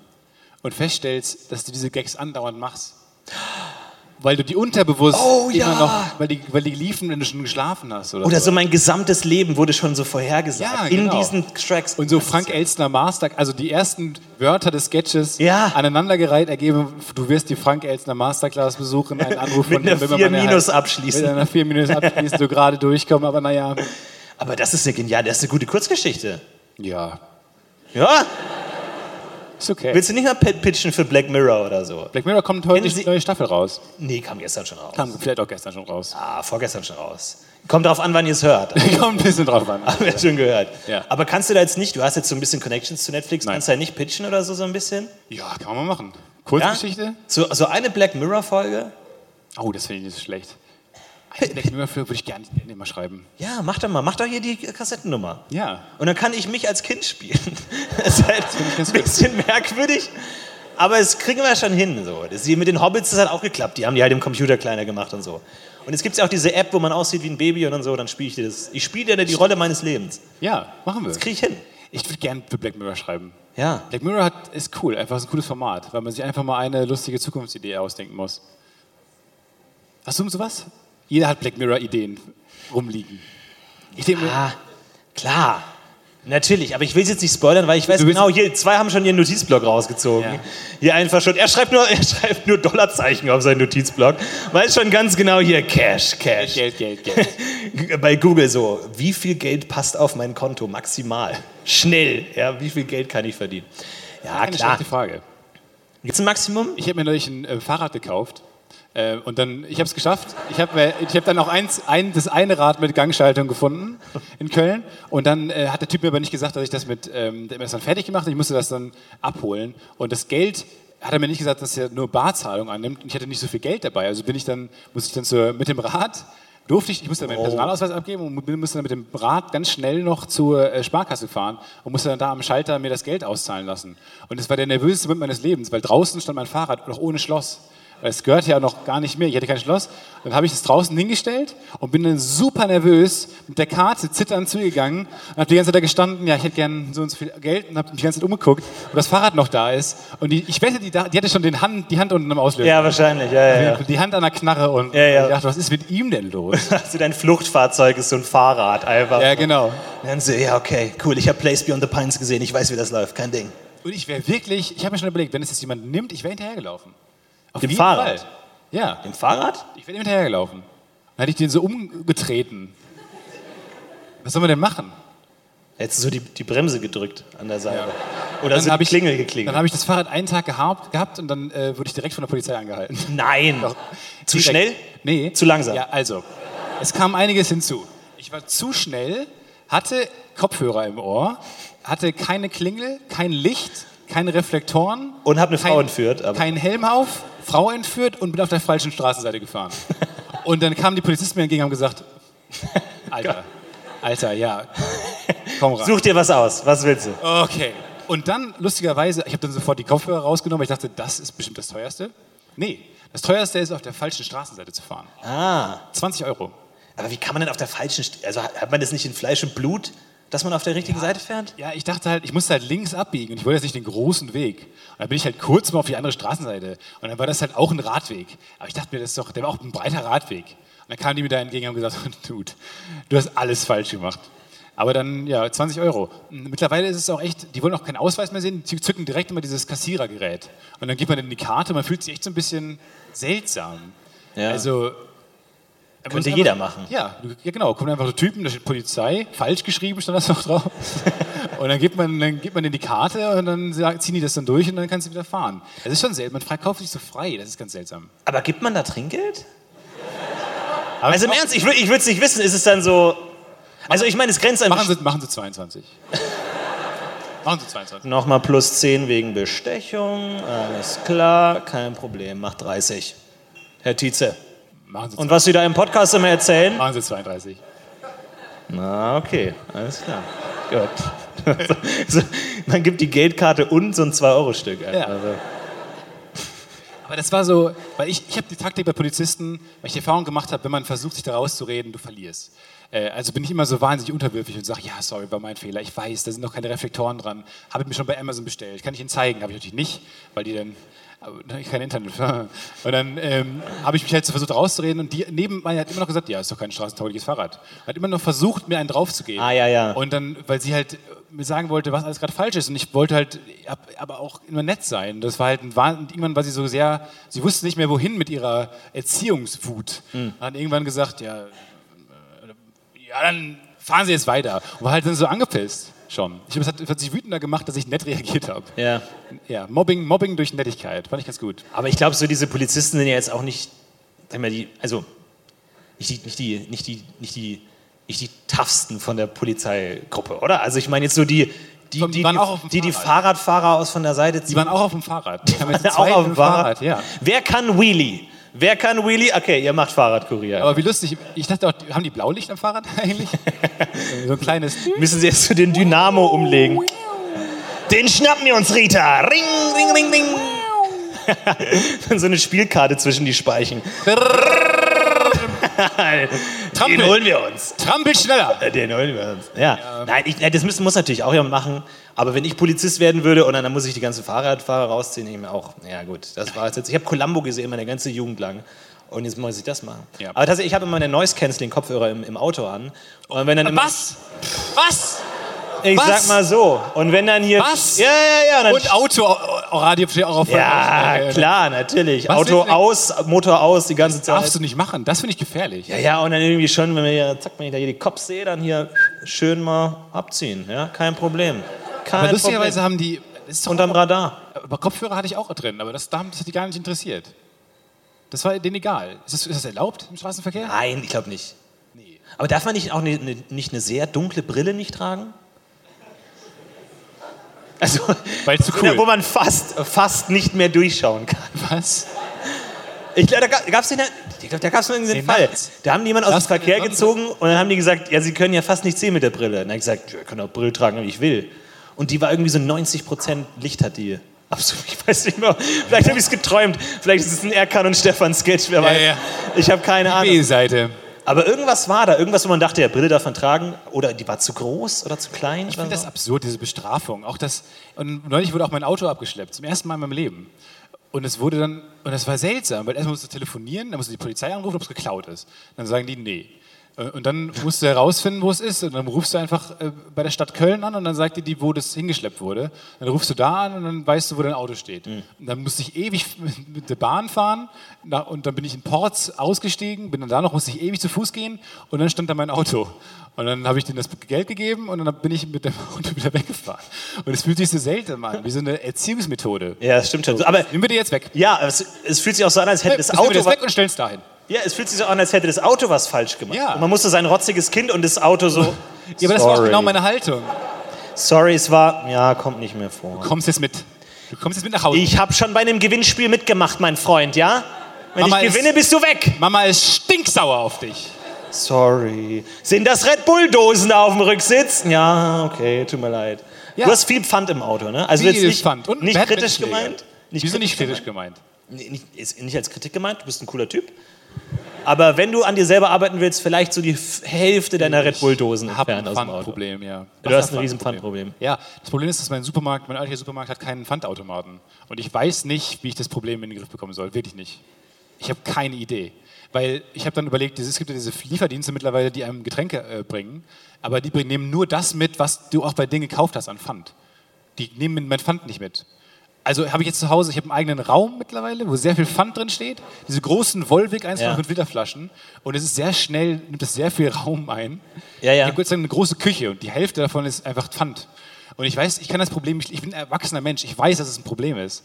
[SPEAKER 2] und feststellst, dass du diese Gags andauernd machst. Weil du die unterbewusst
[SPEAKER 1] Oh,
[SPEAKER 2] immer
[SPEAKER 1] ja.
[SPEAKER 2] noch, weil die, weil die liefen, wenn du schon geschlafen hast. Oder,
[SPEAKER 1] an. Oder
[SPEAKER 2] so.
[SPEAKER 1] so mein gesamtes Leben wurde schon so vorhergesagt.
[SPEAKER 2] Ja,
[SPEAKER 1] In
[SPEAKER 2] genau.
[SPEAKER 1] diesen Tracks.
[SPEAKER 2] Und so
[SPEAKER 1] Das ist
[SPEAKER 2] Frank
[SPEAKER 1] ja-
[SPEAKER 2] Elstner Master, also die ersten Wörter des Sketches
[SPEAKER 1] Ja.
[SPEAKER 2] aneinandergereiht ergeben, du wirst die Frank Elstner Masterclass besuchen, einen Anruf
[SPEAKER 1] Mit
[SPEAKER 2] von
[SPEAKER 1] einer
[SPEAKER 2] Herrn Wimmermann
[SPEAKER 1] 4 minus
[SPEAKER 2] erhalten.
[SPEAKER 1] abschließen.
[SPEAKER 2] halt Mit einer 4 Minus abschließen, du gerade durchkommen, aber naja.
[SPEAKER 1] Aber das ist ja genial. Das ist eine gute Kurzgeschichte.
[SPEAKER 2] Ja,
[SPEAKER 1] Ja?
[SPEAKER 2] ist okay.
[SPEAKER 1] Willst du nicht mal pit- pitchen für Black Mirror oder so?
[SPEAKER 2] Black Mirror kommt heute
[SPEAKER 1] Kennen Sie-
[SPEAKER 2] die neue Staffel raus.
[SPEAKER 1] Nee, kam gestern schon raus.
[SPEAKER 2] Kam vielleicht auch gestern schon raus.
[SPEAKER 1] Ah, vorgestern schon raus. Kommt darauf an, wann ihr es hört.
[SPEAKER 2] Kommt ein bisschen drauf an.
[SPEAKER 1] Haben wir schon gehört.
[SPEAKER 2] Ja.
[SPEAKER 1] Aber kannst du da jetzt nicht, du hast jetzt so ein bisschen Connections zu Netflix,
[SPEAKER 2] Nein.
[SPEAKER 1] kannst du da nicht pitchen oder so, so ein bisschen?
[SPEAKER 2] Ja, kann man machen.
[SPEAKER 1] Ja?
[SPEAKER 2] Kurzgeschichte?
[SPEAKER 1] So, so eine Black Mirror-Folge?
[SPEAKER 2] Oh, das finde ich nicht so schlecht. Eine Black Mirror Folge würde ich gerne gerne mal schreiben.
[SPEAKER 1] Ja, mach doch mal, mach doch hier die Kassettennummer.
[SPEAKER 2] Ja.
[SPEAKER 1] Und dann kann ich mich als Kind spielen. Das ist halt
[SPEAKER 2] ich ganz
[SPEAKER 1] ein bisschen merkwürdig. Aber das kriegen wir schon hin. So. Das hier mit den Hobbits, das hat auch geklappt. Die haben die halt im Computer kleiner gemacht und so. Und es gibt ja auch diese App, wo man aussieht wie ein Baby und dann so, dann spiele ich dir das. Ich spiele dir die Rolle meines Lebens.
[SPEAKER 2] Ja, machen wir.
[SPEAKER 1] Das kriege ich hin.
[SPEAKER 2] Ich würde gerne für Black Mirror schreiben.
[SPEAKER 1] Ja.
[SPEAKER 2] Black Mirror hat, ist cool, einfach ist ein cooles Format, weil man sich einfach mal eine lustige Zukunftsidee ausdenken muss. Hast du sowas? Jeder hat Black Mirror-Ideen rumliegen. Ich denke mir,
[SPEAKER 1] Ah, klar. Natürlich, aber ich will es jetzt nicht spoilern, weil ich weiß
[SPEAKER 2] Du willst-
[SPEAKER 1] genau, hier, zwei haben schon ihren Notizblock rausgezogen.
[SPEAKER 2] Ja.
[SPEAKER 1] Hier einfach schon, er schreibt, nur, er schreibt nur Dollarzeichen auf seinen Notizblock. Weiß schon ganz genau hier, Cash, Cash.
[SPEAKER 2] Geld, Geld, Geld.
[SPEAKER 1] Bei Google so, wie viel Geld passt auf mein Konto maximal? Schnell, ja, wie viel Geld kann ich verdienen? Ja,
[SPEAKER 2] Eine
[SPEAKER 1] klar.
[SPEAKER 2] schlechte Frage.
[SPEAKER 1] Gibt es ein Maximum?
[SPEAKER 2] Ich habe mir neulich ein äh, Fahrrad gekauft. Äh, und dann, ich habe es geschafft. Ich habe mir- ich habe dann auch eins, ein, das eine Rad mit Gangschaltung gefunden in Köln. Und dann äh, hat der Typ mir aber nicht gesagt, dass ich das mit ähm, der hat mir das dann fertig gemacht habe. Ich musste das dann abholen. Und das Geld hat er mir nicht gesagt, dass er nur Barzahlung annimmt. Und ich hatte nicht so viel Geld dabei. Also bin ich dann, musste ich dann zur, mit dem Rad, durfte ich, ich musste
[SPEAKER 1] Oh.
[SPEAKER 2] meinen Personalausweis abgeben und bin- musste dann mit dem Rad ganz schnell noch zur äh, Sparkasse fahren und musste dann da am Schalter mir das Geld auszahlen lassen. Und das war der nervöseste Moment meines Lebens, weil draußen stand mein Fahrrad noch ohne Schloss. Weil Es gehört ja noch gar nicht mehr. Ich hatte kein Schloss. Dann habe ich es draußen hingestellt und bin dann super nervös mit der Karte zitternd zugegangen und habe die ganze Zeit da gestanden, ja, ich hätte gern so und so viel Geld und habe mich die ganze Zeit umgeguckt, ob das Fahrrad noch da ist. Und die, ich wette, die, da- die hatte schon den Hand, die Hand unten am Auslöser.
[SPEAKER 1] Ja, wahrscheinlich, ja, ja. ja.
[SPEAKER 2] Die Hand an der Knarre und
[SPEAKER 1] Ja, ja.
[SPEAKER 2] ich dachte, was ist mit ihm denn los?
[SPEAKER 1] Also dein Fluchtfahrzeug ist so ein Fahrrad einfach.
[SPEAKER 2] ja, genau.
[SPEAKER 1] Dann so, ja, okay, cool, ich habe Place Beyond the Pines gesehen, ich weiß, wie das läuft, kein Ding.
[SPEAKER 2] Und ich wäre wirklich, ich habe mir schon überlegt, wenn es jetzt jemand nimmt, ich wäre hinterhergelaufen. Auf
[SPEAKER 1] Dem Fahrrad?
[SPEAKER 2] Fall. Ja,
[SPEAKER 1] Im Fahrrad?
[SPEAKER 2] ich wäre ihm hinterhergelaufen. Dann hätte ich den so umgetreten. Was soll man denn machen?
[SPEAKER 1] Hättest du so die, die Bremse gedrückt an der Seite. Oder
[SPEAKER 2] Dann
[SPEAKER 1] so
[SPEAKER 2] hab
[SPEAKER 1] die
[SPEAKER 2] ich-
[SPEAKER 1] Klingel
[SPEAKER 2] Dann
[SPEAKER 1] geklingelt.
[SPEAKER 2] habe ich das Fahrrad einen Tag gehabt, gehabt und dann äh, wurde ich direkt von der Polizei angehalten.
[SPEAKER 1] Nein. Zu
[SPEAKER 2] Direkt.
[SPEAKER 1] schnell?
[SPEAKER 2] Nee.
[SPEAKER 1] Zu langsam?
[SPEAKER 2] Ja, also, es kam einiges hinzu. Ich war zu schnell, hatte Kopfhörer im Ohr, hatte keine Klingel, kein Licht, keine Reflektoren.
[SPEAKER 1] Und hab eine Frau
[SPEAKER 2] kein-
[SPEAKER 1] entführt, aber-
[SPEAKER 2] Kein Helm auf, Frau entführt und bin auf der falschen Straßenseite gefahren. und dann kamen die Polizisten mir entgegen und haben gesagt, Alter, Alter, ja, komm rein.
[SPEAKER 1] Such dir was aus, was willst du?
[SPEAKER 2] Okay. Und dann, lustigerweise, ich habe dann sofort die Kopfhörer rausgenommen, weil ich dachte, das ist bestimmt das teuerste. Nee, das teuerste ist, auf der falschen Straßenseite zu fahren.
[SPEAKER 1] Ah,
[SPEAKER 2] 20 Euro.
[SPEAKER 1] aber wie kann man denn auf der falschen, St also hat hat man das nicht in Fleisch und Blut, dass man auf der richtigen Seite fährt?
[SPEAKER 2] Ja, ich dachte halt, ich musste halt links abbiegen und ich wollte jetzt nicht den großen Weg. Und dann bin ich halt kurz mal auf die andere Straßenseite und dann war das halt auch ein Radweg. Aber ich dachte mir, das ist doch, der war auch ein breiter Radweg. Und dann kamen die mir da entgegen und haben gesagt, Dude, du hast alles falsch gemacht. Aber dann, ja, 20 Euro. Mittlerweile ist es auch echt, die wollen auch keinen Ausweis mehr sehen, die zücken direkt immer dieses Kassierergerät. Und dann gibt man denen die Karte, man fühlt sich echt so ein bisschen seltsam.
[SPEAKER 1] Ja.
[SPEAKER 2] Also,
[SPEAKER 1] Könnte
[SPEAKER 2] muss
[SPEAKER 1] jeder
[SPEAKER 2] einfach-
[SPEAKER 1] machen.
[SPEAKER 2] Ja, du- ja, genau. Kommen einfach so Typen, da steht Polizei, falsch geschrieben stand das noch drauf. und dann gibt man, dann gibt man denen die Karte und dann sa- ziehen die das dann durch und dann kannst du wieder fahren. Das ist schon seltsam. Man verkauft sich so frei, das ist ganz seltsam.
[SPEAKER 1] Aber gibt man da Trinkgeld?
[SPEAKER 2] Aber
[SPEAKER 1] Also im Ernst, ich, wür- ich würde es nicht wissen, ist es dann so. Also ich meine, es grenzt an.
[SPEAKER 2] Machen sie, machen sie 22. machen sie 22.
[SPEAKER 1] Nochmal plus 10 wegen Bestechung, alles klar, kein Problem, macht 30. Herr Tietze.
[SPEAKER 2] Machen sie,
[SPEAKER 1] Und was Sie da im Podcast immer erzählen?
[SPEAKER 2] machen sie 32.
[SPEAKER 1] Na, okay, alles klar. Gut. so, man gibt die Geldkarte und so ein Also, 2-Euro-Stück.
[SPEAKER 2] Ja. Aber das war so, weil ich, ich habe die Taktik bei Polizisten, weil ich die Erfahrung gemacht habe, wenn man versucht, sich da rauszureden, du verlierst. Äh, also bin ich immer so wahnsinnig unterwürfig und sage, ja, sorry, war mein Fehler, ich weiß, da sind noch keine Reflektoren dran, habe ich mir schon bei Amazon bestellt, kann ich Ihnen zeigen? Habe ich natürlich nicht, weil die dann, aber da hab ich kein Internet. Und dann ähm, habe ich mich halt so versucht rauszureden und die neben mir hat immer noch gesagt, ja, ist doch kein straßentaugliches Fahrrad. Hat immer noch versucht, mir einen draufzugeben.
[SPEAKER 1] Ah, ja, ja.
[SPEAKER 2] Und dann, weil sie halt äh, mir sagen wollte, was alles gerade falsch ist. Und ich wollte halt ab- aber auch immer nett sein. Das war halt ein Wahnsinn. Irgendwann war sie so sehr, sie wusste nicht mehr, wohin mit ihrer Erziehungswut.
[SPEAKER 1] Hm.
[SPEAKER 2] Hat irgendwann gesagt, ja, äh, ja, dann fahren Sie jetzt weiter. Und war halt dann so angepisst schon. Ich glaube, es hat, es hat sich wütender gemacht, dass ich nett reagiert habe.
[SPEAKER 1] ja.
[SPEAKER 2] Ja, Mobbing, Mobbing durch Nettigkeit. Fand ich ganz gut.
[SPEAKER 1] Aber ich glaube, so diese Polizisten sind ja jetzt auch nicht, sag ich mal, die, also nicht die, nicht die, nicht die, nicht die, nicht die toughsten von der Polizeigruppe, oder? Also ich meine jetzt so die, die,
[SPEAKER 2] Komm, die
[SPEAKER 1] die,
[SPEAKER 2] waren auch auf dem
[SPEAKER 1] die, die
[SPEAKER 2] Fahrrad.
[SPEAKER 1] Fahrradfahrer aus von der Seite
[SPEAKER 2] Die
[SPEAKER 1] ziehen.
[SPEAKER 2] waren auch auf dem Fahrrad. Die haben jetzt
[SPEAKER 1] auch
[SPEAKER 2] zwei
[SPEAKER 1] auf dem Fahrrad.
[SPEAKER 2] ja.
[SPEAKER 1] Wer kann Wheelie? Wer kann Wheelie? Okay, ihr macht Fahrradkurier.
[SPEAKER 2] Aber wie lustig. Ich dachte auch, haben die Blaulicht am Fahrrad eigentlich? so ein kleines...
[SPEAKER 1] Müssen sie jetzt zu den Dynamo umlegen. Den schnappen wir uns, Rita. Ring, ring, ring, ring. Dann so eine Spielkarte zwischen die Speichen. Den
[SPEAKER 2] Trampel.
[SPEAKER 1] holen wir uns.
[SPEAKER 2] Trampel schneller!
[SPEAKER 1] Den holen wir uns. Ja. Nein, ich, nein, das müssen, muss natürlich auch jemand machen. Aber wenn ich Polizist werden würde und dann, dann muss ich die ganzen Fahrradfahrer rausziehen, nehme ich mir auch. Ja, gut, das war es jetzt. Ich habe Columbo gesehen, meine ganze Jugend lang. Und jetzt muss ich das machen.
[SPEAKER 2] Ja.
[SPEAKER 1] Aber tatsächlich, ich habe immer eine Noise-Canceling-Kopfhörer im, im Auto an. Und wenn dann immer,
[SPEAKER 3] Was? Was?
[SPEAKER 1] ich
[SPEAKER 3] was?
[SPEAKER 1] sag mal so. Und wenn dann hier.
[SPEAKER 3] Was?
[SPEAKER 1] Ja, ja, ja. Dann
[SPEAKER 3] Und Auto, oh, Radio steht auch auf
[SPEAKER 1] ja,
[SPEAKER 2] Äh,
[SPEAKER 1] klar, natürlich.
[SPEAKER 2] Was
[SPEAKER 1] Auto
[SPEAKER 2] willst du-
[SPEAKER 1] aus, Motor aus, die ganze Zeit.
[SPEAKER 2] Darfst du nicht machen, das finde ich gefährlich.
[SPEAKER 1] Ja, ja, und dann irgendwie schon, wenn, wir hier, zack, wenn ich da hier die Cops sehe, dann hier schön mal abziehen. Ja, kein Problem. Kein
[SPEAKER 2] Aber lustigerweise
[SPEAKER 1] Problem.
[SPEAKER 2] haben die. das Ist doch,
[SPEAKER 1] Unterm Radar.
[SPEAKER 2] aber Kopfhörer hatte ich auch drin, aber das, da haben- das hat die gar nicht interessiert. Das war denen egal. Ist das, ist das erlaubt im Straßenverkehr?
[SPEAKER 1] Nein, ich glaube nicht. Aber darf man nicht auch ne, ne, nicht eine sehr dunkle Brille nicht tragen? Also,
[SPEAKER 2] Weil zu cool.
[SPEAKER 1] wo man fast, fast nicht mehr durchschauen kann.
[SPEAKER 2] Was?
[SPEAKER 1] Ich glaube, da gab es glaub, da gab's nur irgendeinen
[SPEAKER 2] Nee,
[SPEAKER 1] Fall.
[SPEAKER 2] nachts.
[SPEAKER 1] Da haben die jemanden aus dem
[SPEAKER 2] Nachts keine
[SPEAKER 1] Verkehr
[SPEAKER 2] Sonne.
[SPEAKER 1] gezogen und dann haben die gesagt, ja, sie können ja fast nicht sehen mit der Brille. Und dann habe ich gesagt, ja, ich kann auch Brille tragen, wie ich will. Und die war irgendwie so 90% Licht hat die. Absolut, ich weiß nicht mehr. Vielleicht habe ich es geträumt. Vielleicht ist es ein Erkan und Stefan Sketch, wer weiß.
[SPEAKER 2] ja.
[SPEAKER 1] Ich habe keine Ahnung.
[SPEAKER 2] B-Seite.
[SPEAKER 1] Aber irgendwas war da, irgendwas, wo man dachte, ja, Brille darf man tragen. Oder die war zu groß oder zu klein.
[SPEAKER 2] Ich finde das absurd, diese Bestrafung. Auch das, und neulich wurde auch mein Auto abgeschleppt, zum ersten Mal in meinem Leben. Und es wurde dann, und das war seltsam, weil erstmal musst du telefonieren, dann musst du die Polizei anrufen, ob es geklaut ist. Dann sagen die, nee. Äh, Und dann musst du herausfinden, wo es ist. Und dann rufst du einfach äh, bei der Stadt Köln an und dann sagt dir die, wo das hingeschleppt wurde. Dann rufst du da an und dann weißt du, wo dein Auto steht. Und dann musste ich ewig mit- mit der Bahn fahren. Na, Und dann bin ich in Ports ausgestiegen, bin dann da noch, musste ich ewig zu Fuß gehen. Und dann stand da mein Auto. Und dann habe ich denen das Geld gegeben und dann bin ich mit dem Auto wieder weggefahren. Und es fühlt sich so seltsam an, wie so eine Erziehungsmethode.
[SPEAKER 1] ja, das stimmt schon. So, Aber
[SPEAKER 2] Nimm bitte jetzt weg.
[SPEAKER 1] ja, es, es fühlt sich auch so an, als hätte das
[SPEAKER 2] Nimm bitte
[SPEAKER 1] Auto
[SPEAKER 2] jetzt
[SPEAKER 1] was,
[SPEAKER 2] weg und stellen es dahin.
[SPEAKER 1] ja, es fühlt sich so an, als hätte das Auto was falsch gemacht.
[SPEAKER 2] Ja.
[SPEAKER 1] Und man musste sein rotziges Kind und das Auto so.
[SPEAKER 2] Ja, aber das war auch
[SPEAKER 1] Sorry.
[SPEAKER 2] genau meine Haltung.
[SPEAKER 1] Sorry, es war. Ja, kommt nicht mehr vor.
[SPEAKER 2] Du kommst jetzt mit. Du kommst jetzt mit nach Hause.
[SPEAKER 1] Ich habe schon bei einem Gewinnspiel mitgemacht, mein Freund, ja? Wenn
[SPEAKER 2] Mama,
[SPEAKER 1] ich
[SPEAKER 2] es-
[SPEAKER 1] gewinne, bist du weg.
[SPEAKER 2] Mama ist stinksauer auf dich.
[SPEAKER 1] Sorry. Sind das Red Bull-Dosen da auf dem Rücksitz? Ja, okay, tut mir leid.
[SPEAKER 2] Ja.
[SPEAKER 1] Du hast viel Pfand im Auto, ne? Also
[SPEAKER 2] Wie
[SPEAKER 1] jetzt nicht,
[SPEAKER 2] Pfand und
[SPEAKER 1] nicht
[SPEAKER 2] Batman
[SPEAKER 1] kritisch
[SPEAKER 2] Schläger.
[SPEAKER 1] gemeint.
[SPEAKER 2] Wieso nicht kritisch gemeint?
[SPEAKER 1] Nee, nicht, ist nicht als Kritik gemeint, du bist ein cooler Typ. Aber wenn du an dir selber arbeiten willst, vielleicht so die F- Hälfte deiner Red Bull-Dosen
[SPEAKER 2] Hab ein
[SPEAKER 1] entfernt aus dem Auto.
[SPEAKER 2] Pfandproblem, ja.
[SPEAKER 1] Du hast ein
[SPEAKER 2] Wasserpfandproblem.
[SPEAKER 1] riesen Pfandproblem.
[SPEAKER 2] Ja, das Problem ist, dass mein Supermarkt, mein alter Supermarkt hat keinen Pfandautomaten. Und ich weiß nicht, wie ich das Problem in den Griff bekommen soll. Wirklich nicht. Ich habe keine Idee. Weil ich habe dann überlegt, es gibt ja diese Lieferdienste mittlerweile, die einem Getränke äh, bringen, aber die bringen- nehmen nur das mit, was du auch bei denen gekauft hast an Pfand. Die nehmen mein Pfand nicht mit. Also habe ich jetzt zu Hause, ich habe einen eigenen Raum mittlerweile, wo sehr viel Pfand drin steht. Diese großen Volvic 1,5
[SPEAKER 1] Ja.
[SPEAKER 2] Liter Flaschen. Und es ist sehr schnell, nimmt das sehr viel Raum ein.
[SPEAKER 1] Ja, ja.
[SPEAKER 2] Ich habe Gott sei Dank eine große Küche und die Hälfte davon ist einfach Pfand. Und ich weiß, ich kann das Problem, nicht- ich bin ein erwachsener Mensch, ich weiß, dass es ein Problem ist.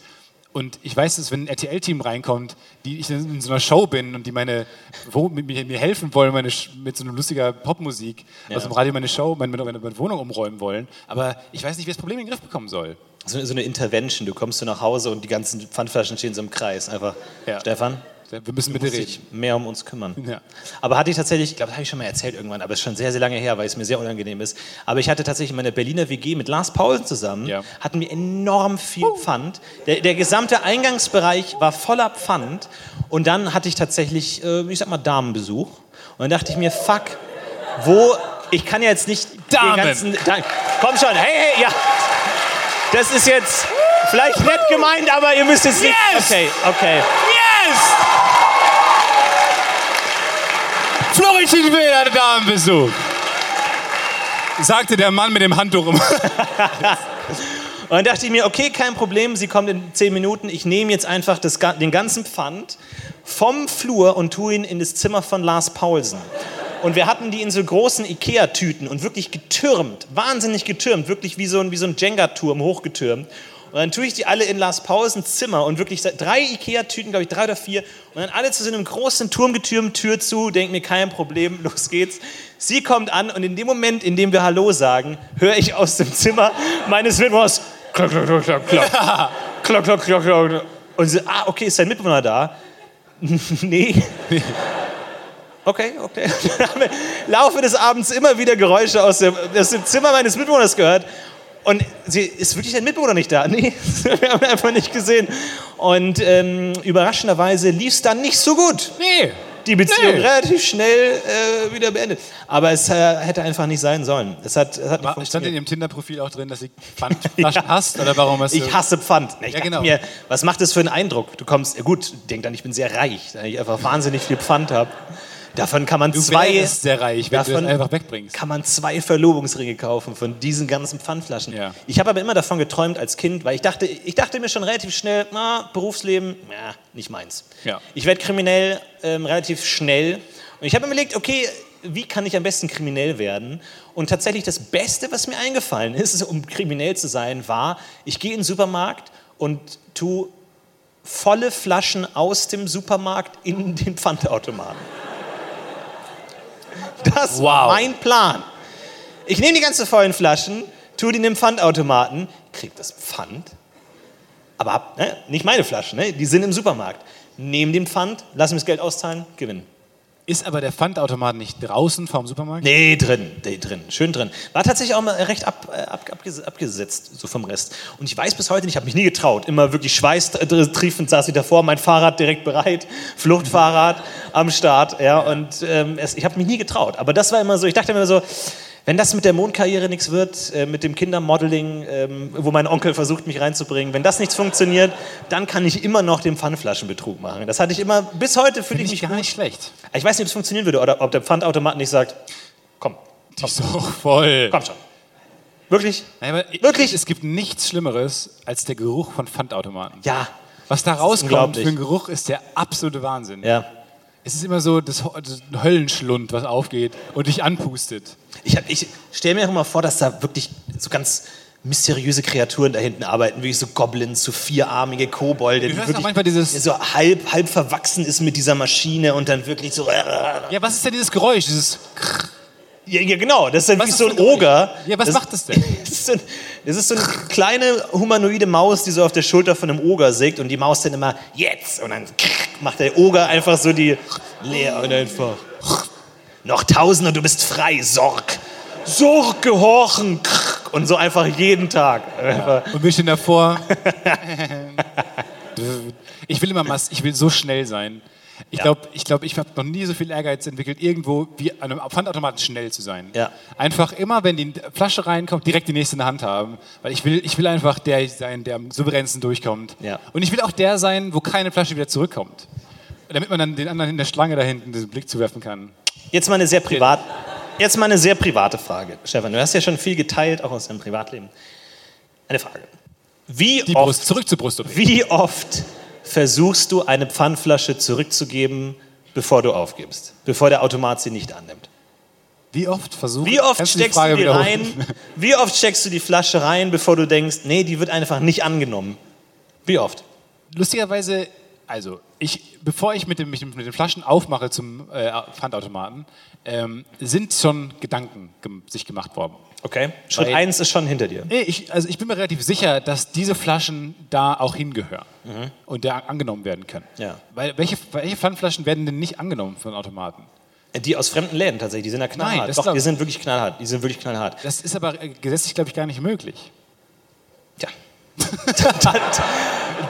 [SPEAKER 2] Und ich weiß, dass wenn ein RTL-Team reinkommt, die ich in so einer Show bin und die meine, wo, mit mir, mir helfen wollen, meine, Sch- mit so einer lustiger Popmusik aus dem Radio meine Show, meine, meine, meine Wohnung umräumen wollen, aber ich weiß nicht, wie ich das Problem in den Griff bekommen soll.
[SPEAKER 1] So, so eine Intervention. Du kommst so nach Hause und die ganzen Pfandflaschen stehen so im Kreis. Einfach,
[SPEAKER 2] Ja.
[SPEAKER 1] Stefan,
[SPEAKER 2] Wir müssen bitte
[SPEAKER 1] muss
[SPEAKER 2] reden.
[SPEAKER 1] sich mehr um uns kümmern.
[SPEAKER 2] Ja.
[SPEAKER 1] Aber hatte ich tatsächlich, ich glaube, das habe ich schon mal erzählt irgendwann, aber es ist schon sehr, sehr lange her, weil es mir sehr unangenehm ist. Aber ich hatte tatsächlich in meiner Berliner WG mit Lars Paulsen zusammen,
[SPEAKER 2] Ja.
[SPEAKER 1] hatten wir enorm viel Pfand. Der, der gesamte Eingangsbereich war voller Pfand. Und dann hatte ich tatsächlich, äh, ich sag mal, Damenbesuch. Und dann dachte ich mir, fuck, wo, ich kann ja jetzt nicht
[SPEAKER 2] Damen.
[SPEAKER 1] den ganzen... Da, komm schon, hey, hey, ja. Das ist jetzt vielleicht nett gemeint, aber ihr müsst jetzt nicht...
[SPEAKER 3] Yes!
[SPEAKER 1] Okay, okay.
[SPEAKER 3] Yes!
[SPEAKER 2] Florentin Will hatte Damenbesuch. Sagte der Mann mit dem Handtuch um.
[SPEAKER 1] Und dann dachte ich mir, okay, kein Problem, sie kommt in 10 Minuten. Ich nehme jetzt einfach das, ga- den ganzen Pfand vom Flur und tue ihn in das Zimmer von Lars Paulsen. Und wir hatten die in so großen Ikea-Tüten und wirklich getürmt, wahnsinnig getürmt, wirklich wie so ein, wie so ein Jenga-Turm hochgetürmt. Und dann tue ich die alle in Lars Paulsens Zimmer und wirklich drei Ikea-Tüten, glaube ich, drei oder vier. Und dann alle zu so einem großen Turm getürmt, Tür zu, denk mir, kein Problem, los geht's. Sie kommt an und in dem Moment, in dem wir Hallo sagen, höre ich aus dem Zimmer meines Mitbewohners Klock, klock, klock, klock, klock. Klock, klock, klock, klock. Und sie, ah, okay, ist dein Mitbewohner da? nee. Okay, okay. Dann haben wir im Laufe des Abends immer wieder Geräusche aus dem, aus dem Zimmer meines Mitbewohners gehört. Und sie ist wirklich dein Mitbewohner nicht da? Nee, wir haben ihn einfach nicht gesehen. Und ähm, überraschenderweise lief es dann nicht so gut.
[SPEAKER 2] Nee,
[SPEAKER 1] die Beziehung
[SPEAKER 4] Nee.
[SPEAKER 1] relativ schnell äh, wieder beendet. Aber es äh, hätte einfach nicht sein sollen. Es hat, es hat nicht
[SPEAKER 2] War, stand in
[SPEAKER 1] funktioniert.
[SPEAKER 2] ihrem Tinder-Profil auch drin, dass sie Pfandflaschen hasst? Oder warum hast du...
[SPEAKER 1] Ich hasse Pfand. Ne, Ich
[SPEAKER 2] Ja,
[SPEAKER 1] dachte
[SPEAKER 2] genau.
[SPEAKER 1] mir, was macht das für einen Eindruck? Du kommst, gut, denk dann, ich bin sehr reich, da ich einfach wahnsinnig viel Pfand habe. Davon kann man
[SPEAKER 2] Du
[SPEAKER 1] zwei
[SPEAKER 2] wärst sehr reich, wenn du
[SPEAKER 1] davon-
[SPEAKER 2] das einfach wegbringst.
[SPEAKER 1] kann man zwei Verlobungsringe kaufen von diesen ganzen Pfandflaschen.
[SPEAKER 2] Ja.
[SPEAKER 1] Ich habe aber immer davon geträumt als Kind, weil ich dachte, ich dachte mir schon relativ schnell, na, Berufsleben, na, nicht meins.
[SPEAKER 2] Ja.
[SPEAKER 1] Ich werde kriminell ähm, relativ schnell. Und ich habe mir überlegt, okay, wie kann ich am besten kriminell werden? Und tatsächlich das Beste, was mir eingefallen ist, um kriminell zu sein, war, ich gehe in den Supermarkt und tu volle Flaschen aus dem Supermarkt in den Pfandautomaten. Das war
[SPEAKER 2] Wow.
[SPEAKER 1] mein Plan. Ich nehme die ganzen vollen Flaschen, tue die in den Pfandautomaten, krieg das Pfand, aber hab, ne, nicht meine Flaschen, ne, die sind im Supermarkt. Nehme den Pfand, lass mir das Geld auszahlen, gewinnen.
[SPEAKER 2] Ist aber der Pfandautomat nicht draußen vorm Supermarkt?
[SPEAKER 1] Nee, drin, nee, drin, schön drin. War tatsächlich auch mal recht ab, äh, ab, abges- abgesetzt, so vom Rest. Und ich weiß bis heute nicht, ich habe mich nie getraut. Immer wirklich schweißtriefend saß ich davor, mein Fahrrad direkt bereit, Fluchtfahrrad am Start. Ja, und ähm, es, ich habe mich nie getraut. Aber das war immer so, ich dachte mir immer so, wenn das mit der Mondkarriere nichts wird, äh, mit dem Kindermodeling, ähm, wo mein Onkel versucht, mich reinzubringen, wenn das nichts funktioniert, dann kann ich immer noch den Pfandflaschenbetrug machen. Das hatte ich immer, bis heute fühle ich
[SPEAKER 2] Finde ich
[SPEAKER 1] mich
[SPEAKER 2] gar
[SPEAKER 1] gut.
[SPEAKER 2] nicht schlecht.
[SPEAKER 1] Ich weiß nicht, ob es funktionieren würde oder ob der Pfandautomat nicht sagt, komm,
[SPEAKER 2] Die ist auch voll.
[SPEAKER 1] komm schon. Wirklich?
[SPEAKER 2] Nein, aber
[SPEAKER 1] Wirklich?
[SPEAKER 2] Es gibt nichts Schlimmeres als der Geruch von Pfandautomaten.
[SPEAKER 1] Ja.
[SPEAKER 2] Was da rauskommt
[SPEAKER 1] unglaublich.
[SPEAKER 2] für ein Geruch ist der absolute Wahnsinn.
[SPEAKER 1] Ja.
[SPEAKER 2] Es ist immer so das, Ho- das Höllenschlund, was aufgeht und dich anpustet.
[SPEAKER 1] Ich, hab- ich stelle mir auch immer vor, dass da wirklich so ganz mysteriöse Kreaturen da hinten arbeiten, wie so Goblins, so vierarmige Kobolde. die
[SPEAKER 2] hörst auch
[SPEAKER 1] wirklich-
[SPEAKER 2] manchmal dieses-
[SPEAKER 1] der So halb, halb verwachsen ist mit dieser Maschine und dann wirklich so... äh, Ja,
[SPEAKER 2] Ja, was ist denn dieses Geräusch? Dieses
[SPEAKER 1] ja genau, das ist dann wie
[SPEAKER 2] ist
[SPEAKER 1] so ein
[SPEAKER 2] das für ein
[SPEAKER 1] Oger.
[SPEAKER 2] ja, was
[SPEAKER 1] das,
[SPEAKER 2] macht das denn?
[SPEAKER 1] Das ist, so ein, das ist so eine kleine humanoide Maus, die so auf der Schulter von einem Oger sägt und die Maus dann immer jetzt und dann macht der Oger einfach so die leer und einfach noch tausend und du bist frei, Sorg. Sorg gehorchen und so einfach jeden Tag.
[SPEAKER 2] Und wir stehen davor. ich will immer mass ich will so schnell sein. Ich glaube, ich, glaub, ich habe noch nie so viel Ehrgeiz entwickelt, irgendwo wie an einem Pfandautomaten schnell zu sein.
[SPEAKER 1] Ja.
[SPEAKER 2] Einfach immer, wenn die Flasche reinkommt, direkt die nächste in der Hand haben. Weil ich will, ich will einfach der sein, der am souveränsten durchkommt.
[SPEAKER 1] Ja.
[SPEAKER 2] Und ich will auch der sein, wo keine Flasche wieder zurückkommt. Damit man dann den anderen in der Schlange da hinten den Blick zuwerfen kann.
[SPEAKER 1] Jetzt mal eine sehr private, jetzt mal eine sehr private Frage, Stefan. Du hast ja schon viel geteilt, auch aus deinem Privatleben. Eine Frage. Wie
[SPEAKER 2] Die
[SPEAKER 1] oft
[SPEAKER 2] Brust, zurück zur Brust.
[SPEAKER 1] Wie oft versuchst du, eine Pfandflasche zurückzugeben, bevor du aufgibst? Bevor der Automat sie nicht annimmt?
[SPEAKER 2] Wie oft versuchen
[SPEAKER 1] Wie oft
[SPEAKER 2] Kannst du die
[SPEAKER 1] steckst
[SPEAKER 2] Frage
[SPEAKER 1] du die
[SPEAKER 2] wiederholen?
[SPEAKER 1] rein? Wie oft steckst du die Flasche rein, bevor du denkst, nee, die wird einfach nicht angenommen? Wie oft?
[SPEAKER 2] lustigerweise, also ich, bevor ich mit, dem, mit, dem, mit den Flaschen aufmache zum äh, Pfandautomaten, ähm, sind schon Gedanken gem sich gemacht worden.
[SPEAKER 1] Okay. Schritt
[SPEAKER 2] Weil-
[SPEAKER 1] eins ist schon hinter dir.
[SPEAKER 2] Nee, ich, also ich bin mir relativ sicher, dass diese Flaschen da auch hingehören und da angenommen werden können.
[SPEAKER 1] Ja.
[SPEAKER 2] Weil welche, welche Pfandflaschen werden denn nicht angenommen von Automaten?
[SPEAKER 1] Die aus fremden Läden tatsächlich, die sind ja knallhart.
[SPEAKER 2] das
[SPEAKER 1] Doch,
[SPEAKER 2] glaub
[SPEAKER 1] die
[SPEAKER 2] ich.
[SPEAKER 1] sind wirklich knallhart. Die sind wirklich knallhart.
[SPEAKER 2] Das ist aber äh, gesetzlich, glaube ich, gar nicht möglich.
[SPEAKER 1] Tja. dann,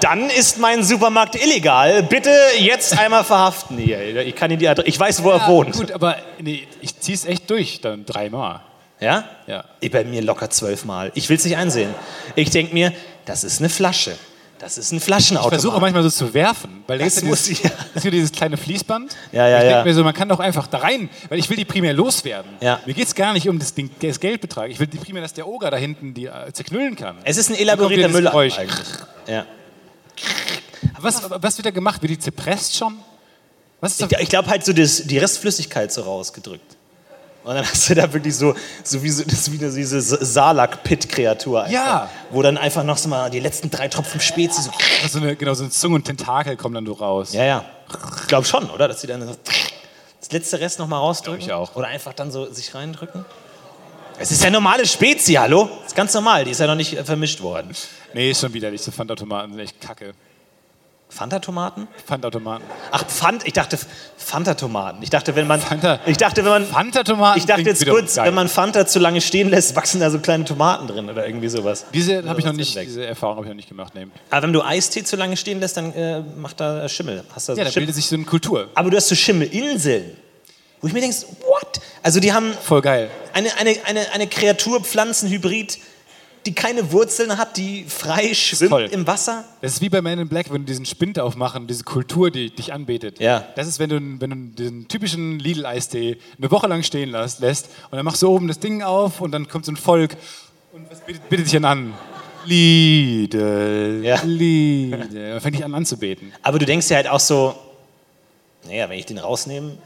[SPEAKER 1] dann ist mein Supermarkt illegal. Bitte jetzt einmal verhaften hier. Ich kann Ihnen die Adresse. Ich weiß, wo er wohnt.
[SPEAKER 2] Gut, aber nee, ich ziehe es echt durch, dann dreimal.
[SPEAKER 1] Ja?
[SPEAKER 2] Ja.
[SPEAKER 1] Ich- Äh, Bei mir locker zwölfmal. Ich will es nicht einsehen. Ich denke mir, das ist eine Flasche. Das ist ein
[SPEAKER 2] Ich versuche
[SPEAKER 1] Flaschenautomat.
[SPEAKER 2] manchmal so zu werfen, weil da
[SPEAKER 1] Das
[SPEAKER 2] ist ja
[SPEAKER 1] muss
[SPEAKER 2] dieses,
[SPEAKER 1] ich- ja.
[SPEAKER 2] das ist ja dieses kleine Fließband.
[SPEAKER 1] Ja, ja,
[SPEAKER 2] ich
[SPEAKER 1] ja.
[SPEAKER 2] denke mir so, man kann doch einfach da rein, weil ich will die primär loswerden.
[SPEAKER 1] Ja.
[SPEAKER 2] Mir geht es gar nicht um das, Ding, das Geldbetrag. Ich will die primär, dass der Oger da hinten die äh, zerknüllen kann.
[SPEAKER 1] Es ist ein
[SPEAKER 2] Dann
[SPEAKER 1] elaborierter
[SPEAKER 2] kommt wieder
[SPEAKER 1] Müll.
[SPEAKER 2] das Geräusch.
[SPEAKER 1] eigentlich. Ja.
[SPEAKER 2] Was, was wird da gemacht? Wird die zerpresst schon? Was ist
[SPEAKER 1] Ich,
[SPEAKER 2] da?
[SPEAKER 1] ich glaube halt so das, die Restflüssigkeit so rausgedrückt. Und dann hast du da wirklich so, so wie so, das ist wieder so diese Salak-Pit-Kreatur. einfach.
[SPEAKER 2] Ja.
[SPEAKER 1] Wo dann einfach noch so mal die letzten drei Tropfen Spezi so.
[SPEAKER 2] So eine, genau, so ein Zunge und Tentakel kommen dann so raus.
[SPEAKER 1] Ja, ja. Ich glaube schon, oder? Dass sie dann so das letzte Rest nochmal rausdrücken.
[SPEAKER 2] Glaub ich auch.
[SPEAKER 1] Oder einfach dann so sich reindrücken. Es ist ja normale Spezi, hallo? Das ist ganz normal, die ist ja noch nicht äh, vermischt worden.
[SPEAKER 2] Nee, ist schon widerlich. So Pfandautomaten sind echt kacke.
[SPEAKER 1] Fanta-Tomaten?
[SPEAKER 2] Fanta-Tomaten.
[SPEAKER 1] Ach, Pfand, ich dachte Fanta-Tomaten. Ich dachte, wenn man.
[SPEAKER 2] Fanta-
[SPEAKER 1] ich dachte, wenn man.
[SPEAKER 2] Fanta-Tomaten
[SPEAKER 1] ich dachte
[SPEAKER 2] klingt
[SPEAKER 1] jetzt
[SPEAKER 2] wiederum
[SPEAKER 1] kurz,
[SPEAKER 2] geil.
[SPEAKER 1] wenn man Fanta zu lange stehen lässt, wachsen da so kleine Tomaten drin oder irgendwie sowas.
[SPEAKER 2] Diese habe ich noch
[SPEAKER 1] ist
[SPEAKER 2] nicht,
[SPEAKER 1] weg.
[SPEAKER 2] diese Erfahrung habe ich noch nicht gemacht. Nee.
[SPEAKER 1] Aber wenn du Eistee zu lange stehen lässt, dann äh, macht da Schimmel. Hast da so
[SPEAKER 2] Ja, da
[SPEAKER 1] Schimmel.
[SPEAKER 2] bildet sich so eine Kultur.
[SPEAKER 1] Aber du hast so Schimmelinseln. Wo ich mir denke, what? Also die haben
[SPEAKER 2] Voll geil.
[SPEAKER 1] eine, eine, eine, eine Kreatur, Pflanzenhybrid, die keine Wurzeln hat, die frei schwimmt
[SPEAKER 2] Voll.
[SPEAKER 1] im Wasser.
[SPEAKER 2] Das ist wie bei Man in Black, wenn du diesen Spind aufmachen, diese Kultur, die dich anbetet.
[SPEAKER 1] Ja.
[SPEAKER 2] Das ist, wenn du, wenn du den typischen Lidl-Eistee eine Woche lang stehen lässt, lässt und dann machst du oben das Ding auf und dann kommt so ein Volk und was betet, betet dich denn an? Lidl,
[SPEAKER 1] Ja.
[SPEAKER 2] Lidl. Dann fängt dich an anzubeten.
[SPEAKER 1] Aber du denkst ja halt auch so, naja, wenn ich den rausnehme.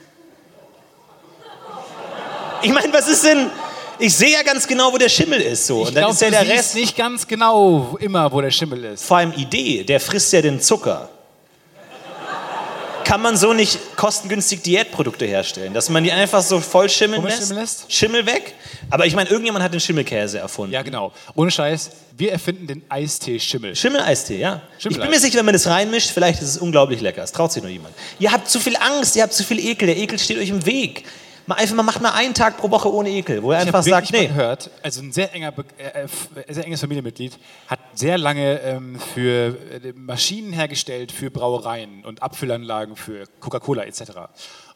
[SPEAKER 1] Ich meine, was ist denn? Ich sehe ja ganz genau, wo der Schimmel ist. So. Und dann
[SPEAKER 2] glaub,
[SPEAKER 1] ist ja
[SPEAKER 2] du
[SPEAKER 1] der
[SPEAKER 2] siehst
[SPEAKER 1] Rest.
[SPEAKER 2] nicht ganz genau immer, wo der Schimmel ist.
[SPEAKER 1] Vor allem Idee, der frisst ja den Zucker. Kann man so nicht kostengünstig Diätprodukte herstellen, dass man die einfach so voll schimmeln
[SPEAKER 2] Wo man
[SPEAKER 1] lässt?
[SPEAKER 2] Schimmel lässt?
[SPEAKER 1] Schimmel weg? Aber ich meine, irgendjemand hat den Schimmelkäse erfunden.
[SPEAKER 2] Ja, genau. Ohne Scheiß, wir erfinden den Eistee-Schimmel.
[SPEAKER 1] Schimmeleistee, ja. Ich bin
[SPEAKER 2] Schimmeleis.
[SPEAKER 1] mir sicher, wenn man das reinmischt, vielleicht ist es unglaublich lecker. Es traut sich nur jemand. Ihr habt zu viel Angst, ihr habt zu viel Ekel. Der Ekel steht euch im Weg. Mal einfach mal macht mal einen Tag pro Woche ohne Ekel, wo ihr
[SPEAKER 2] Ich
[SPEAKER 1] einfach
[SPEAKER 2] habe
[SPEAKER 1] sagt,
[SPEAKER 2] wirklich mal
[SPEAKER 1] nee.
[SPEAKER 2] gehört, also ein sehr, enger, Be- äh, f- sehr enges Familienmitglied hat sehr lange ähm, für äh, Maschinen hergestellt, für Brauereien und Abfüllanlagen für Coca-Cola etc.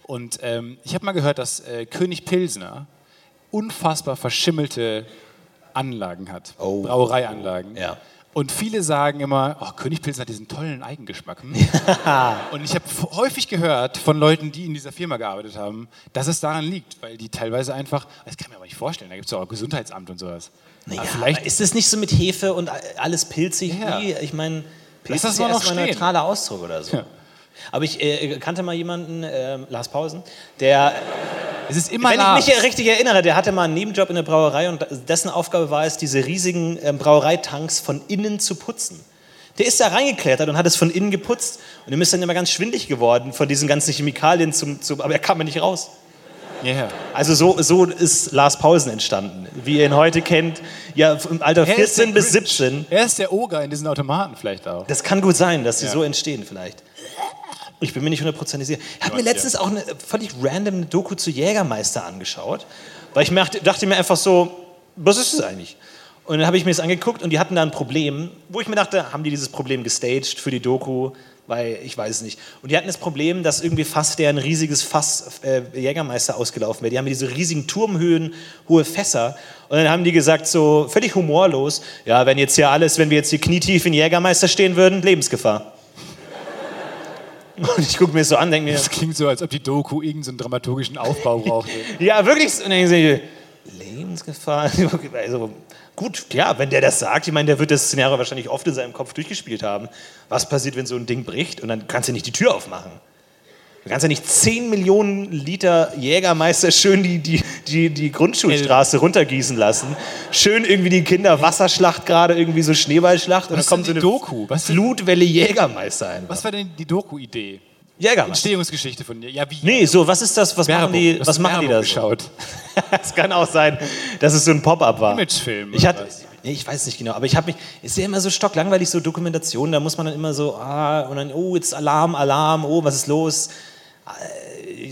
[SPEAKER 2] Und ähm, ich habe mal gehört, dass äh, König Pilsner unfassbar verschimmelte Anlagen hat,
[SPEAKER 1] Oh.
[SPEAKER 2] Brauereianlagen.
[SPEAKER 1] Ja.
[SPEAKER 2] Und viele sagen immer, oh, König Pilsner hat diesen tollen Eigengeschmack. Hm? Und ich habe häufig gehört von Leuten, die in dieser Firma gearbeitet haben, dass es daran liegt, weil die teilweise einfach, das kann ich mir aber nicht vorstellen, da gibt es ja auch Gesundheitsamt und sowas.
[SPEAKER 1] Naja,
[SPEAKER 2] aber
[SPEAKER 1] vielleicht
[SPEAKER 2] vielleicht
[SPEAKER 1] ist es nicht so mit Hefe und alles pilzig.
[SPEAKER 2] Ja.
[SPEAKER 1] Nee, ich meine,
[SPEAKER 2] Lass
[SPEAKER 1] Pilz
[SPEAKER 2] das
[SPEAKER 1] ist
[SPEAKER 2] mal
[SPEAKER 1] ja
[SPEAKER 2] noch
[SPEAKER 1] erstmal ein
[SPEAKER 2] stehen.
[SPEAKER 1] neutraler Ausdruck oder so.
[SPEAKER 2] Ja.
[SPEAKER 1] Aber ich äh, kannte mal jemanden, äh, Lars Pausen, der,
[SPEAKER 2] es ist immer
[SPEAKER 1] wenn
[SPEAKER 2] Lars.
[SPEAKER 1] ich mich richtig erinnere, der hatte mal einen Nebenjob in der Brauerei und dessen Aufgabe war es, diese riesigen ähm, Brauereitanks von innen zu putzen. Der ist da reingeklettert und hat es von innen geputzt und ihm ist dann immer ganz schwindlig geworden von diesen ganzen Chemikalien, zum, zum, aber er kam ja nicht raus.
[SPEAKER 2] Ja.
[SPEAKER 1] Also so, so ist Lars Pausen entstanden, wie ihr ihn heute kennt, ja im Alter
[SPEAKER 2] Er ist
[SPEAKER 1] 14 bis
[SPEAKER 2] der Grinch.
[SPEAKER 1] 17.
[SPEAKER 2] Er ist der Oger in diesen Automaten vielleicht auch.
[SPEAKER 1] Das kann gut sein, dass sie
[SPEAKER 2] Ja.
[SPEAKER 1] so entstehen vielleicht. Ich bin mir nicht hundertprozentig sicher. Ich habe mir letztens auch eine völlig random eine Doku zu Jägermeister angeschaut, weil ich mir dachte, dachte mir einfach so, was ist das eigentlich? Und dann habe ich mir das angeguckt und die hatten da ein Problem, wo ich mir dachte, haben die dieses Problem gestaged für die Doku? Weil ich weiß es nicht. Und die hatten das Problem, dass irgendwie fast deren riesiges Fass äh, Jägermeister ausgelaufen wäre. Die haben diese riesigen Turmhöhen, hohe Fässer. Und dann haben die gesagt, so völlig humorlos: Ja, wenn jetzt hier alles, wenn wir jetzt hier knietief in Jägermeister stehen würden, Lebensgefahr. Und ich gucke mir das so an, denke mir,
[SPEAKER 2] Das klingt so, als ob die Doku irgendeinen so einen dramaturgischen Aufbau brauchte.
[SPEAKER 1] ja, wirklich. so. Und dann denke ich, so, Lebensgefahr. Also, gut, ja, wenn der das sagt, ich meine, der wird das Szenario wahrscheinlich oft in seinem Kopf durchgespielt haben. Was passiert, wenn so ein Ding bricht und dann kannst du nicht die Tür aufmachen? Du kannst ja nicht 10 Millionen Liter Jägermeister schön die, die, die, die Grundschulstraße runtergießen lassen. Schön irgendwie die Kinder Wasserschlacht gerade, irgendwie so Schneeballschlacht. Und
[SPEAKER 2] Was
[SPEAKER 1] dann kommt so
[SPEAKER 2] ist denn
[SPEAKER 1] eine
[SPEAKER 2] die Doku? Was,
[SPEAKER 1] Flutwelle Jägermeister einfach.
[SPEAKER 2] was war denn die Doku-Idee?
[SPEAKER 1] Jägermeister.
[SPEAKER 2] Entstehungsgeschichte von dir. Ja, wie?
[SPEAKER 1] Nee, so, was ist das? Was machen die,
[SPEAKER 2] Hast
[SPEAKER 1] was
[SPEAKER 2] du
[SPEAKER 1] machen die
[SPEAKER 2] Werbung
[SPEAKER 1] da so?
[SPEAKER 2] geschaut?
[SPEAKER 1] Es kann auch sein, dass es so ein Pop-up war.
[SPEAKER 2] Imagefilm
[SPEAKER 1] Ah. Ich
[SPEAKER 2] oder
[SPEAKER 1] hatte,
[SPEAKER 2] was?
[SPEAKER 1] nee, ich weiß nicht genau, aber ich habe mich, ist ja immer so stocklangweilig, so Dokumentationen, da muss man dann immer so, ah, und dann, oh, jetzt Alarm, Alarm, oh, was ist los? Ah,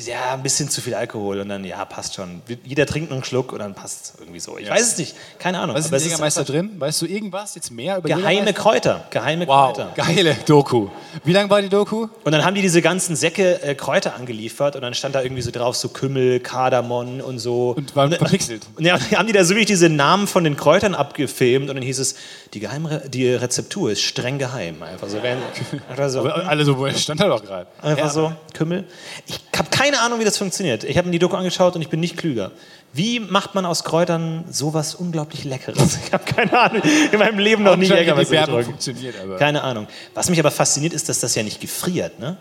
[SPEAKER 1] Ja, ein bisschen zu viel Alkohol und dann, ja, passt schon. Jeder trinkt einen Schluck und dann passt irgendwie so. Ich weiß es nicht, keine Ahnung.
[SPEAKER 2] Was ist
[SPEAKER 1] aber
[SPEAKER 2] denn
[SPEAKER 1] es ist
[SPEAKER 2] Jägermeister
[SPEAKER 1] einfach
[SPEAKER 2] drin? Weißt du irgendwas jetzt mehr über
[SPEAKER 1] Geheime
[SPEAKER 2] Jägermeister?
[SPEAKER 1] Kräuter, geheime
[SPEAKER 2] Wow,
[SPEAKER 1] Kräuter.
[SPEAKER 2] geile Doku. Wie lang war die Doku?
[SPEAKER 1] Und dann haben die diese ganzen Säcke äh, Kräuter angeliefert und dann stand da irgendwie so drauf, so Kümmel, Kardamom und so.
[SPEAKER 2] Und waren verpixelt.
[SPEAKER 1] Und ja, haben die da so wirklich diese Namen von den Kräutern abgefilmt und dann hieß es, die, Geheimre die Rezeptur ist streng geheim. Einfach so, werden, einfach so,
[SPEAKER 2] Aber äh, Alle so, wo er stand da doch gerade.
[SPEAKER 1] einfach so Kümmel. Ich habe keine Ahnung, wie das funktioniert. Ich habe mir die Doku angeschaut und ich bin nicht klüger. Wie macht man aus Kräutern sowas unglaublich Leckeres? Ich habe keine Ahnung. In meinem Leben noch nie
[SPEAKER 2] Anscheinend hat die
[SPEAKER 1] Jägermeister
[SPEAKER 2] Werbung
[SPEAKER 1] getrunken.
[SPEAKER 2] funktioniert, aber.
[SPEAKER 1] Keine Ahnung. Was mich aber fasziniert, ist, dass das ja nicht gefriert. Ne?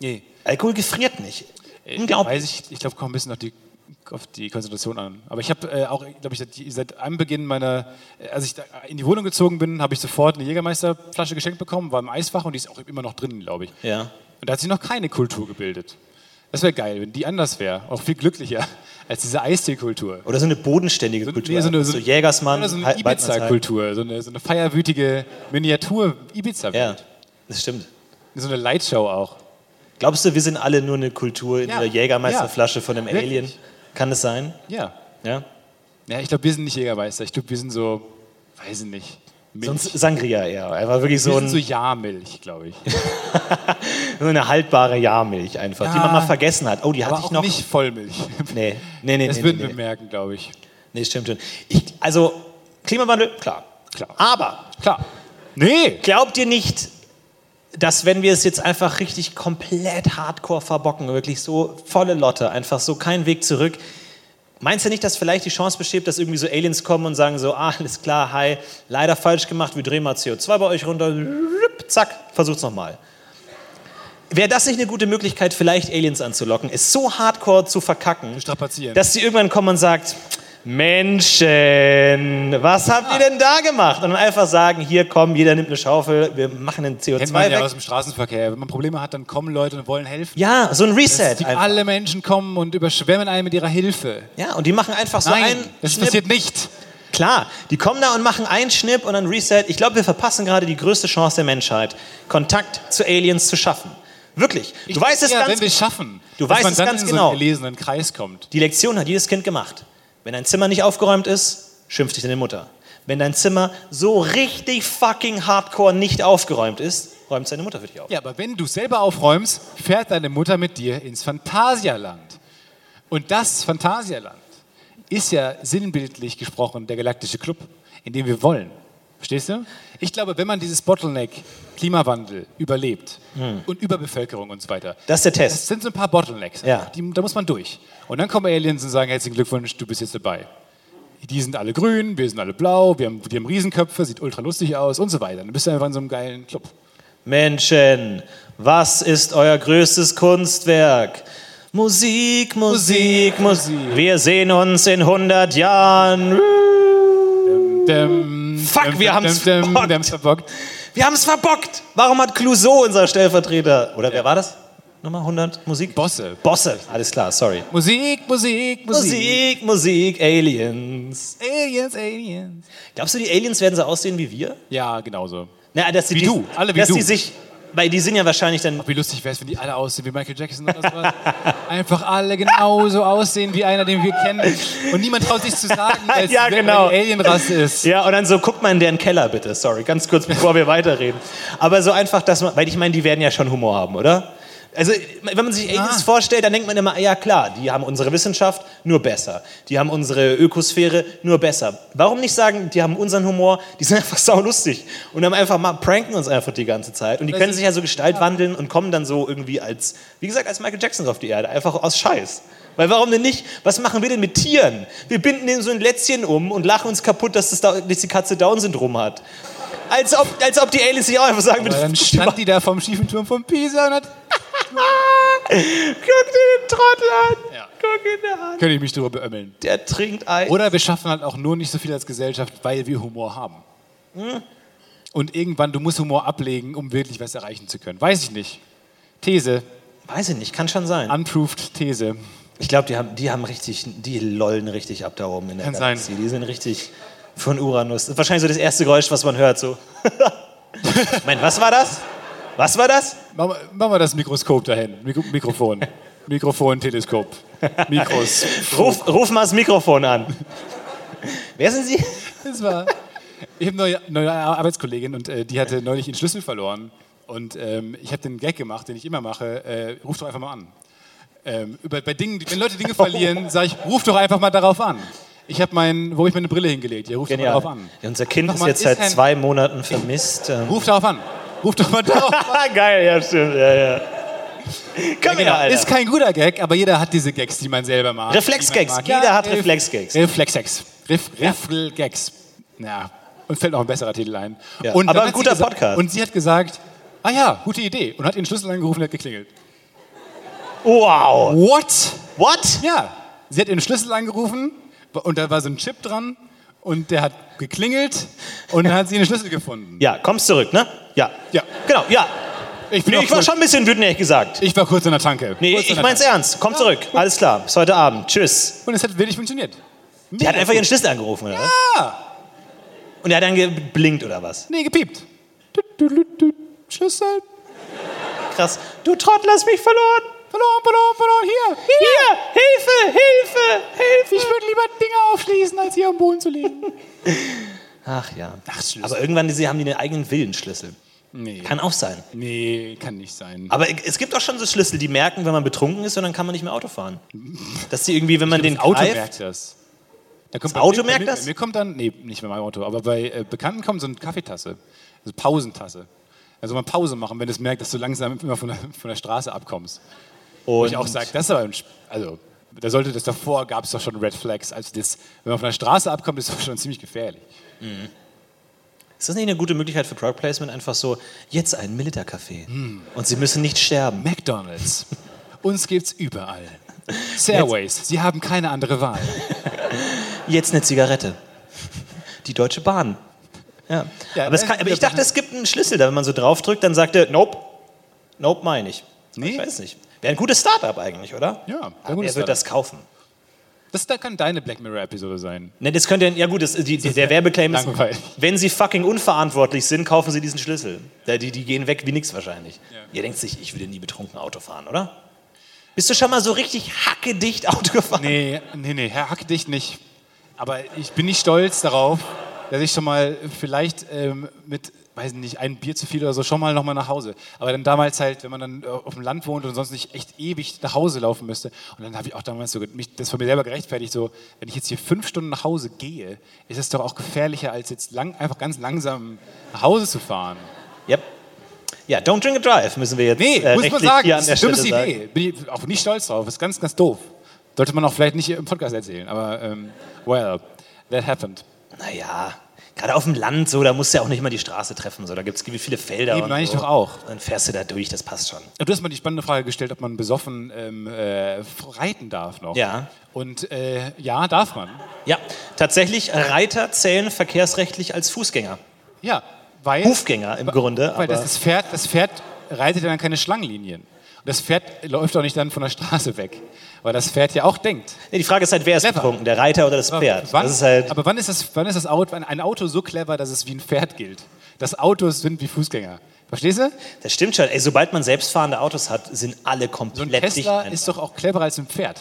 [SPEAKER 2] nee.
[SPEAKER 1] Alkohol gefriert nicht.
[SPEAKER 2] Äh,
[SPEAKER 1] Unglaublich.
[SPEAKER 2] Weiß ich, ich glaube, kommt ein bisschen auf die, auf die Konzentration an. Aber ich habe äh, auch, glaube ich, seit, seit einem Beginn meiner, äh, als ich da in die Wohnung gezogen bin, habe ich sofort eine Jägermeisterflasche geschenkt bekommen, war im Eisfach und die ist auch immer noch drin, glaube ich.
[SPEAKER 1] Ja.
[SPEAKER 2] Und da hat sich noch keine Kultur gebildet. Das wäre geil, wenn die anders wäre. Auch viel glücklicher als diese Eistee-Kultur.
[SPEAKER 1] Oder so eine bodenständige Kultur.
[SPEAKER 2] nee, so eine- so-
[SPEAKER 1] Jägersmann,
[SPEAKER 2] Oder so eine
[SPEAKER 1] Hal- Waldmannsheim.
[SPEAKER 2] Ibiza-Kultur, so eine, so eine feierwütige Miniatur-Ibiza-Welt.
[SPEAKER 1] Ja, das stimmt.
[SPEAKER 2] So eine Lightshow auch.
[SPEAKER 1] Glaubst du, wir sind alle nur eine Kultur in
[SPEAKER 2] Ja,
[SPEAKER 1] der Jägermeisterflasche von einem
[SPEAKER 2] wirklich.
[SPEAKER 1] Alien? Kann das sein?
[SPEAKER 2] Ja.
[SPEAKER 1] Ja.
[SPEAKER 2] Ja, ich glaube, wir sind nicht Jägermeister. Ich glaube, wir sind so, weiß ich nicht. Milch.
[SPEAKER 1] Sonst Sangria eher. Einfach wirklich so,
[SPEAKER 2] wir sind
[SPEAKER 1] ein,
[SPEAKER 2] so Ja-Milch, glaube ich.
[SPEAKER 1] so eine haltbare Jahrmilch einfach, die
[SPEAKER 2] Ja.
[SPEAKER 1] man mal vergessen hat. Oh, die hatte
[SPEAKER 2] Aber
[SPEAKER 1] ich
[SPEAKER 2] auch
[SPEAKER 1] noch.
[SPEAKER 2] nicht Vollmilch.
[SPEAKER 1] Nee, nee, nee,
[SPEAKER 2] Das
[SPEAKER 1] nee,
[SPEAKER 2] würden
[SPEAKER 1] nee,
[SPEAKER 2] wir
[SPEAKER 1] nee.
[SPEAKER 2] merken, glaube ich.
[SPEAKER 1] Nee, stimmt schon. Ich, also, Klimawandel, klar.
[SPEAKER 2] Klar.
[SPEAKER 1] Aber
[SPEAKER 2] Klar. Nee.
[SPEAKER 1] glaubt ihr nicht, dass wenn wir es jetzt einfach richtig komplett hardcore verbocken, wirklich so volle Lotte, einfach so kein Weg zurück, meinst du nicht, dass vielleicht die Chance besteht, dass irgendwie so Aliens kommen und sagen so, ah, alles klar, hi, leider falsch gemacht, wir drehen mal CO2 bei euch runter, rüpp, zack, versucht's nochmal. Wäre das nicht eine gute Möglichkeit, vielleicht Aliens anzulocken, es so hardcore zu verkacken,
[SPEAKER 2] Strapazieren.
[SPEAKER 1] dass sie irgendwann kommen und sagt, Menschen, was habt ihr denn da gemacht? Und dann einfach sagen, hier komm, jeder nimmt eine Schaufel, wir machen den CO2
[SPEAKER 2] Kennt man ja
[SPEAKER 1] weg.
[SPEAKER 2] aus dem Straßenverkehr. Wenn man Probleme hat, dann kommen Leute und wollen helfen.
[SPEAKER 1] Ja, so ein Reset.
[SPEAKER 2] Die,
[SPEAKER 1] einfach.
[SPEAKER 2] alle Menschen kommen und überschwemmen einen mit ihrer Hilfe.
[SPEAKER 1] Ja, und die machen einfach so
[SPEAKER 2] Nein,
[SPEAKER 1] einen
[SPEAKER 2] das
[SPEAKER 1] Schnipp.
[SPEAKER 2] passiert nicht.
[SPEAKER 1] Klar, die kommen da und machen einen Schnipp und dann Reset. Ich glaube, wir verpassen gerade die größte Chance der Menschheit, Kontakt zu Aliens zu schaffen. Wirklich. Du
[SPEAKER 2] Ich
[SPEAKER 1] weißt es
[SPEAKER 2] denke eher,
[SPEAKER 1] ganz
[SPEAKER 2] wenn wir es schaffen,
[SPEAKER 1] Du
[SPEAKER 2] dass
[SPEAKER 1] weißt
[SPEAKER 2] man
[SPEAKER 1] es
[SPEAKER 2] dann
[SPEAKER 1] ganz
[SPEAKER 2] in so
[SPEAKER 1] genau.
[SPEAKER 2] einen gelesenen Kreis kommt.
[SPEAKER 1] Die Lektion hat jedes Kind gemacht. Wenn dein Zimmer nicht aufgeräumt ist, schimpft dich deine Mutter. Wenn dein Zimmer so richtig fucking hardcore nicht aufgeräumt ist, räumt seine Mutter für dich auf.
[SPEAKER 2] Ja, aber wenn du selber aufräumst, fährt deine Mutter mit dir ins Phantasialand. Und das Phantasialand ist ja sinnbildlich gesprochen der galaktische Club, in dem wir wollen. Verstehst du? Ich glaube, wenn man dieses Bottleneck Klimawandel überlebt und Überbevölkerung und so weiter,
[SPEAKER 1] Hm. Das ist der
[SPEAKER 2] das
[SPEAKER 1] Test.
[SPEAKER 2] sind so ein paar Bottlenecks.
[SPEAKER 1] Ja.
[SPEAKER 2] Die, da muss man durch. Und dann kommen Aliens und sagen, herzlichen Glückwunsch, du bist jetzt dabei. Die sind alle grün, wir sind alle blau, wir haben, die haben Riesenköpfe, sieht ultra lustig aus und so weiter. Dann bist du einfach in so einem geilen Club.
[SPEAKER 1] Menschen, was ist euer größtes Kunstwerk? Musik, Musik, Musik. Wir sehen uns in 100 Jahren.
[SPEAKER 2] Däm,
[SPEAKER 1] Fuck, wir haben's verbockt.
[SPEAKER 2] Wir haben's verbockt.
[SPEAKER 1] Wir haben es verbockt. Warum hat Clouseau, unser Stellvertreter, oder wer war das? Nochmal 100 Musik?
[SPEAKER 2] Bosse.
[SPEAKER 1] Bosse, alles klar, sorry.
[SPEAKER 2] Musik, Musik, Musik.
[SPEAKER 1] Musik, Musik, Aliens.
[SPEAKER 2] Aliens, Aliens.
[SPEAKER 1] Glaubst du, die Aliens werden so aussehen wie wir?
[SPEAKER 2] Ja, genau genauso.
[SPEAKER 1] Na, dass die,
[SPEAKER 2] Wie
[SPEAKER 1] die,
[SPEAKER 2] du, alle wie
[SPEAKER 1] dass
[SPEAKER 2] du.
[SPEAKER 1] die sich, weil die sind ja wahrscheinlich dann,
[SPEAKER 2] Wie lustig wäre es, wenn die alle aussehen wie Michael Jackson oder sowas. Einfach alle genauso aussehen wie einer, den wir kennen. Und niemand traut sich zu sagen, dass
[SPEAKER 1] Ja, genau.
[SPEAKER 2] eine Alienrasse ist.
[SPEAKER 1] ja, und dann so, guck mal in deren Keller bitte, sorry, ganz kurz, bevor wir weiterreden. Aber so einfach, dass man, weil ich meine, die werden ja schon Humor haben, oder? Also, wenn man sich Aliens
[SPEAKER 2] Ah.
[SPEAKER 1] vorstellt, dann denkt man immer, ja klar, die haben unsere Wissenschaft nur besser. Die haben unsere Ökosphäre nur besser. Warum nicht sagen, die haben unseren Humor, die sind einfach saulustig und haben einfach mal pranken uns einfach die ganze Zeit. Und die können
[SPEAKER 2] ist-
[SPEAKER 1] sich ja so Gestalt wandeln und kommen dann so irgendwie als, wie gesagt, als Michael Jackson auf die Erde, einfach aus Scheiß. Weil warum denn nicht? Was machen wir denn mit Tieren? Wir binden denen so ein Lätzchen um und lachen uns kaputt, dass, das da, dass die Katze Down-Syndrom hat. Als ob, als ob die Aliens sich auch einfach sagen
[SPEAKER 2] Aber dann stand die da vom schiefen Turm von Pisa und hat.
[SPEAKER 1] Guck dir den Trottel an!
[SPEAKER 2] Ja.
[SPEAKER 1] Guck ihn da an!
[SPEAKER 2] Könnte ich mich drüber beömmeln.
[SPEAKER 1] Der trinkt Eis.
[SPEAKER 2] Oder wir schaffen halt auch nur nicht so viel als Gesellschaft, weil wir Humor haben. Hm? Und irgendwann, du musst Humor ablegen, um wirklich was erreichen zu können. Weiß ich nicht. These,
[SPEAKER 1] Weiß ich nicht, kann schon sein.
[SPEAKER 2] unproved These.
[SPEAKER 1] Ich glaube, die haben, die haben richtig, die lollen richtig ab da oben in der
[SPEAKER 2] Kann sein.
[SPEAKER 1] Galaxie. Die sind richtig von Uranus. Das ist Wahrscheinlich so das erste Geräusch, was man hört, so. Moment, was war das? Was war das?
[SPEAKER 2] Machen wir- machen wir das Mikroskop dahin. Mikro Mikrofon. Mikrofon, Teleskop. Mikros.
[SPEAKER 1] Ruf, ruf mal das Mikrofon an. Wer sind Sie?
[SPEAKER 2] Das war. Ich habe eine neue, neue Arbeitskollegin und äh, die hatte neulich ihren Schlüssel verloren. Und ähm, ich habe den Gag gemacht, den ich immer mache. Äh, ruf doch einfach mal an. Ähm, über, bei Dingen, die- wenn Leute Dinge verlieren, sage ich, ruf doch einfach mal darauf an. Ich habe meinen, wo hab ich meine Brille hingelegt. Ja, ruf
[SPEAKER 1] Genial.
[SPEAKER 2] doch mal darauf an.
[SPEAKER 1] Unser Kind
[SPEAKER 2] Sag
[SPEAKER 1] ist
[SPEAKER 2] mal,
[SPEAKER 1] jetzt
[SPEAKER 2] ist
[SPEAKER 1] seit
[SPEAKER 2] ein-
[SPEAKER 1] zwei Monaten vermisst. Ähm. Ah,
[SPEAKER 2] Ruf darauf an. Ruf doch mal darauf an.
[SPEAKER 1] Geil, ja, stimmt. Ja, ja. Komm her, Alter.
[SPEAKER 2] genau. Ist kein guter Gag, aber jeder hat diese Gags, die man selber mag.
[SPEAKER 1] Reflexgags.
[SPEAKER 2] die man mag.
[SPEAKER 1] Jeder hat
[SPEAKER 2] Ref-
[SPEAKER 1] Reflexgags.
[SPEAKER 2] Reflexgags. Ref Rifflgags. Ja. Und fällt noch ein besserer Titel ein.
[SPEAKER 1] Ja,
[SPEAKER 2] Und
[SPEAKER 1] aber ein
[SPEAKER 2] dann hat
[SPEAKER 1] guter
[SPEAKER 2] sie gesagt-
[SPEAKER 1] Podcast.
[SPEAKER 2] Und sie hat gesagt, ah ja, gute Idee. Und hat ihren Schlüssel angerufen und hat geklingelt.
[SPEAKER 1] Wow.
[SPEAKER 2] What?
[SPEAKER 1] What?
[SPEAKER 2] Ja. Sie hat ihren Schlüssel angerufen und da war so ein Chip dran und der hat geklingelt und dann hat sie den Schlüssel gefunden.
[SPEAKER 1] Ja, kommst zurück, ne? Ja.
[SPEAKER 2] Ja.
[SPEAKER 1] Genau, ja.
[SPEAKER 2] Ich, bin
[SPEAKER 1] Nee,
[SPEAKER 2] auch
[SPEAKER 1] ich war
[SPEAKER 2] kurz-
[SPEAKER 1] schon ein bisschen wütend, ehrlich gesagt.
[SPEAKER 2] ich war kurz in der Tanke.
[SPEAKER 1] Nee,
[SPEAKER 2] kurz
[SPEAKER 1] ich
[SPEAKER 2] in der
[SPEAKER 1] mein's
[SPEAKER 2] Tanke.
[SPEAKER 1] ernst. Komm zurück. Alles klar. Bis heute Abend. Tschüss.
[SPEAKER 2] Und es hat wirklich funktioniert.
[SPEAKER 1] Der hat einfach ihren Schlüssel angerufen, oder? Ja. Und er hat dann geblinkt, oder was?
[SPEAKER 2] Nee, gepiept. Du, du, du, du, Schlüssel.
[SPEAKER 1] krass. Du Trott, lass mich verloren.
[SPEAKER 2] Verloren, verloren, verloren, hier, hier.
[SPEAKER 1] Hier, Hilfe, Hilfe, Hilfe.
[SPEAKER 2] Ich würde lieber Dinge aufschließen, als hier am Boden zu liegen.
[SPEAKER 1] Ach ja.
[SPEAKER 2] Nachtschlüssel.
[SPEAKER 1] Aber irgendwann sie haben die einen eigenen Willensschlüssel.
[SPEAKER 2] Nee.
[SPEAKER 1] Kann auch sein.
[SPEAKER 2] Nee, kann nicht sein.
[SPEAKER 1] Aber es gibt auch schon so Schlüssel, die merken, wenn man betrunken ist und dann kann man nicht mehr Auto fahren. Dass die irgendwie, wenn man den
[SPEAKER 2] das Auto
[SPEAKER 1] greift,
[SPEAKER 2] merkt das. Da
[SPEAKER 1] Das
[SPEAKER 2] kommt bei
[SPEAKER 1] Auto
[SPEAKER 2] mir, bei
[SPEAKER 1] merkt
[SPEAKER 2] mir,
[SPEAKER 1] das?
[SPEAKER 2] Bei mir kommt dann, nee, nicht bei meinem Auto, aber bei äh, Bekannten kommt so eine Kaffeetasse, also Pausentasse. Also mal Pause machen, wenn du es merkst, dass du langsam immer von der, von der Straße abkommst. Wo ich auch sage, das ist aber ein, Sch- also da sollte das davor, gab es doch schon Red Flags. Also das, wenn man von der Straße abkommt, ist das schon ziemlich gefährlich.
[SPEAKER 1] ist das nicht eine gute Möglichkeit für Product Placement? Einfach so, jetzt einen Militärkaffee.
[SPEAKER 2] Hm.
[SPEAKER 1] Und sie müssen nicht sterben.
[SPEAKER 2] McDonalds, uns gibt's überall. Fairways, sie haben keine andere Wahl.
[SPEAKER 1] Jetzt eine Zigarette. Die Deutsche Bahn. Ja.
[SPEAKER 2] Ja, äh,
[SPEAKER 1] aber, es
[SPEAKER 2] das
[SPEAKER 1] kann, aber
[SPEAKER 2] ist wieder
[SPEAKER 1] ich dachte,
[SPEAKER 2] Bahn.
[SPEAKER 1] es gibt einen Schlüssel, da wenn man so draufdrückt, dann sagt er, nope, nope, meine ich.
[SPEAKER 2] Nee.
[SPEAKER 1] Ich weiß nicht. Wäre ein gutes Startup eigentlich, oder? Ah,
[SPEAKER 2] Ja, wäre ein
[SPEAKER 1] Wer
[SPEAKER 2] gutes
[SPEAKER 1] wird
[SPEAKER 2] Startup.
[SPEAKER 1] das kaufen?
[SPEAKER 2] Das da kann deine Black Mirror-Episode sein.
[SPEAKER 1] Ne, das könnte, ja gut, das, die, die, der Werbeclaim ist,
[SPEAKER 2] Langweilig.
[SPEAKER 1] wenn sie fucking unverantwortlich sind, kaufen sie diesen Schlüssel. Da, die, die gehen weg wie nix wahrscheinlich. Ihr denkt sich, ich würde nie betrunken Auto fahren, oder? Bist du schon mal so richtig hackedicht Auto gefahren?
[SPEAKER 2] Nee, nee, nee, Herr Hack dich nicht. Aber ich bin nicht stolz darauf, dass ich schon mal vielleicht ähm, mit, weiß nicht, ein Bier zu viel oder so, schon mal nochmal nach Hause. Aber dann damals halt, wenn man dann äh, auf dem Land wohnt und sonst nicht echt ewig nach Hause laufen müsste. Und dann habe ich auch damals so ge- mich, das von mir selber gerechtfertigt, so, wenn ich jetzt hier fünf Stunden nach Hause gehe, ist es doch auch gefährlicher, als jetzt lang, einfach ganz langsam nach Hause zu fahren.
[SPEAKER 1] Yep. Ja, don't drink and drive, müssen wir jetzt
[SPEAKER 2] Nee,
[SPEAKER 1] äh,
[SPEAKER 2] muss man
[SPEAKER 1] rechtlich
[SPEAKER 2] sagen,
[SPEAKER 1] hier an
[SPEAKER 2] das
[SPEAKER 1] der
[SPEAKER 2] ist eine dümmste
[SPEAKER 1] Stelle sagen.
[SPEAKER 2] Idee. Bin ich auch nicht stolz drauf, ist ganz, ganz doof. Sollte man auch vielleicht nicht im Podcast erzählen, aber ähm, well, that happened.
[SPEAKER 1] Naja, gerade auf dem Land, so, da musst du ja auch nicht mal die Straße treffen. So, da gibt es viele Felder.
[SPEAKER 2] Eben,
[SPEAKER 1] und
[SPEAKER 2] meine ich
[SPEAKER 1] so.
[SPEAKER 2] doch auch.
[SPEAKER 1] Dann fährst du da durch, das passt schon.
[SPEAKER 2] Du hast mal die spannende Frage gestellt, ob man besoffen ähm, äh, reiten darf noch.
[SPEAKER 1] Ja.
[SPEAKER 2] Und äh, ja, darf man.
[SPEAKER 1] Ja, tatsächlich, Reiter zählen verkehrsrechtlich als Fußgänger.
[SPEAKER 2] Ja, weil,
[SPEAKER 1] Hufgänger im Grunde.
[SPEAKER 2] weil
[SPEAKER 1] Aber
[SPEAKER 2] das, das, Pferd, das Pferd reitet ja dann keine Schlangenlinien. Und das Pferd läuft auch nicht dann von der Straße weg, weil das Pferd ja auch denkt.
[SPEAKER 1] nee, die Frage ist halt, wer ist
[SPEAKER 2] Clever.
[SPEAKER 1] betrunken, der Reiter oder das Pferd?
[SPEAKER 2] Wann,
[SPEAKER 1] das ist halt,
[SPEAKER 2] aber wann ist das, wann ist das Auto, ein Auto so clever, dass es wie ein Pferd gilt? Dass Autos sind wie Fußgänger. Verstehst du?
[SPEAKER 1] das stimmt schon. Ey, sobald man selbstfahrende Autos hat, sind alle
[SPEAKER 2] So ein
[SPEAKER 1] komplett dicht.
[SPEAKER 2] Tesla
[SPEAKER 1] einfach.
[SPEAKER 2] ist doch auch cleverer als ein Pferd.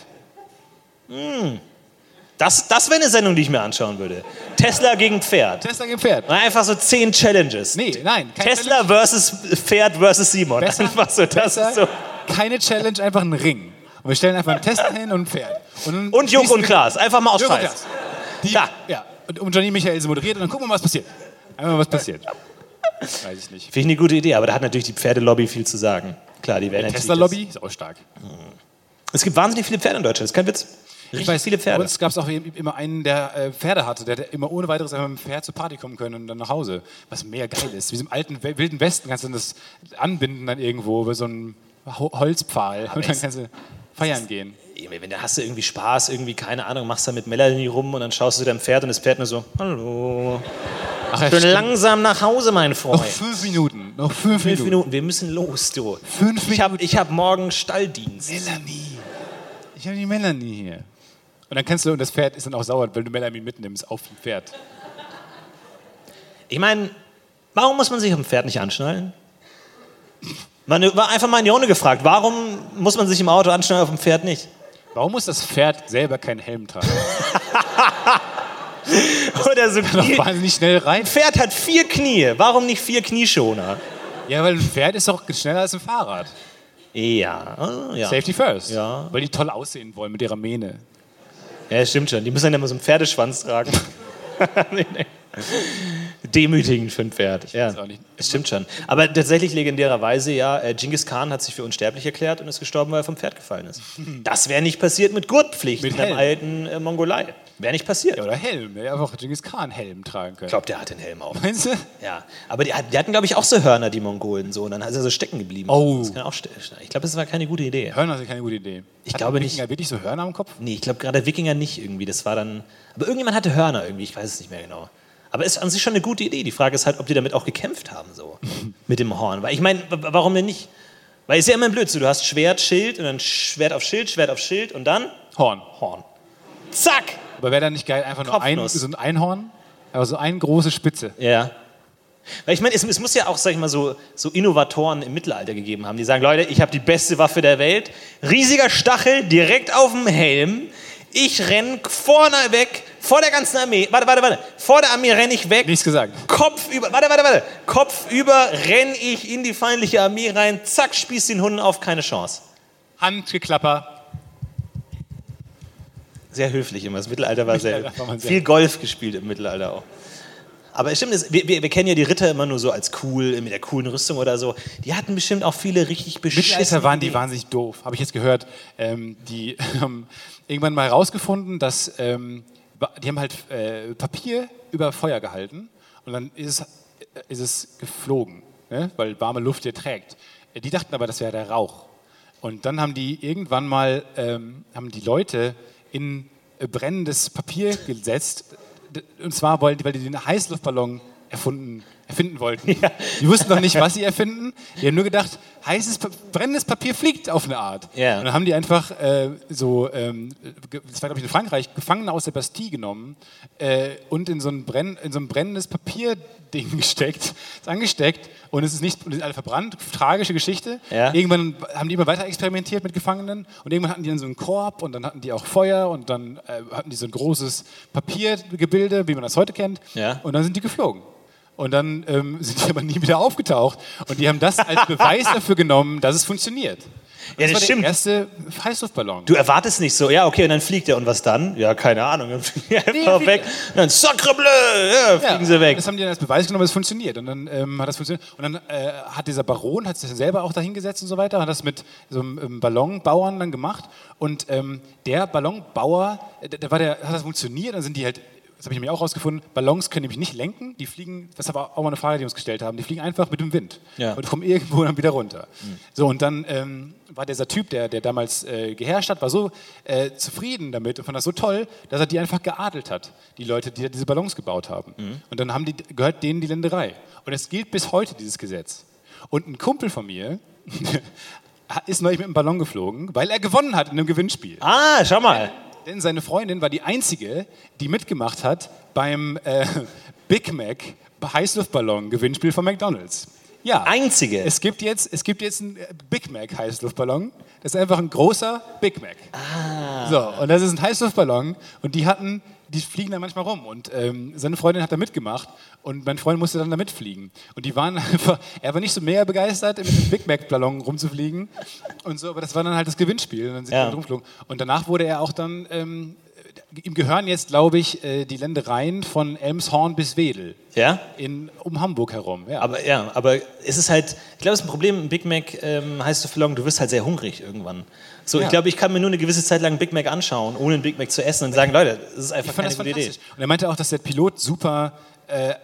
[SPEAKER 1] das das wäre eine Sendung, die ich mir anschauen würde. Tesla gegen Pferd.
[SPEAKER 2] Tesla gegen Pferd.
[SPEAKER 1] Und Einfach so zehn Challenges.
[SPEAKER 2] Nee, nein. keine
[SPEAKER 1] Tesla versus Pferd versus Simon.
[SPEAKER 2] Besser,
[SPEAKER 1] einfach so, das
[SPEAKER 2] besser,
[SPEAKER 1] ist so.
[SPEAKER 2] Keine Challenge, einfach ein Ring. Und wir stellen einfach einen Tesla hin und ein Pferd. dann
[SPEAKER 1] Und Joko und
[SPEAKER 2] schließen
[SPEAKER 1] Klaas, einfach mal aus
[SPEAKER 2] wir- Joko und
[SPEAKER 1] Scheiß.
[SPEAKER 2] Klaas. Die,
[SPEAKER 1] Da.
[SPEAKER 2] Ja. Und, und Johnny Michael ist moderiert und dann gucken wir mal, was passiert. Einmal was passiert. Weiß ich nicht.
[SPEAKER 1] Finde ich eine gute Idee, aber da hat natürlich die Pferdelobby viel zu sagen. Klar, die werden natürlich
[SPEAKER 2] Tesla-Lobby ist auch stark.
[SPEAKER 1] das- Es gibt wahnsinnig viele Pferde in Deutschland, das ist kein Witz. Richtig
[SPEAKER 2] Bei
[SPEAKER 1] viele Pferde.
[SPEAKER 2] uns gab es auch i- immer einen, der äh, Pferde hatte, der hat immer ohne weiteres einfach mit dem Pferd zur Party kommen können und dann nach Hause. Was mega geil ist. Wie so im alten We- Wilden Westen kannst du dann das anbinden dann irgendwo über so einen Ho Holzpfahl und dann
[SPEAKER 1] es-
[SPEAKER 2] kannst du feiern gehen.
[SPEAKER 1] Wenn da hast du irgendwie Spaß, irgendwie, keine Ahnung, machst da mit Melanie rum und dann schaust du deinem Pferd und das Pferd nur so, hallo.
[SPEAKER 2] Ach, ja,
[SPEAKER 1] Schön
[SPEAKER 2] stimmt. Oh,
[SPEAKER 1] langsam nach Hause, mein
[SPEAKER 2] noch
[SPEAKER 1] Freund.
[SPEAKER 2] fünf Minuten. Noch fünf,
[SPEAKER 1] Fünf
[SPEAKER 2] Minuten.
[SPEAKER 1] Minuten, wir müssen los, du.
[SPEAKER 2] Fünf
[SPEAKER 1] Ich habe
[SPEAKER 2] Minuten.
[SPEAKER 1] ich hab morgen Stalldienst.
[SPEAKER 2] Melanie. Ich habe die Melanie hier. Und dann kannst du, und das Pferd ist dann auch sauer, wenn du Melanie mitnimmst auf dem Pferd.
[SPEAKER 1] Ich meine, warum muss man sich auf dem Pferd nicht anschnallen? Man war einfach mal in die Runde gefragt, warum muss man sich im Auto anschnallen, auf dem Pferd nicht?
[SPEAKER 2] Warum muss das Pferd selber keinen Helm tragen?
[SPEAKER 1] Oder so
[SPEAKER 2] Doch
[SPEAKER 1] Knie.
[SPEAKER 2] wahnsinnig schnell rein.
[SPEAKER 1] Pferd hat vier Knie. Warum nicht vier Knieschoner?
[SPEAKER 2] Ja, weil ein Pferd ist doch schneller als ein Fahrrad.
[SPEAKER 1] Ja, oh, ja.
[SPEAKER 2] Safety first.
[SPEAKER 1] Ja.
[SPEAKER 2] Weil die toll aussehen wollen mit ihrer Mähne.
[SPEAKER 1] Ja, stimmt schon. Die müssen dann immer so einen Pferdeschwanz tragen. Nee, nee. Demütigend für ein Pferd. Ja,
[SPEAKER 2] auch nicht.
[SPEAKER 1] das stimmt schon. Aber tatsächlich legendärerweise, ja, äh, Genghis Khan hat sich für unsterblich erklärt und ist gestorben, weil er vom Pferd gefallen ist. Das wäre nicht passiert mit Gurtpflicht
[SPEAKER 2] Mit
[SPEAKER 1] in der
[SPEAKER 2] Helm.
[SPEAKER 1] alten äh, Mongolei. Wäre nicht passiert.
[SPEAKER 2] Ja, oder Helm. Er hätte einfach Genghis Khan Helm tragen können.
[SPEAKER 1] Ich glaube, der hat den Helm auf.
[SPEAKER 2] Meinst du?
[SPEAKER 1] Ja, aber die, hat- die hatten, glaube ich, auch so Hörner, die Mongolen. So, und dann ist er so stecken geblieben.
[SPEAKER 2] Oh.
[SPEAKER 1] Das kann auch ste- ich glaube, das war keine gute Idee.
[SPEAKER 2] Hörner sind keine gute Idee.
[SPEAKER 1] Ich
[SPEAKER 2] Hat
[SPEAKER 1] glaube
[SPEAKER 2] ein Wikinger wirklich so Hörner am Kopf?
[SPEAKER 1] Nee, ich glaube, gerade Wikinger nicht irgendwie. Das war dann. Aber irgendjemand hatte Hörner irgendwie, ich weiß es nicht mehr genau. Aber ist an sich schon eine gute Idee. Die Frage ist halt, ob die damit auch gekämpft haben, so. mit dem Horn. Weil ich meine, w- warum denn nicht? Weil ist ja immer blöd. So, du hast Schwert, Schild und dann Schwert auf Schild, Schwert auf Schild und dann
[SPEAKER 2] Horn.
[SPEAKER 1] Horn. Zack!
[SPEAKER 2] Aber wäre da nicht geil, einfach nur ein,
[SPEAKER 1] Kopfnuss.
[SPEAKER 2] so ein Einhorn? Aber so eine große Spitze.
[SPEAKER 1] Ja. Weil ich meine, es, es muss ja auch, sag ich mal, so, so Innovatoren im Mittelalter gegeben haben, die sagen, Leute, ich habe die beste Waffe der Welt, riesiger Stachel direkt auf dem Helm, ich renn vorne weg, vor der ganzen Armee, warte, warte, warte, vor der Armee renn ich weg,
[SPEAKER 2] Nichts gesagt.
[SPEAKER 1] Kopf über, warte, warte, warte, Kopf über renn ich in die feindliche Armee rein, zack, spieß den Hunden auf, keine Chance.
[SPEAKER 2] Handgeklapper.
[SPEAKER 1] Sehr höflich immer, das Mittelalter war sehr,
[SPEAKER 2] Mittelalter war man sehr-
[SPEAKER 1] viel Golf gespielt im Mittelalter auch. Aber es stimmt, es- wir, wir, wir kennen ja die Ritter immer nur so als cool, mit der coolen Rüstung oder so. Die hatten bestimmt auch viele richtig
[SPEAKER 2] Mittelalter
[SPEAKER 1] beschissene
[SPEAKER 2] waren die
[SPEAKER 1] Ideen.
[SPEAKER 2] wahnsinnig doof. Habe ich jetzt gehört. Ähm, die haben irgendwann mal herausgefunden, dass ähm, ba- die haben halt äh, Papier über Feuer gehalten und dann ist es, äh, ist es geflogen, ne? weil warme Luft hier trägt. Äh, Die dachten aber, das wäre der Rauch. Und dann haben die irgendwann mal ähm, haben die Leute in äh, brennendes Papier gesetzt. D- Und zwar wollen die, weil die den Heißluftballon erfunden, erfinden wollten. Die wussten noch nicht, was sie erfinden. Die haben nur gedacht, heißes, Pa- brennendes Papier fliegt auf eine Art.
[SPEAKER 1] Ja.
[SPEAKER 2] Und dann haben die einfach äh, so, ähm, ge- das war glaube ich in Frankreich, Gefangene aus der Bastille genommen äh, und in so, ein Brenn, in so ein brennendes Papierding gesteckt, ist angesteckt und es ist nicht, und die sind alle verbrannt, tragische Geschichte.
[SPEAKER 1] Ja.
[SPEAKER 2] Irgendwann haben die immer weiter experimentiert mit Gefangenen und irgendwann hatten die dann so einen Korb und dann hatten die auch Feuer und dann äh, hatten die so ein großes Papiergebilde, wie man das heute kennt.
[SPEAKER 1] Ja.
[SPEAKER 2] Und dann sind die geflogen. Und dann ähm, sind die aber nie wieder aufgetaucht. Und die haben das als Beweis dafür genommen, dass es funktioniert. Und
[SPEAKER 1] Ja, das
[SPEAKER 2] war
[SPEAKER 1] stimmt.
[SPEAKER 2] Der erste Heißluftballon.
[SPEAKER 1] Du erwartest nicht so, ja, okay, und dann fliegt er. Und was dann? Ja, keine Ahnung. Dann fliegt er einfach
[SPEAKER 2] fliegt
[SPEAKER 1] weg. Und dann, sacre bleu, ja, fliegen
[SPEAKER 2] Ja,
[SPEAKER 1] sie weg.
[SPEAKER 2] Das haben die dann als Beweis genommen, dass es funktioniert. Und dann ähm, hat das funktioniert. Und dann äh, hat dieser Baron, hat sich dann selber auch dahingesetzt und so weiter, hat das mit so einem ähm, Ballonbauern dann gemacht. Und ähm, der Ballonbauer, äh, der, der war der, hat das funktioniert, dann sind die halt. Das habe ich nämlich auch rausgefunden. Ballons können nämlich nicht lenken. Die fliegen, das war auch mal eine Frage, die wir uns gestellt haben. Die fliegen einfach mit dem Wind
[SPEAKER 1] Ja.
[SPEAKER 2] und kommen irgendwo dann wieder runter. So, und dann ähm, war dieser Typ, der, der damals äh, geherrscht hat, war so äh, zufrieden damit und fand das so toll, dass er die einfach geadelt hat, die Leute, die da diese Ballons gebaut haben. Und dann haben die, gehört denen die Länderei. Und es gilt bis heute, dieses Gesetz. Und ein Kumpel von mir ist neulich mit einem Ballon geflogen, weil er gewonnen hat in einem Gewinnspiel.
[SPEAKER 1] Ah, schau mal.
[SPEAKER 2] Denn seine Freundin war die einzige, die mitgemacht hat beim äh, Big Mac Heißluftballon Gewinnspiel von McDonald's. Ja.
[SPEAKER 1] Einzige.
[SPEAKER 2] Es gibt jetzt, es gibt jetzt einen äh, Big Mac Heißluftballon. Das ist einfach ein großer Big Mac. So, und das ist ein Heißluftballon und die hatten, die fliegen da manchmal rum und ähm, seine Freundin hat da mitgemacht und mein Freund musste dann da mitfliegen. Und die waren einfach, er war nicht so mega begeistert, mit dem Big Mac-Ballon rumzufliegen und so, aber das war dann halt das Gewinnspiel und dann sind
[SPEAKER 1] Ja.
[SPEAKER 2] die halt rumgeflogen. Und danach wurde er auch dann, ähm, ihm gehören jetzt, glaube ich, äh, die Ländereien von Elmshorn bis Wedel.
[SPEAKER 1] Ja?
[SPEAKER 2] In, um Hamburg herum. Ja.
[SPEAKER 1] Aber ja, aber es ist halt, ich glaube, es ist ein Problem im Big Mac ähm, heißt du Long, du wirst halt sehr hungrig irgendwann. So, ich
[SPEAKER 2] Ja.
[SPEAKER 1] glaube, ich kann mir nur eine gewisse Zeit lang Big Mac anschauen, ohne einen Big Mac zu essen und sagen, Leute, das ist einfach
[SPEAKER 2] ich fand
[SPEAKER 1] keine
[SPEAKER 2] das
[SPEAKER 1] gute Idee.
[SPEAKER 2] fantastisch. Und er meinte auch, dass der Pilot super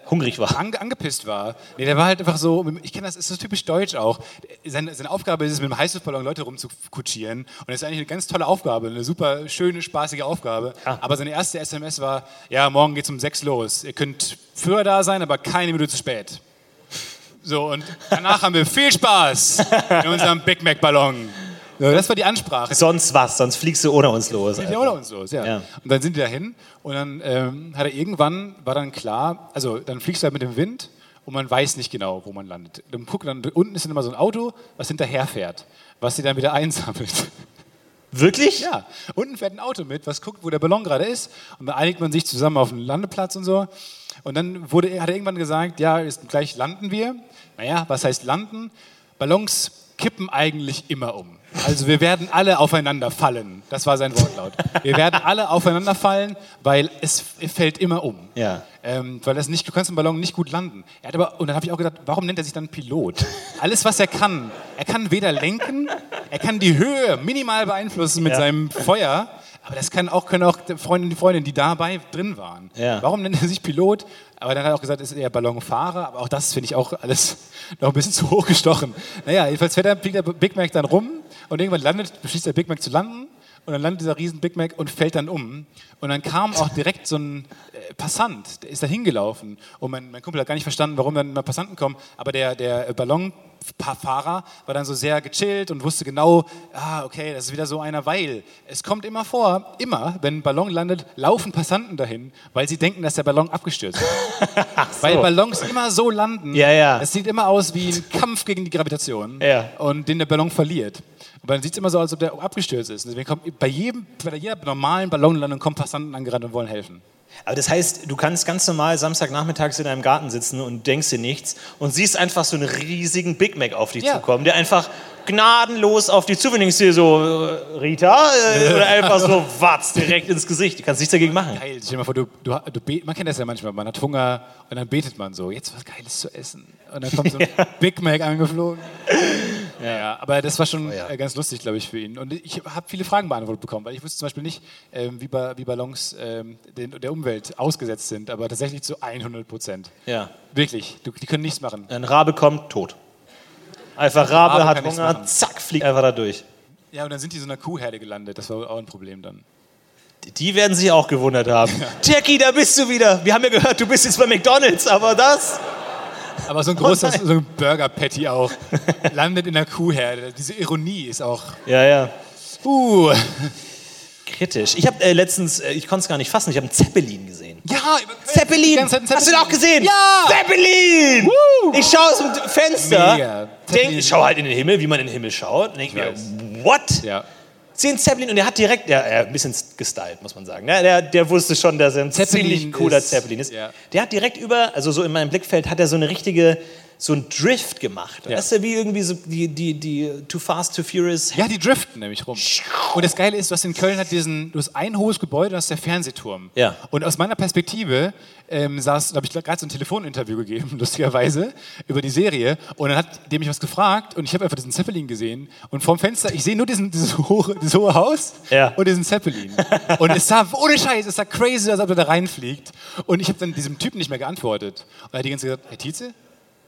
[SPEAKER 1] Hungrig war.
[SPEAKER 2] ange angepisst war. Nee, der war halt einfach so, ich kenne das, ist so typisch deutsch auch. Seine, seine Aufgabe ist es, mit dem Heißluftballon Leute rumzukutschieren. Und das ist eigentlich eine ganz tolle Aufgabe, eine super schöne, spaßige Aufgabe. Aber seine erste SMS war, ja, morgen geht's um sechs los. Ihr könnt früher da sein, aber keine Minute zu spät. So, und danach haben wir viel Spaß in unserem Big Mac-Ballon. So, das war die Ansprache.
[SPEAKER 1] Sonst was, sonst fliegst du ohne uns los.
[SPEAKER 2] Ja, oder uns los, ja.
[SPEAKER 1] Ja.
[SPEAKER 2] Und dann sind die dahin und dann ähm, hat er irgendwann, war dann klar, also dann fliegst du halt mit dem Wind und man weiß nicht genau, wo man landet. Dann guck, dann unten ist dann immer so ein Auto, was hinterherfährt, was sie dann wieder einsammelt.
[SPEAKER 1] Wirklich?
[SPEAKER 2] Ja, unten fährt ein Auto mit, was guckt, wo der Ballon gerade ist. Und dann einigt man sich zusammen auf einen Landeplatz und so. Und dann wurde, hat er irgendwann gesagt, ja, ist, gleich landen wir. Naja, was heißt landen? Ballons kippen eigentlich immer um. Also wir werden alle aufeinander fallen. Das war sein Wortlaut. Wir werden alle aufeinander fallen, weil es f- fällt immer um.
[SPEAKER 1] Ja.
[SPEAKER 2] Ähm, weil das nicht, du kannst einen Ballon nicht gut landen. Er hat aber, und dann habe ich auch gedacht, warum nennt er sich dann Pilot? Alles, was er kann. Er kann weder lenken, er kann die Höhe minimal beeinflussen mit
[SPEAKER 1] Ja.
[SPEAKER 2] seinem Feuer, aber das kann auch, können auch Freunde, die Freundinnen, die dabei drin waren.
[SPEAKER 1] Ja.
[SPEAKER 2] Warum nennt er sich Pilot? Aber dann hat er auch gesagt, ist er Ballonfahrer, aber auch das finde ich auch alles noch ein bisschen zu hoch gestochen. Naja, jedenfalls fährt er, fliegt der Big Mac dann rum und irgendwann landet, beschließt der Big Mac zu landen. Und dann landet dieser riesen Big Mac und fällt dann um. Und dann kam auch direkt so ein äh, Passant, der ist da hingelaufen. Und mein, mein Kumpel hat gar nicht verstanden, warum dann mal Passanten kommen. Aber der, der Ballon paar Fahrer war dann so sehr gechillt und wusste genau, ah, okay, das ist wieder so einer, weil es kommt immer vor, immer, wenn ein Ballon landet, laufen Passanten dahin, weil sie denken, dass der Ballon abgestürzt ist. Weil Ballons immer so landen,
[SPEAKER 1] Ja, ja.
[SPEAKER 2] es sieht immer aus wie ein Kampf gegen die Gravitation
[SPEAKER 1] Ja.
[SPEAKER 2] und den der Ballon verliert. Aber dann sieht es immer so aus, als ob der abgestürzt ist. Und deswegen kommt bei, jedem, bei jeder normalen Ballonlandung kommen Passanten angerannt und wollen helfen.
[SPEAKER 1] Aber das heißt, du kannst ganz normal Samstagnachmittags in deinem Garten sitzen und denkst dir nichts und siehst einfach so einen riesigen Big Mac auf dich
[SPEAKER 2] Ja.
[SPEAKER 1] zukommen, der einfach gnadenlos auf dich zu und denkst dir so, äh, Rita, äh, oder einfach so, watz, direkt ins Gesicht. Du kannst nichts dagegen machen.
[SPEAKER 2] Geil, stell dir mal vor, du, du, du bet, man kennt das ja manchmal, man hat Hunger und dann betet man so, jetzt was Geiles zu essen. Und dann kommt so ein Big Mac angeflogen. Ja, ja, aber das war schon äh, ganz lustig, glaube ich, für ihn. Und ich habe viele Fragen beantwortet bekommen, weil ich wusste zum Beispiel nicht, ähm, wie, ba wie Ballons ähm, den, der Umwelt ausgesetzt sind, aber tatsächlich zu 100 Prozent.
[SPEAKER 1] Ja.
[SPEAKER 2] Wirklich, du, die können nichts machen.
[SPEAKER 1] Ein Rabe kommt, tot. Einfach Rabe,
[SPEAKER 2] Rabe
[SPEAKER 1] hat
[SPEAKER 2] kann nichts
[SPEAKER 1] Hunger,
[SPEAKER 2] machen.
[SPEAKER 1] zack, fliegt einfach da durch.
[SPEAKER 2] Ja, und dann sind die so in einer Kuhherde gelandet, das war wohl auch ein Problem dann.
[SPEAKER 1] Die werden sich auch gewundert haben. Jackie, da bist du wieder. Wir haben ja gehört, du bist jetzt bei McDonalds, aber das.
[SPEAKER 2] Aber so ein großes,
[SPEAKER 1] nein.
[SPEAKER 2] so ein Burger-Patty auch, landet in der Kuhherde. Diese Ironie ist auch,
[SPEAKER 1] Ja, ja.
[SPEAKER 2] uh,
[SPEAKER 1] Kritisch. Ich habe äh, letztens, äh, ich konnte es gar nicht fassen, ich habe einen Zeppelin gesehen.
[SPEAKER 2] Ja, über Köln. Die
[SPEAKER 1] Zeppelin!
[SPEAKER 2] ganze Zeit ein
[SPEAKER 1] Hast du den auch gesehen?
[SPEAKER 2] Äh, Ja!
[SPEAKER 1] Zeppelin!
[SPEAKER 2] Woo!
[SPEAKER 1] Ich schaue aus dem Fenster,
[SPEAKER 2] Mega.
[SPEAKER 1] denk,
[SPEAKER 2] Zeppelin.
[SPEAKER 1] ich schaue halt in den Himmel, wie man in den Himmel schaut, und denke mir, what?
[SPEAKER 2] Ja.
[SPEAKER 1] Sehen Zeppelin und er hat direkt, ja, er hat ein bisschen gestylt, muss man sagen. Ne? Der, der wusste schon, dass er ein
[SPEAKER 2] Zeppelin
[SPEAKER 1] ziemlich cooler
[SPEAKER 2] ist-
[SPEAKER 1] Zeppelin ist.
[SPEAKER 2] ja.
[SPEAKER 1] Der hat direkt über, also so in meinem Blickfeld, hat er so eine richtige, so ein Drift gemacht.
[SPEAKER 2] Ja.
[SPEAKER 1] Weißt du, wie irgendwie so die, die, die Too Fast, Too Furious.
[SPEAKER 2] Ja, die driften nämlich rum. Und das Geile ist, du hast in Köln halt diesen, du hast ein hohes Gebäude, das ist der Fernsehturm.
[SPEAKER 1] Ja.
[SPEAKER 2] Und aus meiner Perspektive ähm, saß, da habe ich gerade so ein Telefoninterview gegeben, lustigerweise, über die Serie. Und dann hat der mich was gefragt und ich habe einfach diesen Zeppelin gesehen. Und vorm Fenster, ich sehe nur diesen, dieses, hohe, dieses hohe Haus
[SPEAKER 1] Ja.
[SPEAKER 2] und diesen Zeppelin. und es sah, ohne Scheiß, es sah crazy, als ob er da reinfliegt. Und ich habe dann diesem Typen nicht mehr geantwortet. Und er hat die ganze Zeit gesagt, Herr Tietze?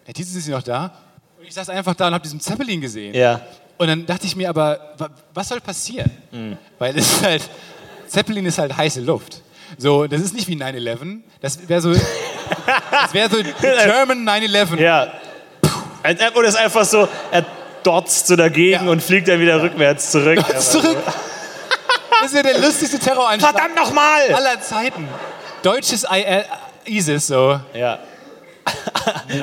[SPEAKER 2] Herr Tietze, sind Sie noch da? Und ich saß einfach da und habe diesen Zeppelin gesehen.
[SPEAKER 1] Ja.
[SPEAKER 2] Und dann dachte ich mir aber, wa- was soll passieren?
[SPEAKER 1] Mhm.
[SPEAKER 2] Weil es ist halt, Zeppelin ist halt heiße Luft. So, das ist nicht wie 9-11. Das wäre so, das wäre so German 9-11.
[SPEAKER 1] Ja. Als ob- Oder ist einfach so, er dotzt so dagegen
[SPEAKER 2] Ja.
[SPEAKER 1] und fliegt dann wieder rückwärts zurück.
[SPEAKER 2] Zurück. Das ist ja der lustigste Terroranschlag
[SPEAKER 1] Verdammt nochmal!
[SPEAKER 2] aller Zeiten. Deutsches IR, ISIS, so.
[SPEAKER 1] Ja.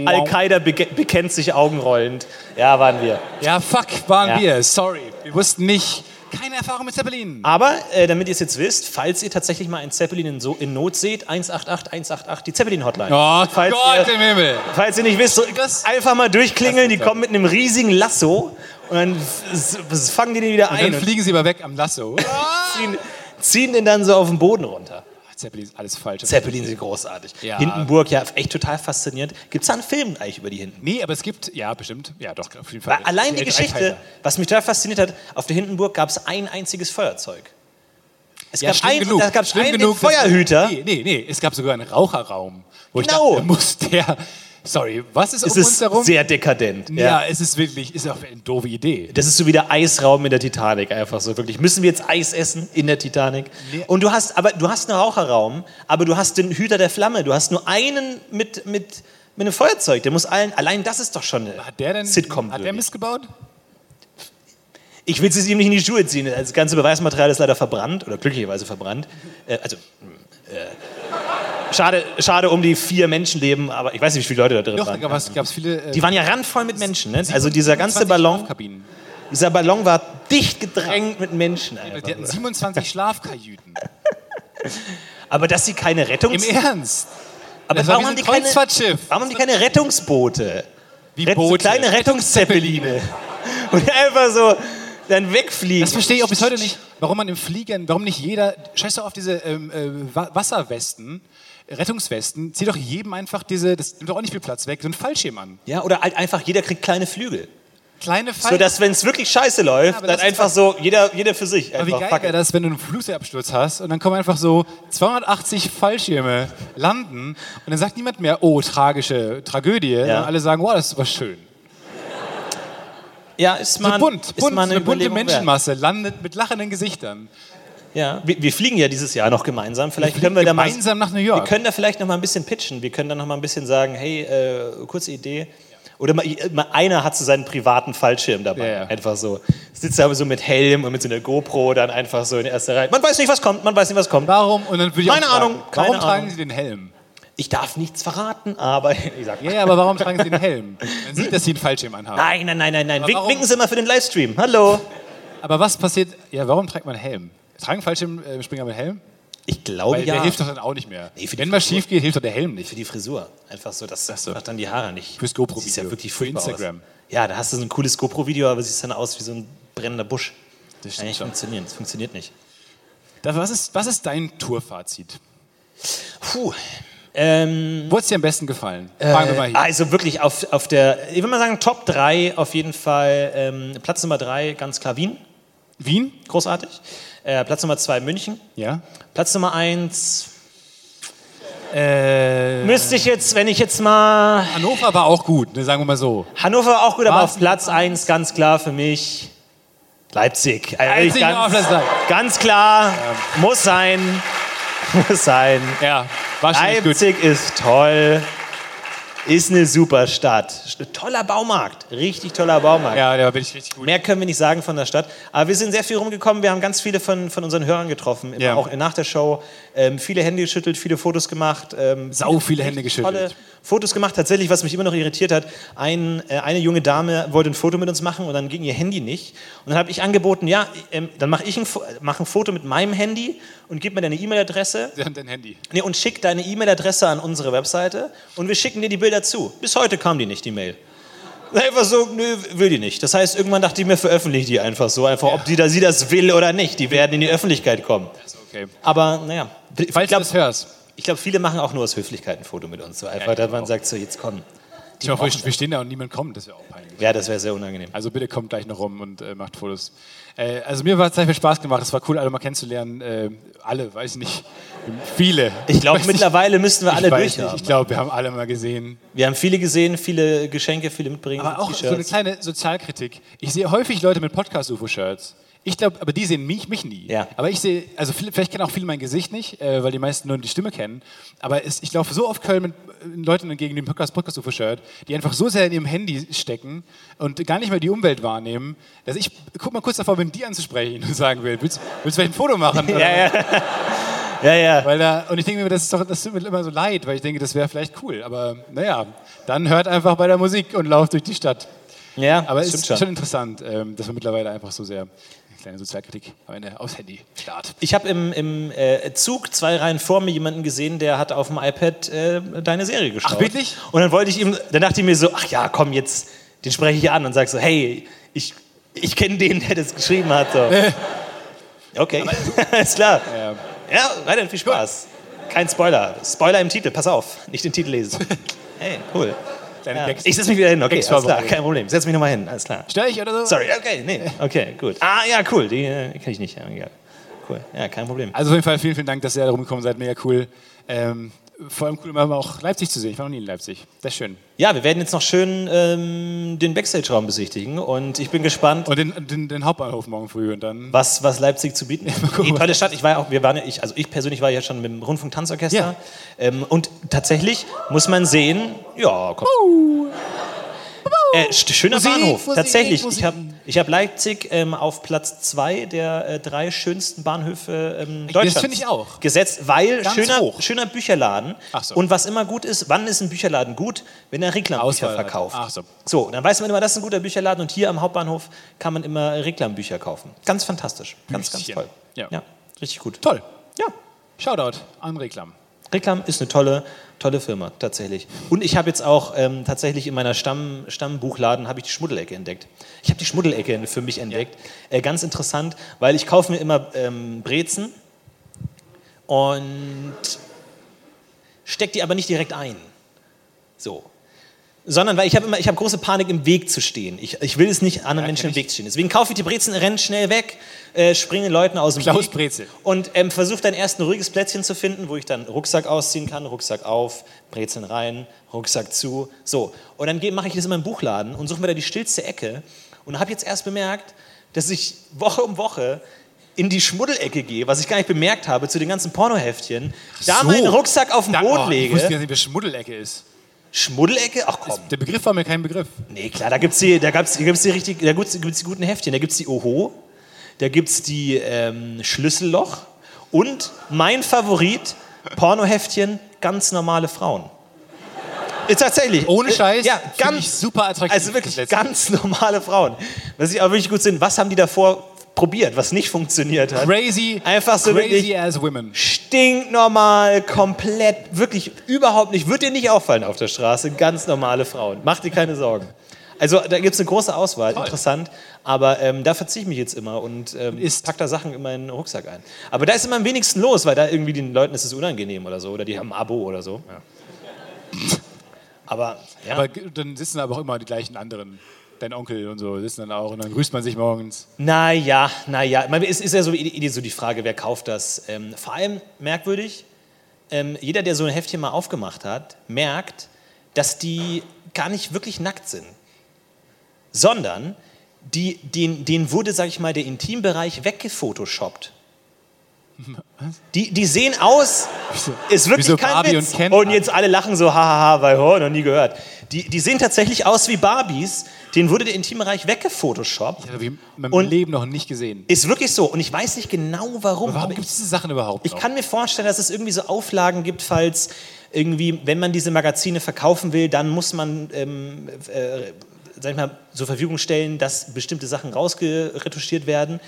[SPEAKER 1] Al-Qaida beke- bekennt sich augenrollend. Ja, waren wir.
[SPEAKER 2] Ja, fuck, waren
[SPEAKER 1] Ja.
[SPEAKER 2] wir. Sorry. Wir wussten nicht. Keine Erfahrung mit Zeppelin.
[SPEAKER 1] Aber äh, damit ihr es jetzt wisst, falls ihr tatsächlich mal einen Zeppelin in, so, in Not seht, 188 188, die Zeppelin-Hotline.
[SPEAKER 2] Oh
[SPEAKER 1] Ah, falls,
[SPEAKER 2] Gott
[SPEAKER 1] ihr,
[SPEAKER 2] im Himmel.
[SPEAKER 1] falls ihr nicht wisst, so,
[SPEAKER 2] Das-
[SPEAKER 1] einfach mal durchklingeln, die
[SPEAKER 2] Das ist
[SPEAKER 1] kommen mit einem riesigen Lasso und dann f- s- fangen die den wieder
[SPEAKER 2] Dann
[SPEAKER 1] ein und
[SPEAKER 2] fliegen sie aber weg am Lasso. Ah,
[SPEAKER 1] ziehen, ziehen den dann so auf den Boden runter.
[SPEAKER 2] Zeppelin ist alles falsch.
[SPEAKER 1] Zeppelin sind großartig.
[SPEAKER 2] Ja.
[SPEAKER 1] Hindenburg, ja, echt total faszinierend. Gibt es da einen Film eigentlich über die Hindenburg?
[SPEAKER 2] Nee, aber es gibt, ja, bestimmt. Ja, halt doch, auf jeden Fall.
[SPEAKER 1] Weil allein die
[SPEAKER 2] Ein
[SPEAKER 1] Geschichte,
[SPEAKER 2] Dreiteiler.
[SPEAKER 1] was mich total fasziniert hat, auf der Hindenburg gab es ein einziges Feuerzeug. Es
[SPEAKER 2] Ja,
[SPEAKER 1] gab
[SPEAKER 2] schlimm
[SPEAKER 1] ein,
[SPEAKER 2] genug.
[SPEAKER 1] Da gab's
[SPEAKER 2] schlimm
[SPEAKER 1] einen
[SPEAKER 2] genug, dass-
[SPEAKER 1] Feuerhüter.
[SPEAKER 2] Nee, nee, nee. Es gab sogar einen Raucherraum. Wo
[SPEAKER 1] Genau.
[SPEAKER 2] ich dachte, muss der. Sorry, was ist
[SPEAKER 1] Es
[SPEAKER 2] um uns
[SPEAKER 1] ist
[SPEAKER 2] herum?
[SPEAKER 1] sehr dekadent.
[SPEAKER 2] ja. es ist wirklich, ist auch eine doofe Idee.
[SPEAKER 1] Das ist so wie der Eisraum in der Titanic, einfach so wirklich. Müssen wir jetzt Eis essen in der Titanic?
[SPEAKER 2] Nee.
[SPEAKER 1] Und du hast, aber du hast einen Raucherraum, aber du hast den Hüter der Flamme. Du hast nur einen mit, mit, mit einem Feuerzeug. Der muss allen, allein das ist doch schon eine
[SPEAKER 2] Hat der denn
[SPEAKER 1] Sitcom.
[SPEAKER 2] hat der missgebaut?
[SPEAKER 1] Ich will es ihm nicht in die Schuhe ziehen. Das ganze Beweismaterial ist leider verbrannt oder glücklicherweise verbrannt. Äh, also, mh, äh, schade, schade um die vier Menschenleben, aber ich weiß nicht, wie viele Leute da drin
[SPEAKER 2] Doch, da
[SPEAKER 1] waren.
[SPEAKER 2] gab es gab's viele. äh,
[SPEAKER 1] Die waren ja randvoll mit Menschen. Ne? Also dieser ganze
[SPEAKER 2] 27
[SPEAKER 1] Ballon,
[SPEAKER 2] Schlafkabinen.
[SPEAKER 1] dieser Ballon war dicht gedrängt mit Menschen.
[SPEAKER 2] Die
[SPEAKER 1] Einfach.
[SPEAKER 2] hatten 27 Schlafkajüten.
[SPEAKER 1] Aber dass sie keine
[SPEAKER 2] Im
[SPEAKER 1] Rettungs...
[SPEAKER 2] Ernst?
[SPEAKER 1] Aber
[SPEAKER 2] Das war
[SPEAKER 1] warum
[SPEAKER 2] wie so
[SPEAKER 1] haben,
[SPEAKER 2] ein
[SPEAKER 1] die keine,
[SPEAKER 2] Kreuzfahrtschiff.
[SPEAKER 1] warum haben die keine Rettungsboote?
[SPEAKER 2] Wie
[SPEAKER 1] Rett- So
[SPEAKER 2] Boote.
[SPEAKER 1] kleine Rettungszeppeline. Und einfach so dann
[SPEAKER 2] Das
[SPEAKER 1] wegfliegen.
[SPEAKER 2] verstehe ich auch bis heute nicht, warum man im Fliegen, warum nicht jeder, scheiß doch auf diese ähm, äh, Wa- Wasserwesten, Rettungswesten, zieh doch jedem einfach diese, das nimmt doch auch nicht viel Platz weg, so einen Fallschirm an.
[SPEAKER 1] Ja, oder halt einfach jeder kriegt kleine Flügel.
[SPEAKER 2] Kleine
[SPEAKER 1] So,
[SPEAKER 2] Fallschirme.
[SPEAKER 1] dass wenn es wirklich scheiße läuft,
[SPEAKER 2] aber
[SPEAKER 1] dann
[SPEAKER 2] das ist
[SPEAKER 1] einfach so jeder, jeder für sich.
[SPEAKER 2] Aber wie
[SPEAKER 1] Einfach,
[SPEAKER 2] geil
[SPEAKER 1] fuck
[SPEAKER 2] wäre
[SPEAKER 1] it.
[SPEAKER 2] das, wenn du einen Flugzeugabsturz hast und dann kommen einfach so 280 Fallschirme landen und dann sagt niemand mehr, oh, tragische Tragödie, sondern alle sagen, wow, das war schön.
[SPEAKER 1] Ja, ist
[SPEAKER 2] So
[SPEAKER 1] mal,
[SPEAKER 2] bunt,
[SPEAKER 1] ist
[SPEAKER 2] bunt,
[SPEAKER 1] mal
[SPEAKER 2] so
[SPEAKER 1] eine,
[SPEAKER 2] eine bunte
[SPEAKER 1] Überlegung wert.
[SPEAKER 2] Menschenmasse landet mit lachenden Gesichtern.
[SPEAKER 1] Ja, wir, wir fliegen ja dieses Jahr noch gemeinsam. Vielleicht können wir da mal,
[SPEAKER 2] Gemeinsam nach New
[SPEAKER 1] wir
[SPEAKER 2] York.
[SPEAKER 1] können da vielleicht noch mal ein bisschen pitchen. Wir können da noch mal ein bisschen sagen, hey, äh, kurze Idee. Oder mal, mal einer hat so seinen privaten Fallschirm dabei.
[SPEAKER 2] Ja, ja.
[SPEAKER 1] Einfach so. Sitzt da so mit Helm und mit so einer GoPro dann einfach so in erster Reihe. Man weiß nicht, was kommt, man weiß nicht, was kommt.
[SPEAKER 2] Warum? Und dann würde ich
[SPEAKER 1] Keine
[SPEAKER 2] auch fragen,
[SPEAKER 1] Ahnung, keine
[SPEAKER 2] warum tragen
[SPEAKER 1] Ahnung.
[SPEAKER 2] Sie den Helm?
[SPEAKER 1] Ich darf nichts verraten, aber ich sag
[SPEAKER 2] Ja, ja, aber warum tragen Sie den Helm? Man sieht, dass Sie einen Fallschirm anhaben.
[SPEAKER 1] Nein, nein, nein, nein, nein. Wink,
[SPEAKER 2] warum-
[SPEAKER 1] winken Sie mal für den Livestream. Hallo.
[SPEAKER 2] Aber was passiert? Ja, warum trägt man einen Helm? Tragen Fallschirmspringer äh, Springer mit Helm?
[SPEAKER 1] Ich glaube
[SPEAKER 2] Weil
[SPEAKER 1] ja.
[SPEAKER 2] der hilft doch dann auch nicht mehr.
[SPEAKER 1] Nee, für die
[SPEAKER 2] Wenn was
[SPEAKER 1] Frisur.
[SPEAKER 2] schief geht, hilft doch der Helm
[SPEAKER 1] für
[SPEAKER 2] nicht.
[SPEAKER 1] die Frisur. Einfach so, das
[SPEAKER 2] so.
[SPEAKER 1] macht dann die Haare nicht.
[SPEAKER 2] Fürs GoPro-Video.
[SPEAKER 1] Siehst ja wirklich
[SPEAKER 2] Für
[SPEAKER 1] furchtbar
[SPEAKER 2] Instagram.
[SPEAKER 1] Aus. Ja, da hast du so ein cooles GoPro-Video, aber siehst dann aus wie so ein brennender Busch.
[SPEAKER 2] Das
[SPEAKER 1] Kann nicht funktionieren. Das funktioniert nicht.
[SPEAKER 2] Das, was, ist, was ist dein Tourfazit?
[SPEAKER 1] Puh. Ähm,
[SPEAKER 2] Wo hat es dir am besten gefallen? Fangen wir mal hier.
[SPEAKER 1] Also wirklich auf, auf der, ich würde mal sagen, Top 3 auf jeden Fall. Ähm, Platz Nummer 3 ganz klar Wien,
[SPEAKER 2] Wien?
[SPEAKER 1] großartig. Äh, Platz Nummer 2 München.
[SPEAKER 2] Ja.
[SPEAKER 1] Platz Nummer 1
[SPEAKER 2] Äh,
[SPEAKER 1] müsste ich jetzt, wenn ich jetzt mal.
[SPEAKER 2] Hannover war auch gut, ne, sagen wir mal so.
[SPEAKER 1] Hannover war auch gut, aber
[SPEAKER 2] Was?
[SPEAKER 1] auf Platz 1 ganz klar für mich Leipzig. Also
[SPEAKER 2] Leipzig
[SPEAKER 1] ganz,
[SPEAKER 2] war auf Platz 3.
[SPEAKER 1] ganz klar, muss sein. Muss sein.
[SPEAKER 2] Ja, war schon echt gut.
[SPEAKER 1] Leipzig ist toll. Ist eine super Stadt. Toller Baumarkt. Richtig toller Baumarkt.
[SPEAKER 2] Ja, da bin ich richtig gut.
[SPEAKER 1] Mehr können wir nicht sagen von der Stadt. Aber wir sind sehr viel rumgekommen. Wir haben ganz viele von, von unseren Hörern getroffen. Immer
[SPEAKER 2] Ja.
[SPEAKER 1] Auch nach der Show. Ähm, viele Hände geschüttelt, viele Fotos gemacht. Ähm,
[SPEAKER 2] Sau viele Hände
[SPEAKER 1] tolle
[SPEAKER 2] geschüttelt.
[SPEAKER 1] Fotos gemacht. Tatsächlich, was mich immer noch irritiert hat, ein, äh, eine junge Dame wollte ein Foto mit uns machen und dann ging ihr Handy nicht. Und dann habe ich angeboten, ja, ähm, dann mache ich ein, Fo- mach ein Foto mit meinem Handy und gib mir deine E-Mail-Adresse
[SPEAKER 2] Sie haben dein Handy.
[SPEAKER 1] nee, und schick deine E-Mail-Adresse an unsere Webseite und wir schicken dir die Bilder zu. Bis heute kam die nicht, die Mail. Einfach so, nö, will die nicht. Das heißt, irgendwann dachte ich mir, veröffentliche die einfach so. Einfach, ob die da, sie das will oder nicht. Die werden in die Öffentlichkeit kommen.
[SPEAKER 2] Ist okay.
[SPEAKER 1] Aber naja, ich
[SPEAKER 2] Falls
[SPEAKER 1] glaube,
[SPEAKER 2] du das hörst,
[SPEAKER 1] ich glaub, viele machen auch nur aus Höflichkeit ein Foto mit uns. So einfach,
[SPEAKER 2] Ja, genau.
[SPEAKER 1] dass man sagt, so jetzt komm.
[SPEAKER 2] ich hoffe, wir stehen da und niemand kommt, das wäre auch peinlich.
[SPEAKER 1] Ja, das wäre sehr unangenehm.
[SPEAKER 2] Also bitte kommt gleich noch rum und äh, macht Fotos. Äh, also mir hat es sehr viel Spaß gemacht. Es war cool, alle mal kennenzulernen. Äh, alle, weiß nicht. Viele.
[SPEAKER 1] Ich glaube,
[SPEAKER 2] Weiß nicht.
[SPEAKER 1] mittlerweile müssten wir alle
[SPEAKER 2] ich weiß
[SPEAKER 1] durch
[SPEAKER 2] nicht.
[SPEAKER 1] haben.
[SPEAKER 2] Ich glaube, wir haben alle mal gesehen.
[SPEAKER 1] Wir haben viele gesehen, viele Geschenke, viele mitbringen.
[SPEAKER 2] Aber auch so eine
[SPEAKER 1] T-Shirts.
[SPEAKER 2] kleine Sozialkritik. Ich sehe häufig Leute mit Podcast-UFO-Shirts. Ich glaube, aber die sehen mich, mich nie.
[SPEAKER 1] Ja.
[SPEAKER 2] Aber ich sehe, also viele, vielleicht kennen auch viele mein Gesicht nicht, äh, weil die meisten nur die Stimme kennen. Aber es, ich laufe so auf Köln mit äh, Leuten entgegen dem Podcast Podcast UFO-Shirt, die einfach so sehr in ihrem Handy stecken und gar nicht mehr die Umwelt wahrnehmen, dass ich guck mal kurz davor bin, die anzusprechen und sagen will, willst, willst du vielleicht ein Foto machen? Oder-
[SPEAKER 1] ja, ja. ja, ja.
[SPEAKER 2] Weil da, und ich denke mir, das ist doch, das tut mir immer so leid, weil ich denke, das wäre vielleicht cool. Aber naja, dann hört einfach bei der Musik und lauft durch die Stadt.
[SPEAKER 1] ja
[SPEAKER 2] Aber es
[SPEAKER 1] stimmt
[SPEAKER 2] ist schon, interessant, ähm, dass wir mittlerweile einfach so sehr eine kleine Sozialkritik am Ende aufs Handy start.
[SPEAKER 1] Ich habe im, im äh, Zug zwei Reihen vor mir jemanden gesehen, der hat auf dem iPad äh, deine Serie geschaut.
[SPEAKER 2] Ach, wirklich?
[SPEAKER 1] Und dann wollte ich ihm, dann dachte ich mir so, ach ja, komm jetzt, den spreche ich an und sag so, hey, ich, ich kenne den, der das geschrieben hat. So.
[SPEAKER 2] Äh.
[SPEAKER 1] Okay, alles klar. Ja, weiterhin viel Spaß. Kein Spoiler. Spoiler im Titel, pass auf, nicht den Titel lesen. Hey, cool. Ja.
[SPEAKER 2] Text.
[SPEAKER 1] Ich setze mich wieder hin, okay, alles klar,
[SPEAKER 2] Textverwaltung.
[SPEAKER 1] kein Problem. Setz mich nochmal hin, alles klar.
[SPEAKER 2] Stör ich oder so?
[SPEAKER 1] Sorry, okay, nee, okay, gut. Ah, ja, cool, die äh, kenne ich nicht, ja, egal. Cool, ja, kein Problem.
[SPEAKER 2] Also auf jeden Fall vielen, vielen Dank, dass ihr da rumgekommen seid. Mega cool. Ähm, vor allem cool, immer auch Leipzig zu sehen. Ich war noch nie in Leipzig. Das ist schön.
[SPEAKER 1] Ja, wir werden jetzt noch schön ähm, den Backstage-Raum besichtigen und ich bin gespannt,
[SPEAKER 2] Und den, den, den Hauptbahnhof morgen früh und dann.
[SPEAKER 1] was, was Leipzig zu bieten hat.
[SPEAKER 2] gucken,
[SPEAKER 1] Die
[SPEAKER 2] was-
[SPEAKER 1] tolle Stadt. Ich war ja auch, wir waren, ja- ich, also ich persönlich war ja schon mit dem Rundfunk-Tanzorchester
[SPEAKER 2] Ja.
[SPEAKER 1] ähm, und tatsächlich muss man sehen, ja, komm. Äh, st- schöner
[SPEAKER 2] Musik,
[SPEAKER 1] Bahnhof,
[SPEAKER 2] Musik,
[SPEAKER 1] tatsächlich.
[SPEAKER 2] Musik.
[SPEAKER 1] Ich habe ich hab Leipzig ähm, auf Platz zwei der äh, drei schönsten Bahnhöfe ähm, Deutschlands
[SPEAKER 2] finde ich auch.
[SPEAKER 1] gesetzt, weil
[SPEAKER 2] Ganz
[SPEAKER 1] schöner,
[SPEAKER 2] hoch.
[SPEAKER 1] schöner Bücherladen.
[SPEAKER 2] Ach so.
[SPEAKER 1] Und was immer gut ist, wann ist ein Bücherladen gut? Wenn er Reklambücher
[SPEAKER 2] Auswahl hat.
[SPEAKER 1] verkauft.
[SPEAKER 2] Ach so.
[SPEAKER 1] So, dann weiß man immer, das ist ein guter Bücherladen und hier am Hauptbahnhof kann man immer Reklambücher kaufen. Ganz fantastisch. Ganz, ganz
[SPEAKER 2] Büchchen.
[SPEAKER 1] toll.
[SPEAKER 2] Ja.
[SPEAKER 1] richtig gut.
[SPEAKER 2] Toll.
[SPEAKER 1] Ja.
[SPEAKER 2] Shoutout an Reklam.
[SPEAKER 1] Reklam ist eine tolle, tolle Firma, tatsächlich. Und ich habe jetzt auch ähm, tatsächlich in meiner Stamm, Stammbuchladen habe ich die Schmuddelecke entdeckt. Ich habe die Schmuddelecke für mich entdeckt. Äh, ganz interessant, weil ich kaufe mir immer ähm, Brezen und stecke die aber nicht direkt ein. So. Sondern weil ich habe immer, ich habe große Panik, im Weg zu stehen. Ich, ich will es nicht anderen Menschen
[SPEAKER 2] kenn
[SPEAKER 1] im Weg stehen. Deswegen kaufe ich die Brezen, renne schnell weg, äh, springe Leuten aus dem
[SPEAKER 2] Klaus
[SPEAKER 1] Weg
[SPEAKER 2] Brezel.
[SPEAKER 1] und ähm, versuche dann erst ein ruhiges Plätzchen zu finden, wo ich dann Rucksack ausziehen kann, Rucksack auf, Brezeln rein, Rucksack zu, so. Und dann mache ich das immer im Buchladen und suche mir da die stillste Ecke und habe jetzt erst bemerkt, dass ich Woche um Woche in die Schmuddelecke gehe, was ich gar nicht bemerkt habe, zu den ganzen Pornoheftchen, da
[SPEAKER 2] so.
[SPEAKER 1] meinen Rucksack auf den
[SPEAKER 2] Dank-
[SPEAKER 1] Boden
[SPEAKER 2] Oh, Ich wusste
[SPEAKER 1] lege
[SPEAKER 2] gar nicht, wie Schmuddelecke ist.
[SPEAKER 1] Schmuddelecke? Ach komm.
[SPEAKER 2] Der Begriff war mir kein Begriff.
[SPEAKER 1] Nee, klar, da gibt's die, da gab's, da gibt's die richtig, da gibt's, gibt's die guten Heftchen. Da gibt's die Oho, da gibt's die ähm, Schlüsselloch und mein Favorit Pornoheftchen ganz normale Frauen. Ist tatsächlich.
[SPEAKER 2] Ohne
[SPEAKER 1] Äh,
[SPEAKER 2] Scheiß.
[SPEAKER 1] Ja,
[SPEAKER 2] find ich
[SPEAKER 1] ganz
[SPEAKER 2] super attraktiv.
[SPEAKER 1] also
[SPEAKER 2] das
[SPEAKER 1] wirklich
[SPEAKER 2] letzte.
[SPEAKER 1] ganz normale Frauen. Was ich aber wirklich gut sind. Was haben die davor probiert, was nicht funktioniert hat?
[SPEAKER 2] crazy.
[SPEAKER 1] Einfach so
[SPEAKER 2] crazy
[SPEAKER 1] wirklich-
[SPEAKER 2] as women.
[SPEAKER 1] Stinknormal, komplett, wirklich überhaupt nicht. Wird dir nicht auffallen auf der Straße. Ganz normale Frauen. Mach dir keine Sorgen. Also da gibt es eine große Auswahl, interessant. Aber ähm, da verziehe ich mich jetzt immer und ähm, pack da Sachen in meinen Rucksack ein. Aber da ist immer am wenigsten los, weil da irgendwie den Leuten ist es unangenehm oder so. Oder die haben ein Abo oder so. Aber, ja.
[SPEAKER 2] Aber g- dann sitzen aber auch immer die gleichen anderen. Dein Onkel und so sitzen dann auch und dann grüßt man sich morgens.
[SPEAKER 1] Naja, naja. Ich meine, Es ist ja so, eh- eh so die Frage, wer kauft das? Ähm, vor allem merkwürdig, ähm, jeder, der so ein Heftchen mal aufgemacht hat, merkt, dass die gar nicht wirklich nackt sind, sondern die, den, denen wurde, sag ich mal, der Intimbereich weggefotoshoppt. Die, die sehen aus, ist wirklich
[SPEAKER 2] wieso
[SPEAKER 1] kein
[SPEAKER 2] Barbie
[SPEAKER 1] Witz.
[SPEAKER 2] und Ken?
[SPEAKER 1] und jetzt alle lachen so, hahaha, weil, oh, noch nie gehört. Die, die sehen tatsächlich aus wie Barbies, denen wurde der Intimbereich weggefotoshoppt.
[SPEAKER 2] Das habe ich in meinem
[SPEAKER 1] Und-
[SPEAKER 2] Leben noch nicht gesehen.
[SPEAKER 1] Ist wirklich so. Und ich weiß nicht genau warum.
[SPEAKER 2] Warum
[SPEAKER 1] aber
[SPEAKER 2] gibt
[SPEAKER 1] ich,
[SPEAKER 2] es diese Sachen überhaupt?
[SPEAKER 1] ich
[SPEAKER 2] noch?
[SPEAKER 1] kann mir vorstellen, dass es irgendwie so Auflagen gibt, falls irgendwie, wenn man diese Magazine verkaufen will, dann muss man, ähm, äh, sag ich mal, zur Verfügung stellen, dass bestimmte Sachen rausgeretuschiert werden.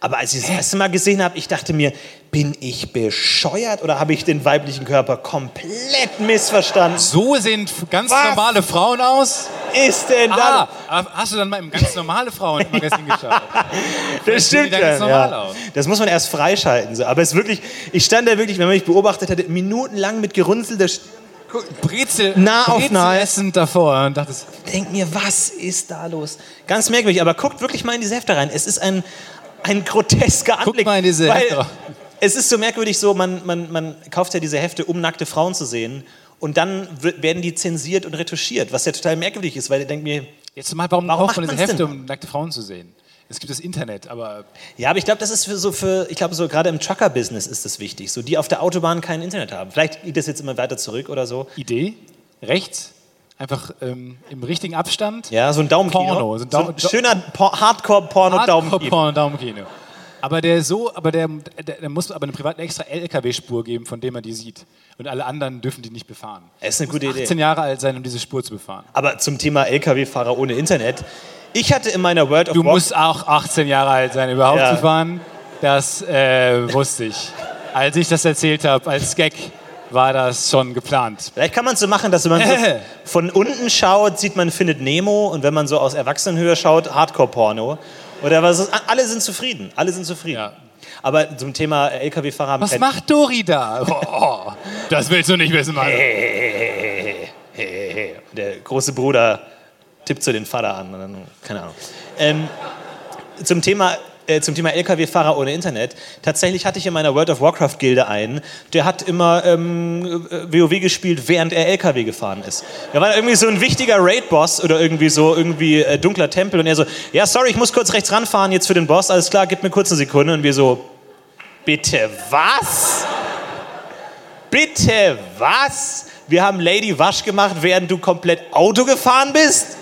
[SPEAKER 1] Aber als ich das erste Mal gesehen habe, ich dachte mir, bin ich bescheuert oder habe ich den weiblichen Körper komplett missverstanden?
[SPEAKER 2] so sehen f- ganz
[SPEAKER 1] Was?
[SPEAKER 2] normale Frauen aus.
[SPEAKER 1] Ist denn
[SPEAKER 2] Ah,
[SPEAKER 1] da?
[SPEAKER 2] aber hast du dann mal im ganz normale Frauenmagazin geschaut?
[SPEAKER 1] Das
[SPEAKER 2] sehen die
[SPEAKER 1] stimmt
[SPEAKER 2] dann
[SPEAKER 1] ja.
[SPEAKER 2] ganz normal
[SPEAKER 1] ja.
[SPEAKER 2] aus.
[SPEAKER 1] Das muss man erst freischalten. So. Aber es ist wirklich, ich stand da wirklich, wenn man mich beobachtet hätte, minutenlang mit gerunzelter Stirn.
[SPEAKER 2] Brezel,
[SPEAKER 1] Na, auf
[SPEAKER 2] Brezel
[SPEAKER 1] nahe.
[SPEAKER 2] essend davor und dachtest,
[SPEAKER 1] Denk mir, was ist da los? Ganz merkwürdig, aber guckt wirklich mal in diese Hefte rein. Es ist ein, ein grotesker Anblick.
[SPEAKER 2] mal in diese
[SPEAKER 1] weil
[SPEAKER 2] Hefte rein.
[SPEAKER 1] Es ist so merkwürdig, so man, man, man kauft ja diese Hefte, um nackte Frauen zu sehen. Und dann w- werden die zensiert und retuschiert, was ja total merkwürdig ist, weil ich denke mir,
[SPEAKER 2] jetzt mal, warum,
[SPEAKER 1] Warum
[SPEAKER 2] kauft man
[SPEAKER 1] macht
[SPEAKER 2] diese
[SPEAKER 1] man's
[SPEAKER 2] Hefte,
[SPEAKER 1] denn?
[SPEAKER 2] um nackte Frauen zu sehen? Es gibt das Internet, aber
[SPEAKER 1] Ja, aber ich glaube, das ist für so für, ich glaube, so gerade im Trucker-Business ist das wichtig. So die auf der Autobahn kein Internet haben. Vielleicht geht das jetzt immer weiter zurück oder so.
[SPEAKER 2] Idee, rechts, einfach ähm, im richtigen Abstand,
[SPEAKER 1] Ja, so ein Daumenkino.
[SPEAKER 2] Porno, so
[SPEAKER 1] so
[SPEAKER 2] ein
[SPEAKER 1] ein,
[SPEAKER 2] Daum-
[SPEAKER 1] schöner Por- Hardcore-Porno-Daumenkino.
[SPEAKER 2] Porno, Daumenkino. Aber der ist so, aber der, der, der muss aber einem privaten extra LKW-Spur geben, von dem man die sieht. Und alle anderen dürfen die nicht befahren.
[SPEAKER 1] Das ist eine gute Idee.
[SPEAKER 2] 18 Jahre alt sein, um diese Spur zu befahren.
[SPEAKER 1] Aber zum Thema LKW-Fahrer ohne Internet. Ich hatte in meiner World of
[SPEAKER 2] Du
[SPEAKER 1] Warcraft-
[SPEAKER 2] musst auch 18 Jahre alt sein, überhaupt
[SPEAKER 1] Ja.
[SPEAKER 2] zu fahren. Das äh, wusste ich. Als ich das erzählt habe, als Gag, war das schon geplant.
[SPEAKER 1] Vielleicht kann man es so machen, dass wenn man so
[SPEAKER 2] Äh.
[SPEAKER 1] von unten schaut, sieht man findet Nemo und wenn man so aus Erwachsenenhöhe schaut, Hardcore-Porno. Oder was ist, alle sind zufrieden. Alle sind zufrieden.
[SPEAKER 2] Ja.
[SPEAKER 1] Aber zum Thema äh, LKW-Fahrer haben
[SPEAKER 2] Was
[SPEAKER 1] kein-
[SPEAKER 2] macht Dori da? Oh, das willst du nicht wissen, Mann.
[SPEAKER 1] hey, hey, hey, hey. Und Der große Bruder tippt so den Vater an. Und dann, keine Ahnung. Ähm, zum Thema. äh, Zum Thema LKW-Fahrer ohne Internet. Tatsächlich hatte ich in meiner World of Warcraft-Gilde einen, der hat immer ähm, äh, WoW gespielt, während er LKW gefahren ist. Da war irgendwie so ein wichtiger Raid-Boss oder irgendwie so irgendwie äh, dunkler Tempel und er so, ja, sorry, ich muss kurz rechts ranfahren jetzt für den Boss, alles klar, gib mir kurz eine Sekunde. Und wir so, bitte was? Bitte was? Wir haben Lady Wasch gemacht, während du komplett Auto gefahren bist?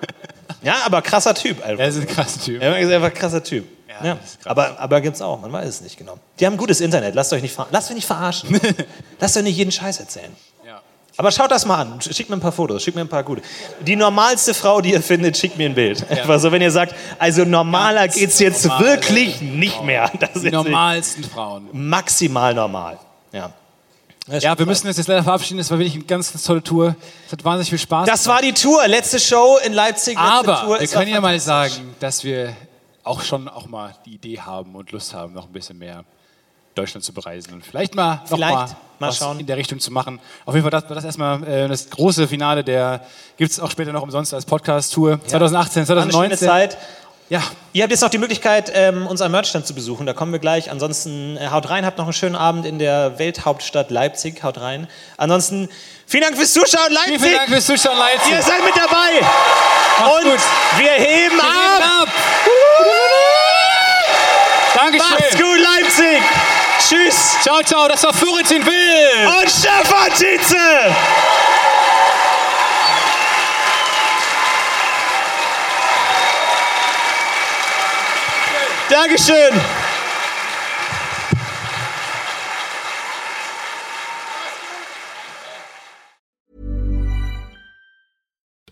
[SPEAKER 1] Ja, aber krasser Typ einfach.
[SPEAKER 2] Das ist ein krasser Typ.
[SPEAKER 1] Er ist einfach ein krasser Typ.
[SPEAKER 2] Ja,
[SPEAKER 1] Ja,
[SPEAKER 2] das ist krass.
[SPEAKER 1] Aber, aber gibt's auch, man weiß es nicht genau. Die haben gutes Internet, lasst euch nicht, ver lasst euch nicht verarschen. lasst euch nicht jeden Scheiß erzählen.
[SPEAKER 2] Ja.
[SPEAKER 1] Aber schaut das mal an. Schickt mir ein paar Fotos, schickt mir ein paar gute. Die normalste Frau, die ihr findet, schickt mir ein Bild. Einfach so, wenn ihr sagt, also normaler
[SPEAKER 2] Ganz
[SPEAKER 1] geht's jetzt
[SPEAKER 2] normal.
[SPEAKER 1] wirklich nicht mehr. Das ist
[SPEAKER 2] Die
[SPEAKER 1] jetzt
[SPEAKER 2] normalsten Frauen.
[SPEAKER 1] maximal normal. Ja.
[SPEAKER 2] Ja, wir müssen uns jetzt leider verabschieden. Es war wirklich eine ganz, ganz tolle Tour. Es hat wahnsinnig viel Spaß
[SPEAKER 1] Das war die Tour, letzte Show in Leipzig. Letzte Tour.
[SPEAKER 2] Aber wir
[SPEAKER 1] Es war
[SPEAKER 2] können ja mal sagen, dass wir auch schon auch mal die Idee haben und Lust haben, noch ein bisschen mehr Deutschland zu bereisen und vielleicht mal noch
[SPEAKER 1] Vielleicht.
[SPEAKER 2] mal,
[SPEAKER 1] Mal
[SPEAKER 2] was
[SPEAKER 1] schauen.
[SPEAKER 2] in der Richtung zu machen. Auf jeden Fall das, das erstmal äh, das große Finale der gibt es auch später noch umsonst als Podcast Tour 2018
[SPEAKER 1] eine schöne
[SPEAKER 2] 2019.
[SPEAKER 1] Zeit.
[SPEAKER 2] Ja,
[SPEAKER 1] Ihr habt jetzt noch die Möglichkeit, ähm, unseren Merchstand zu besuchen. Da kommen wir gleich. Ansonsten äh, haut rein, habt noch einen schönen Abend in der Welthauptstadt Leipzig. Haut rein. Ansonsten vielen Dank fürs Zuschauen,
[SPEAKER 2] vielen,
[SPEAKER 1] Leipzig.
[SPEAKER 2] vielen Dank fürs Zuschauen Leipzig.
[SPEAKER 1] Ihr seid mit dabei.
[SPEAKER 2] Macht's
[SPEAKER 1] Und
[SPEAKER 2] gut.
[SPEAKER 1] wir heben
[SPEAKER 2] Wir geben
[SPEAKER 1] ab.
[SPEAKER 2] ab. Dankeschön.
[SPEAKER 1] Macht's gut, Leipzig. Tschüss.
[SPEAKER 2] Ciao, ciao. Das war Florentin Will.
[SPEAKER 1] Und Stefan Tietze. Dankeschön.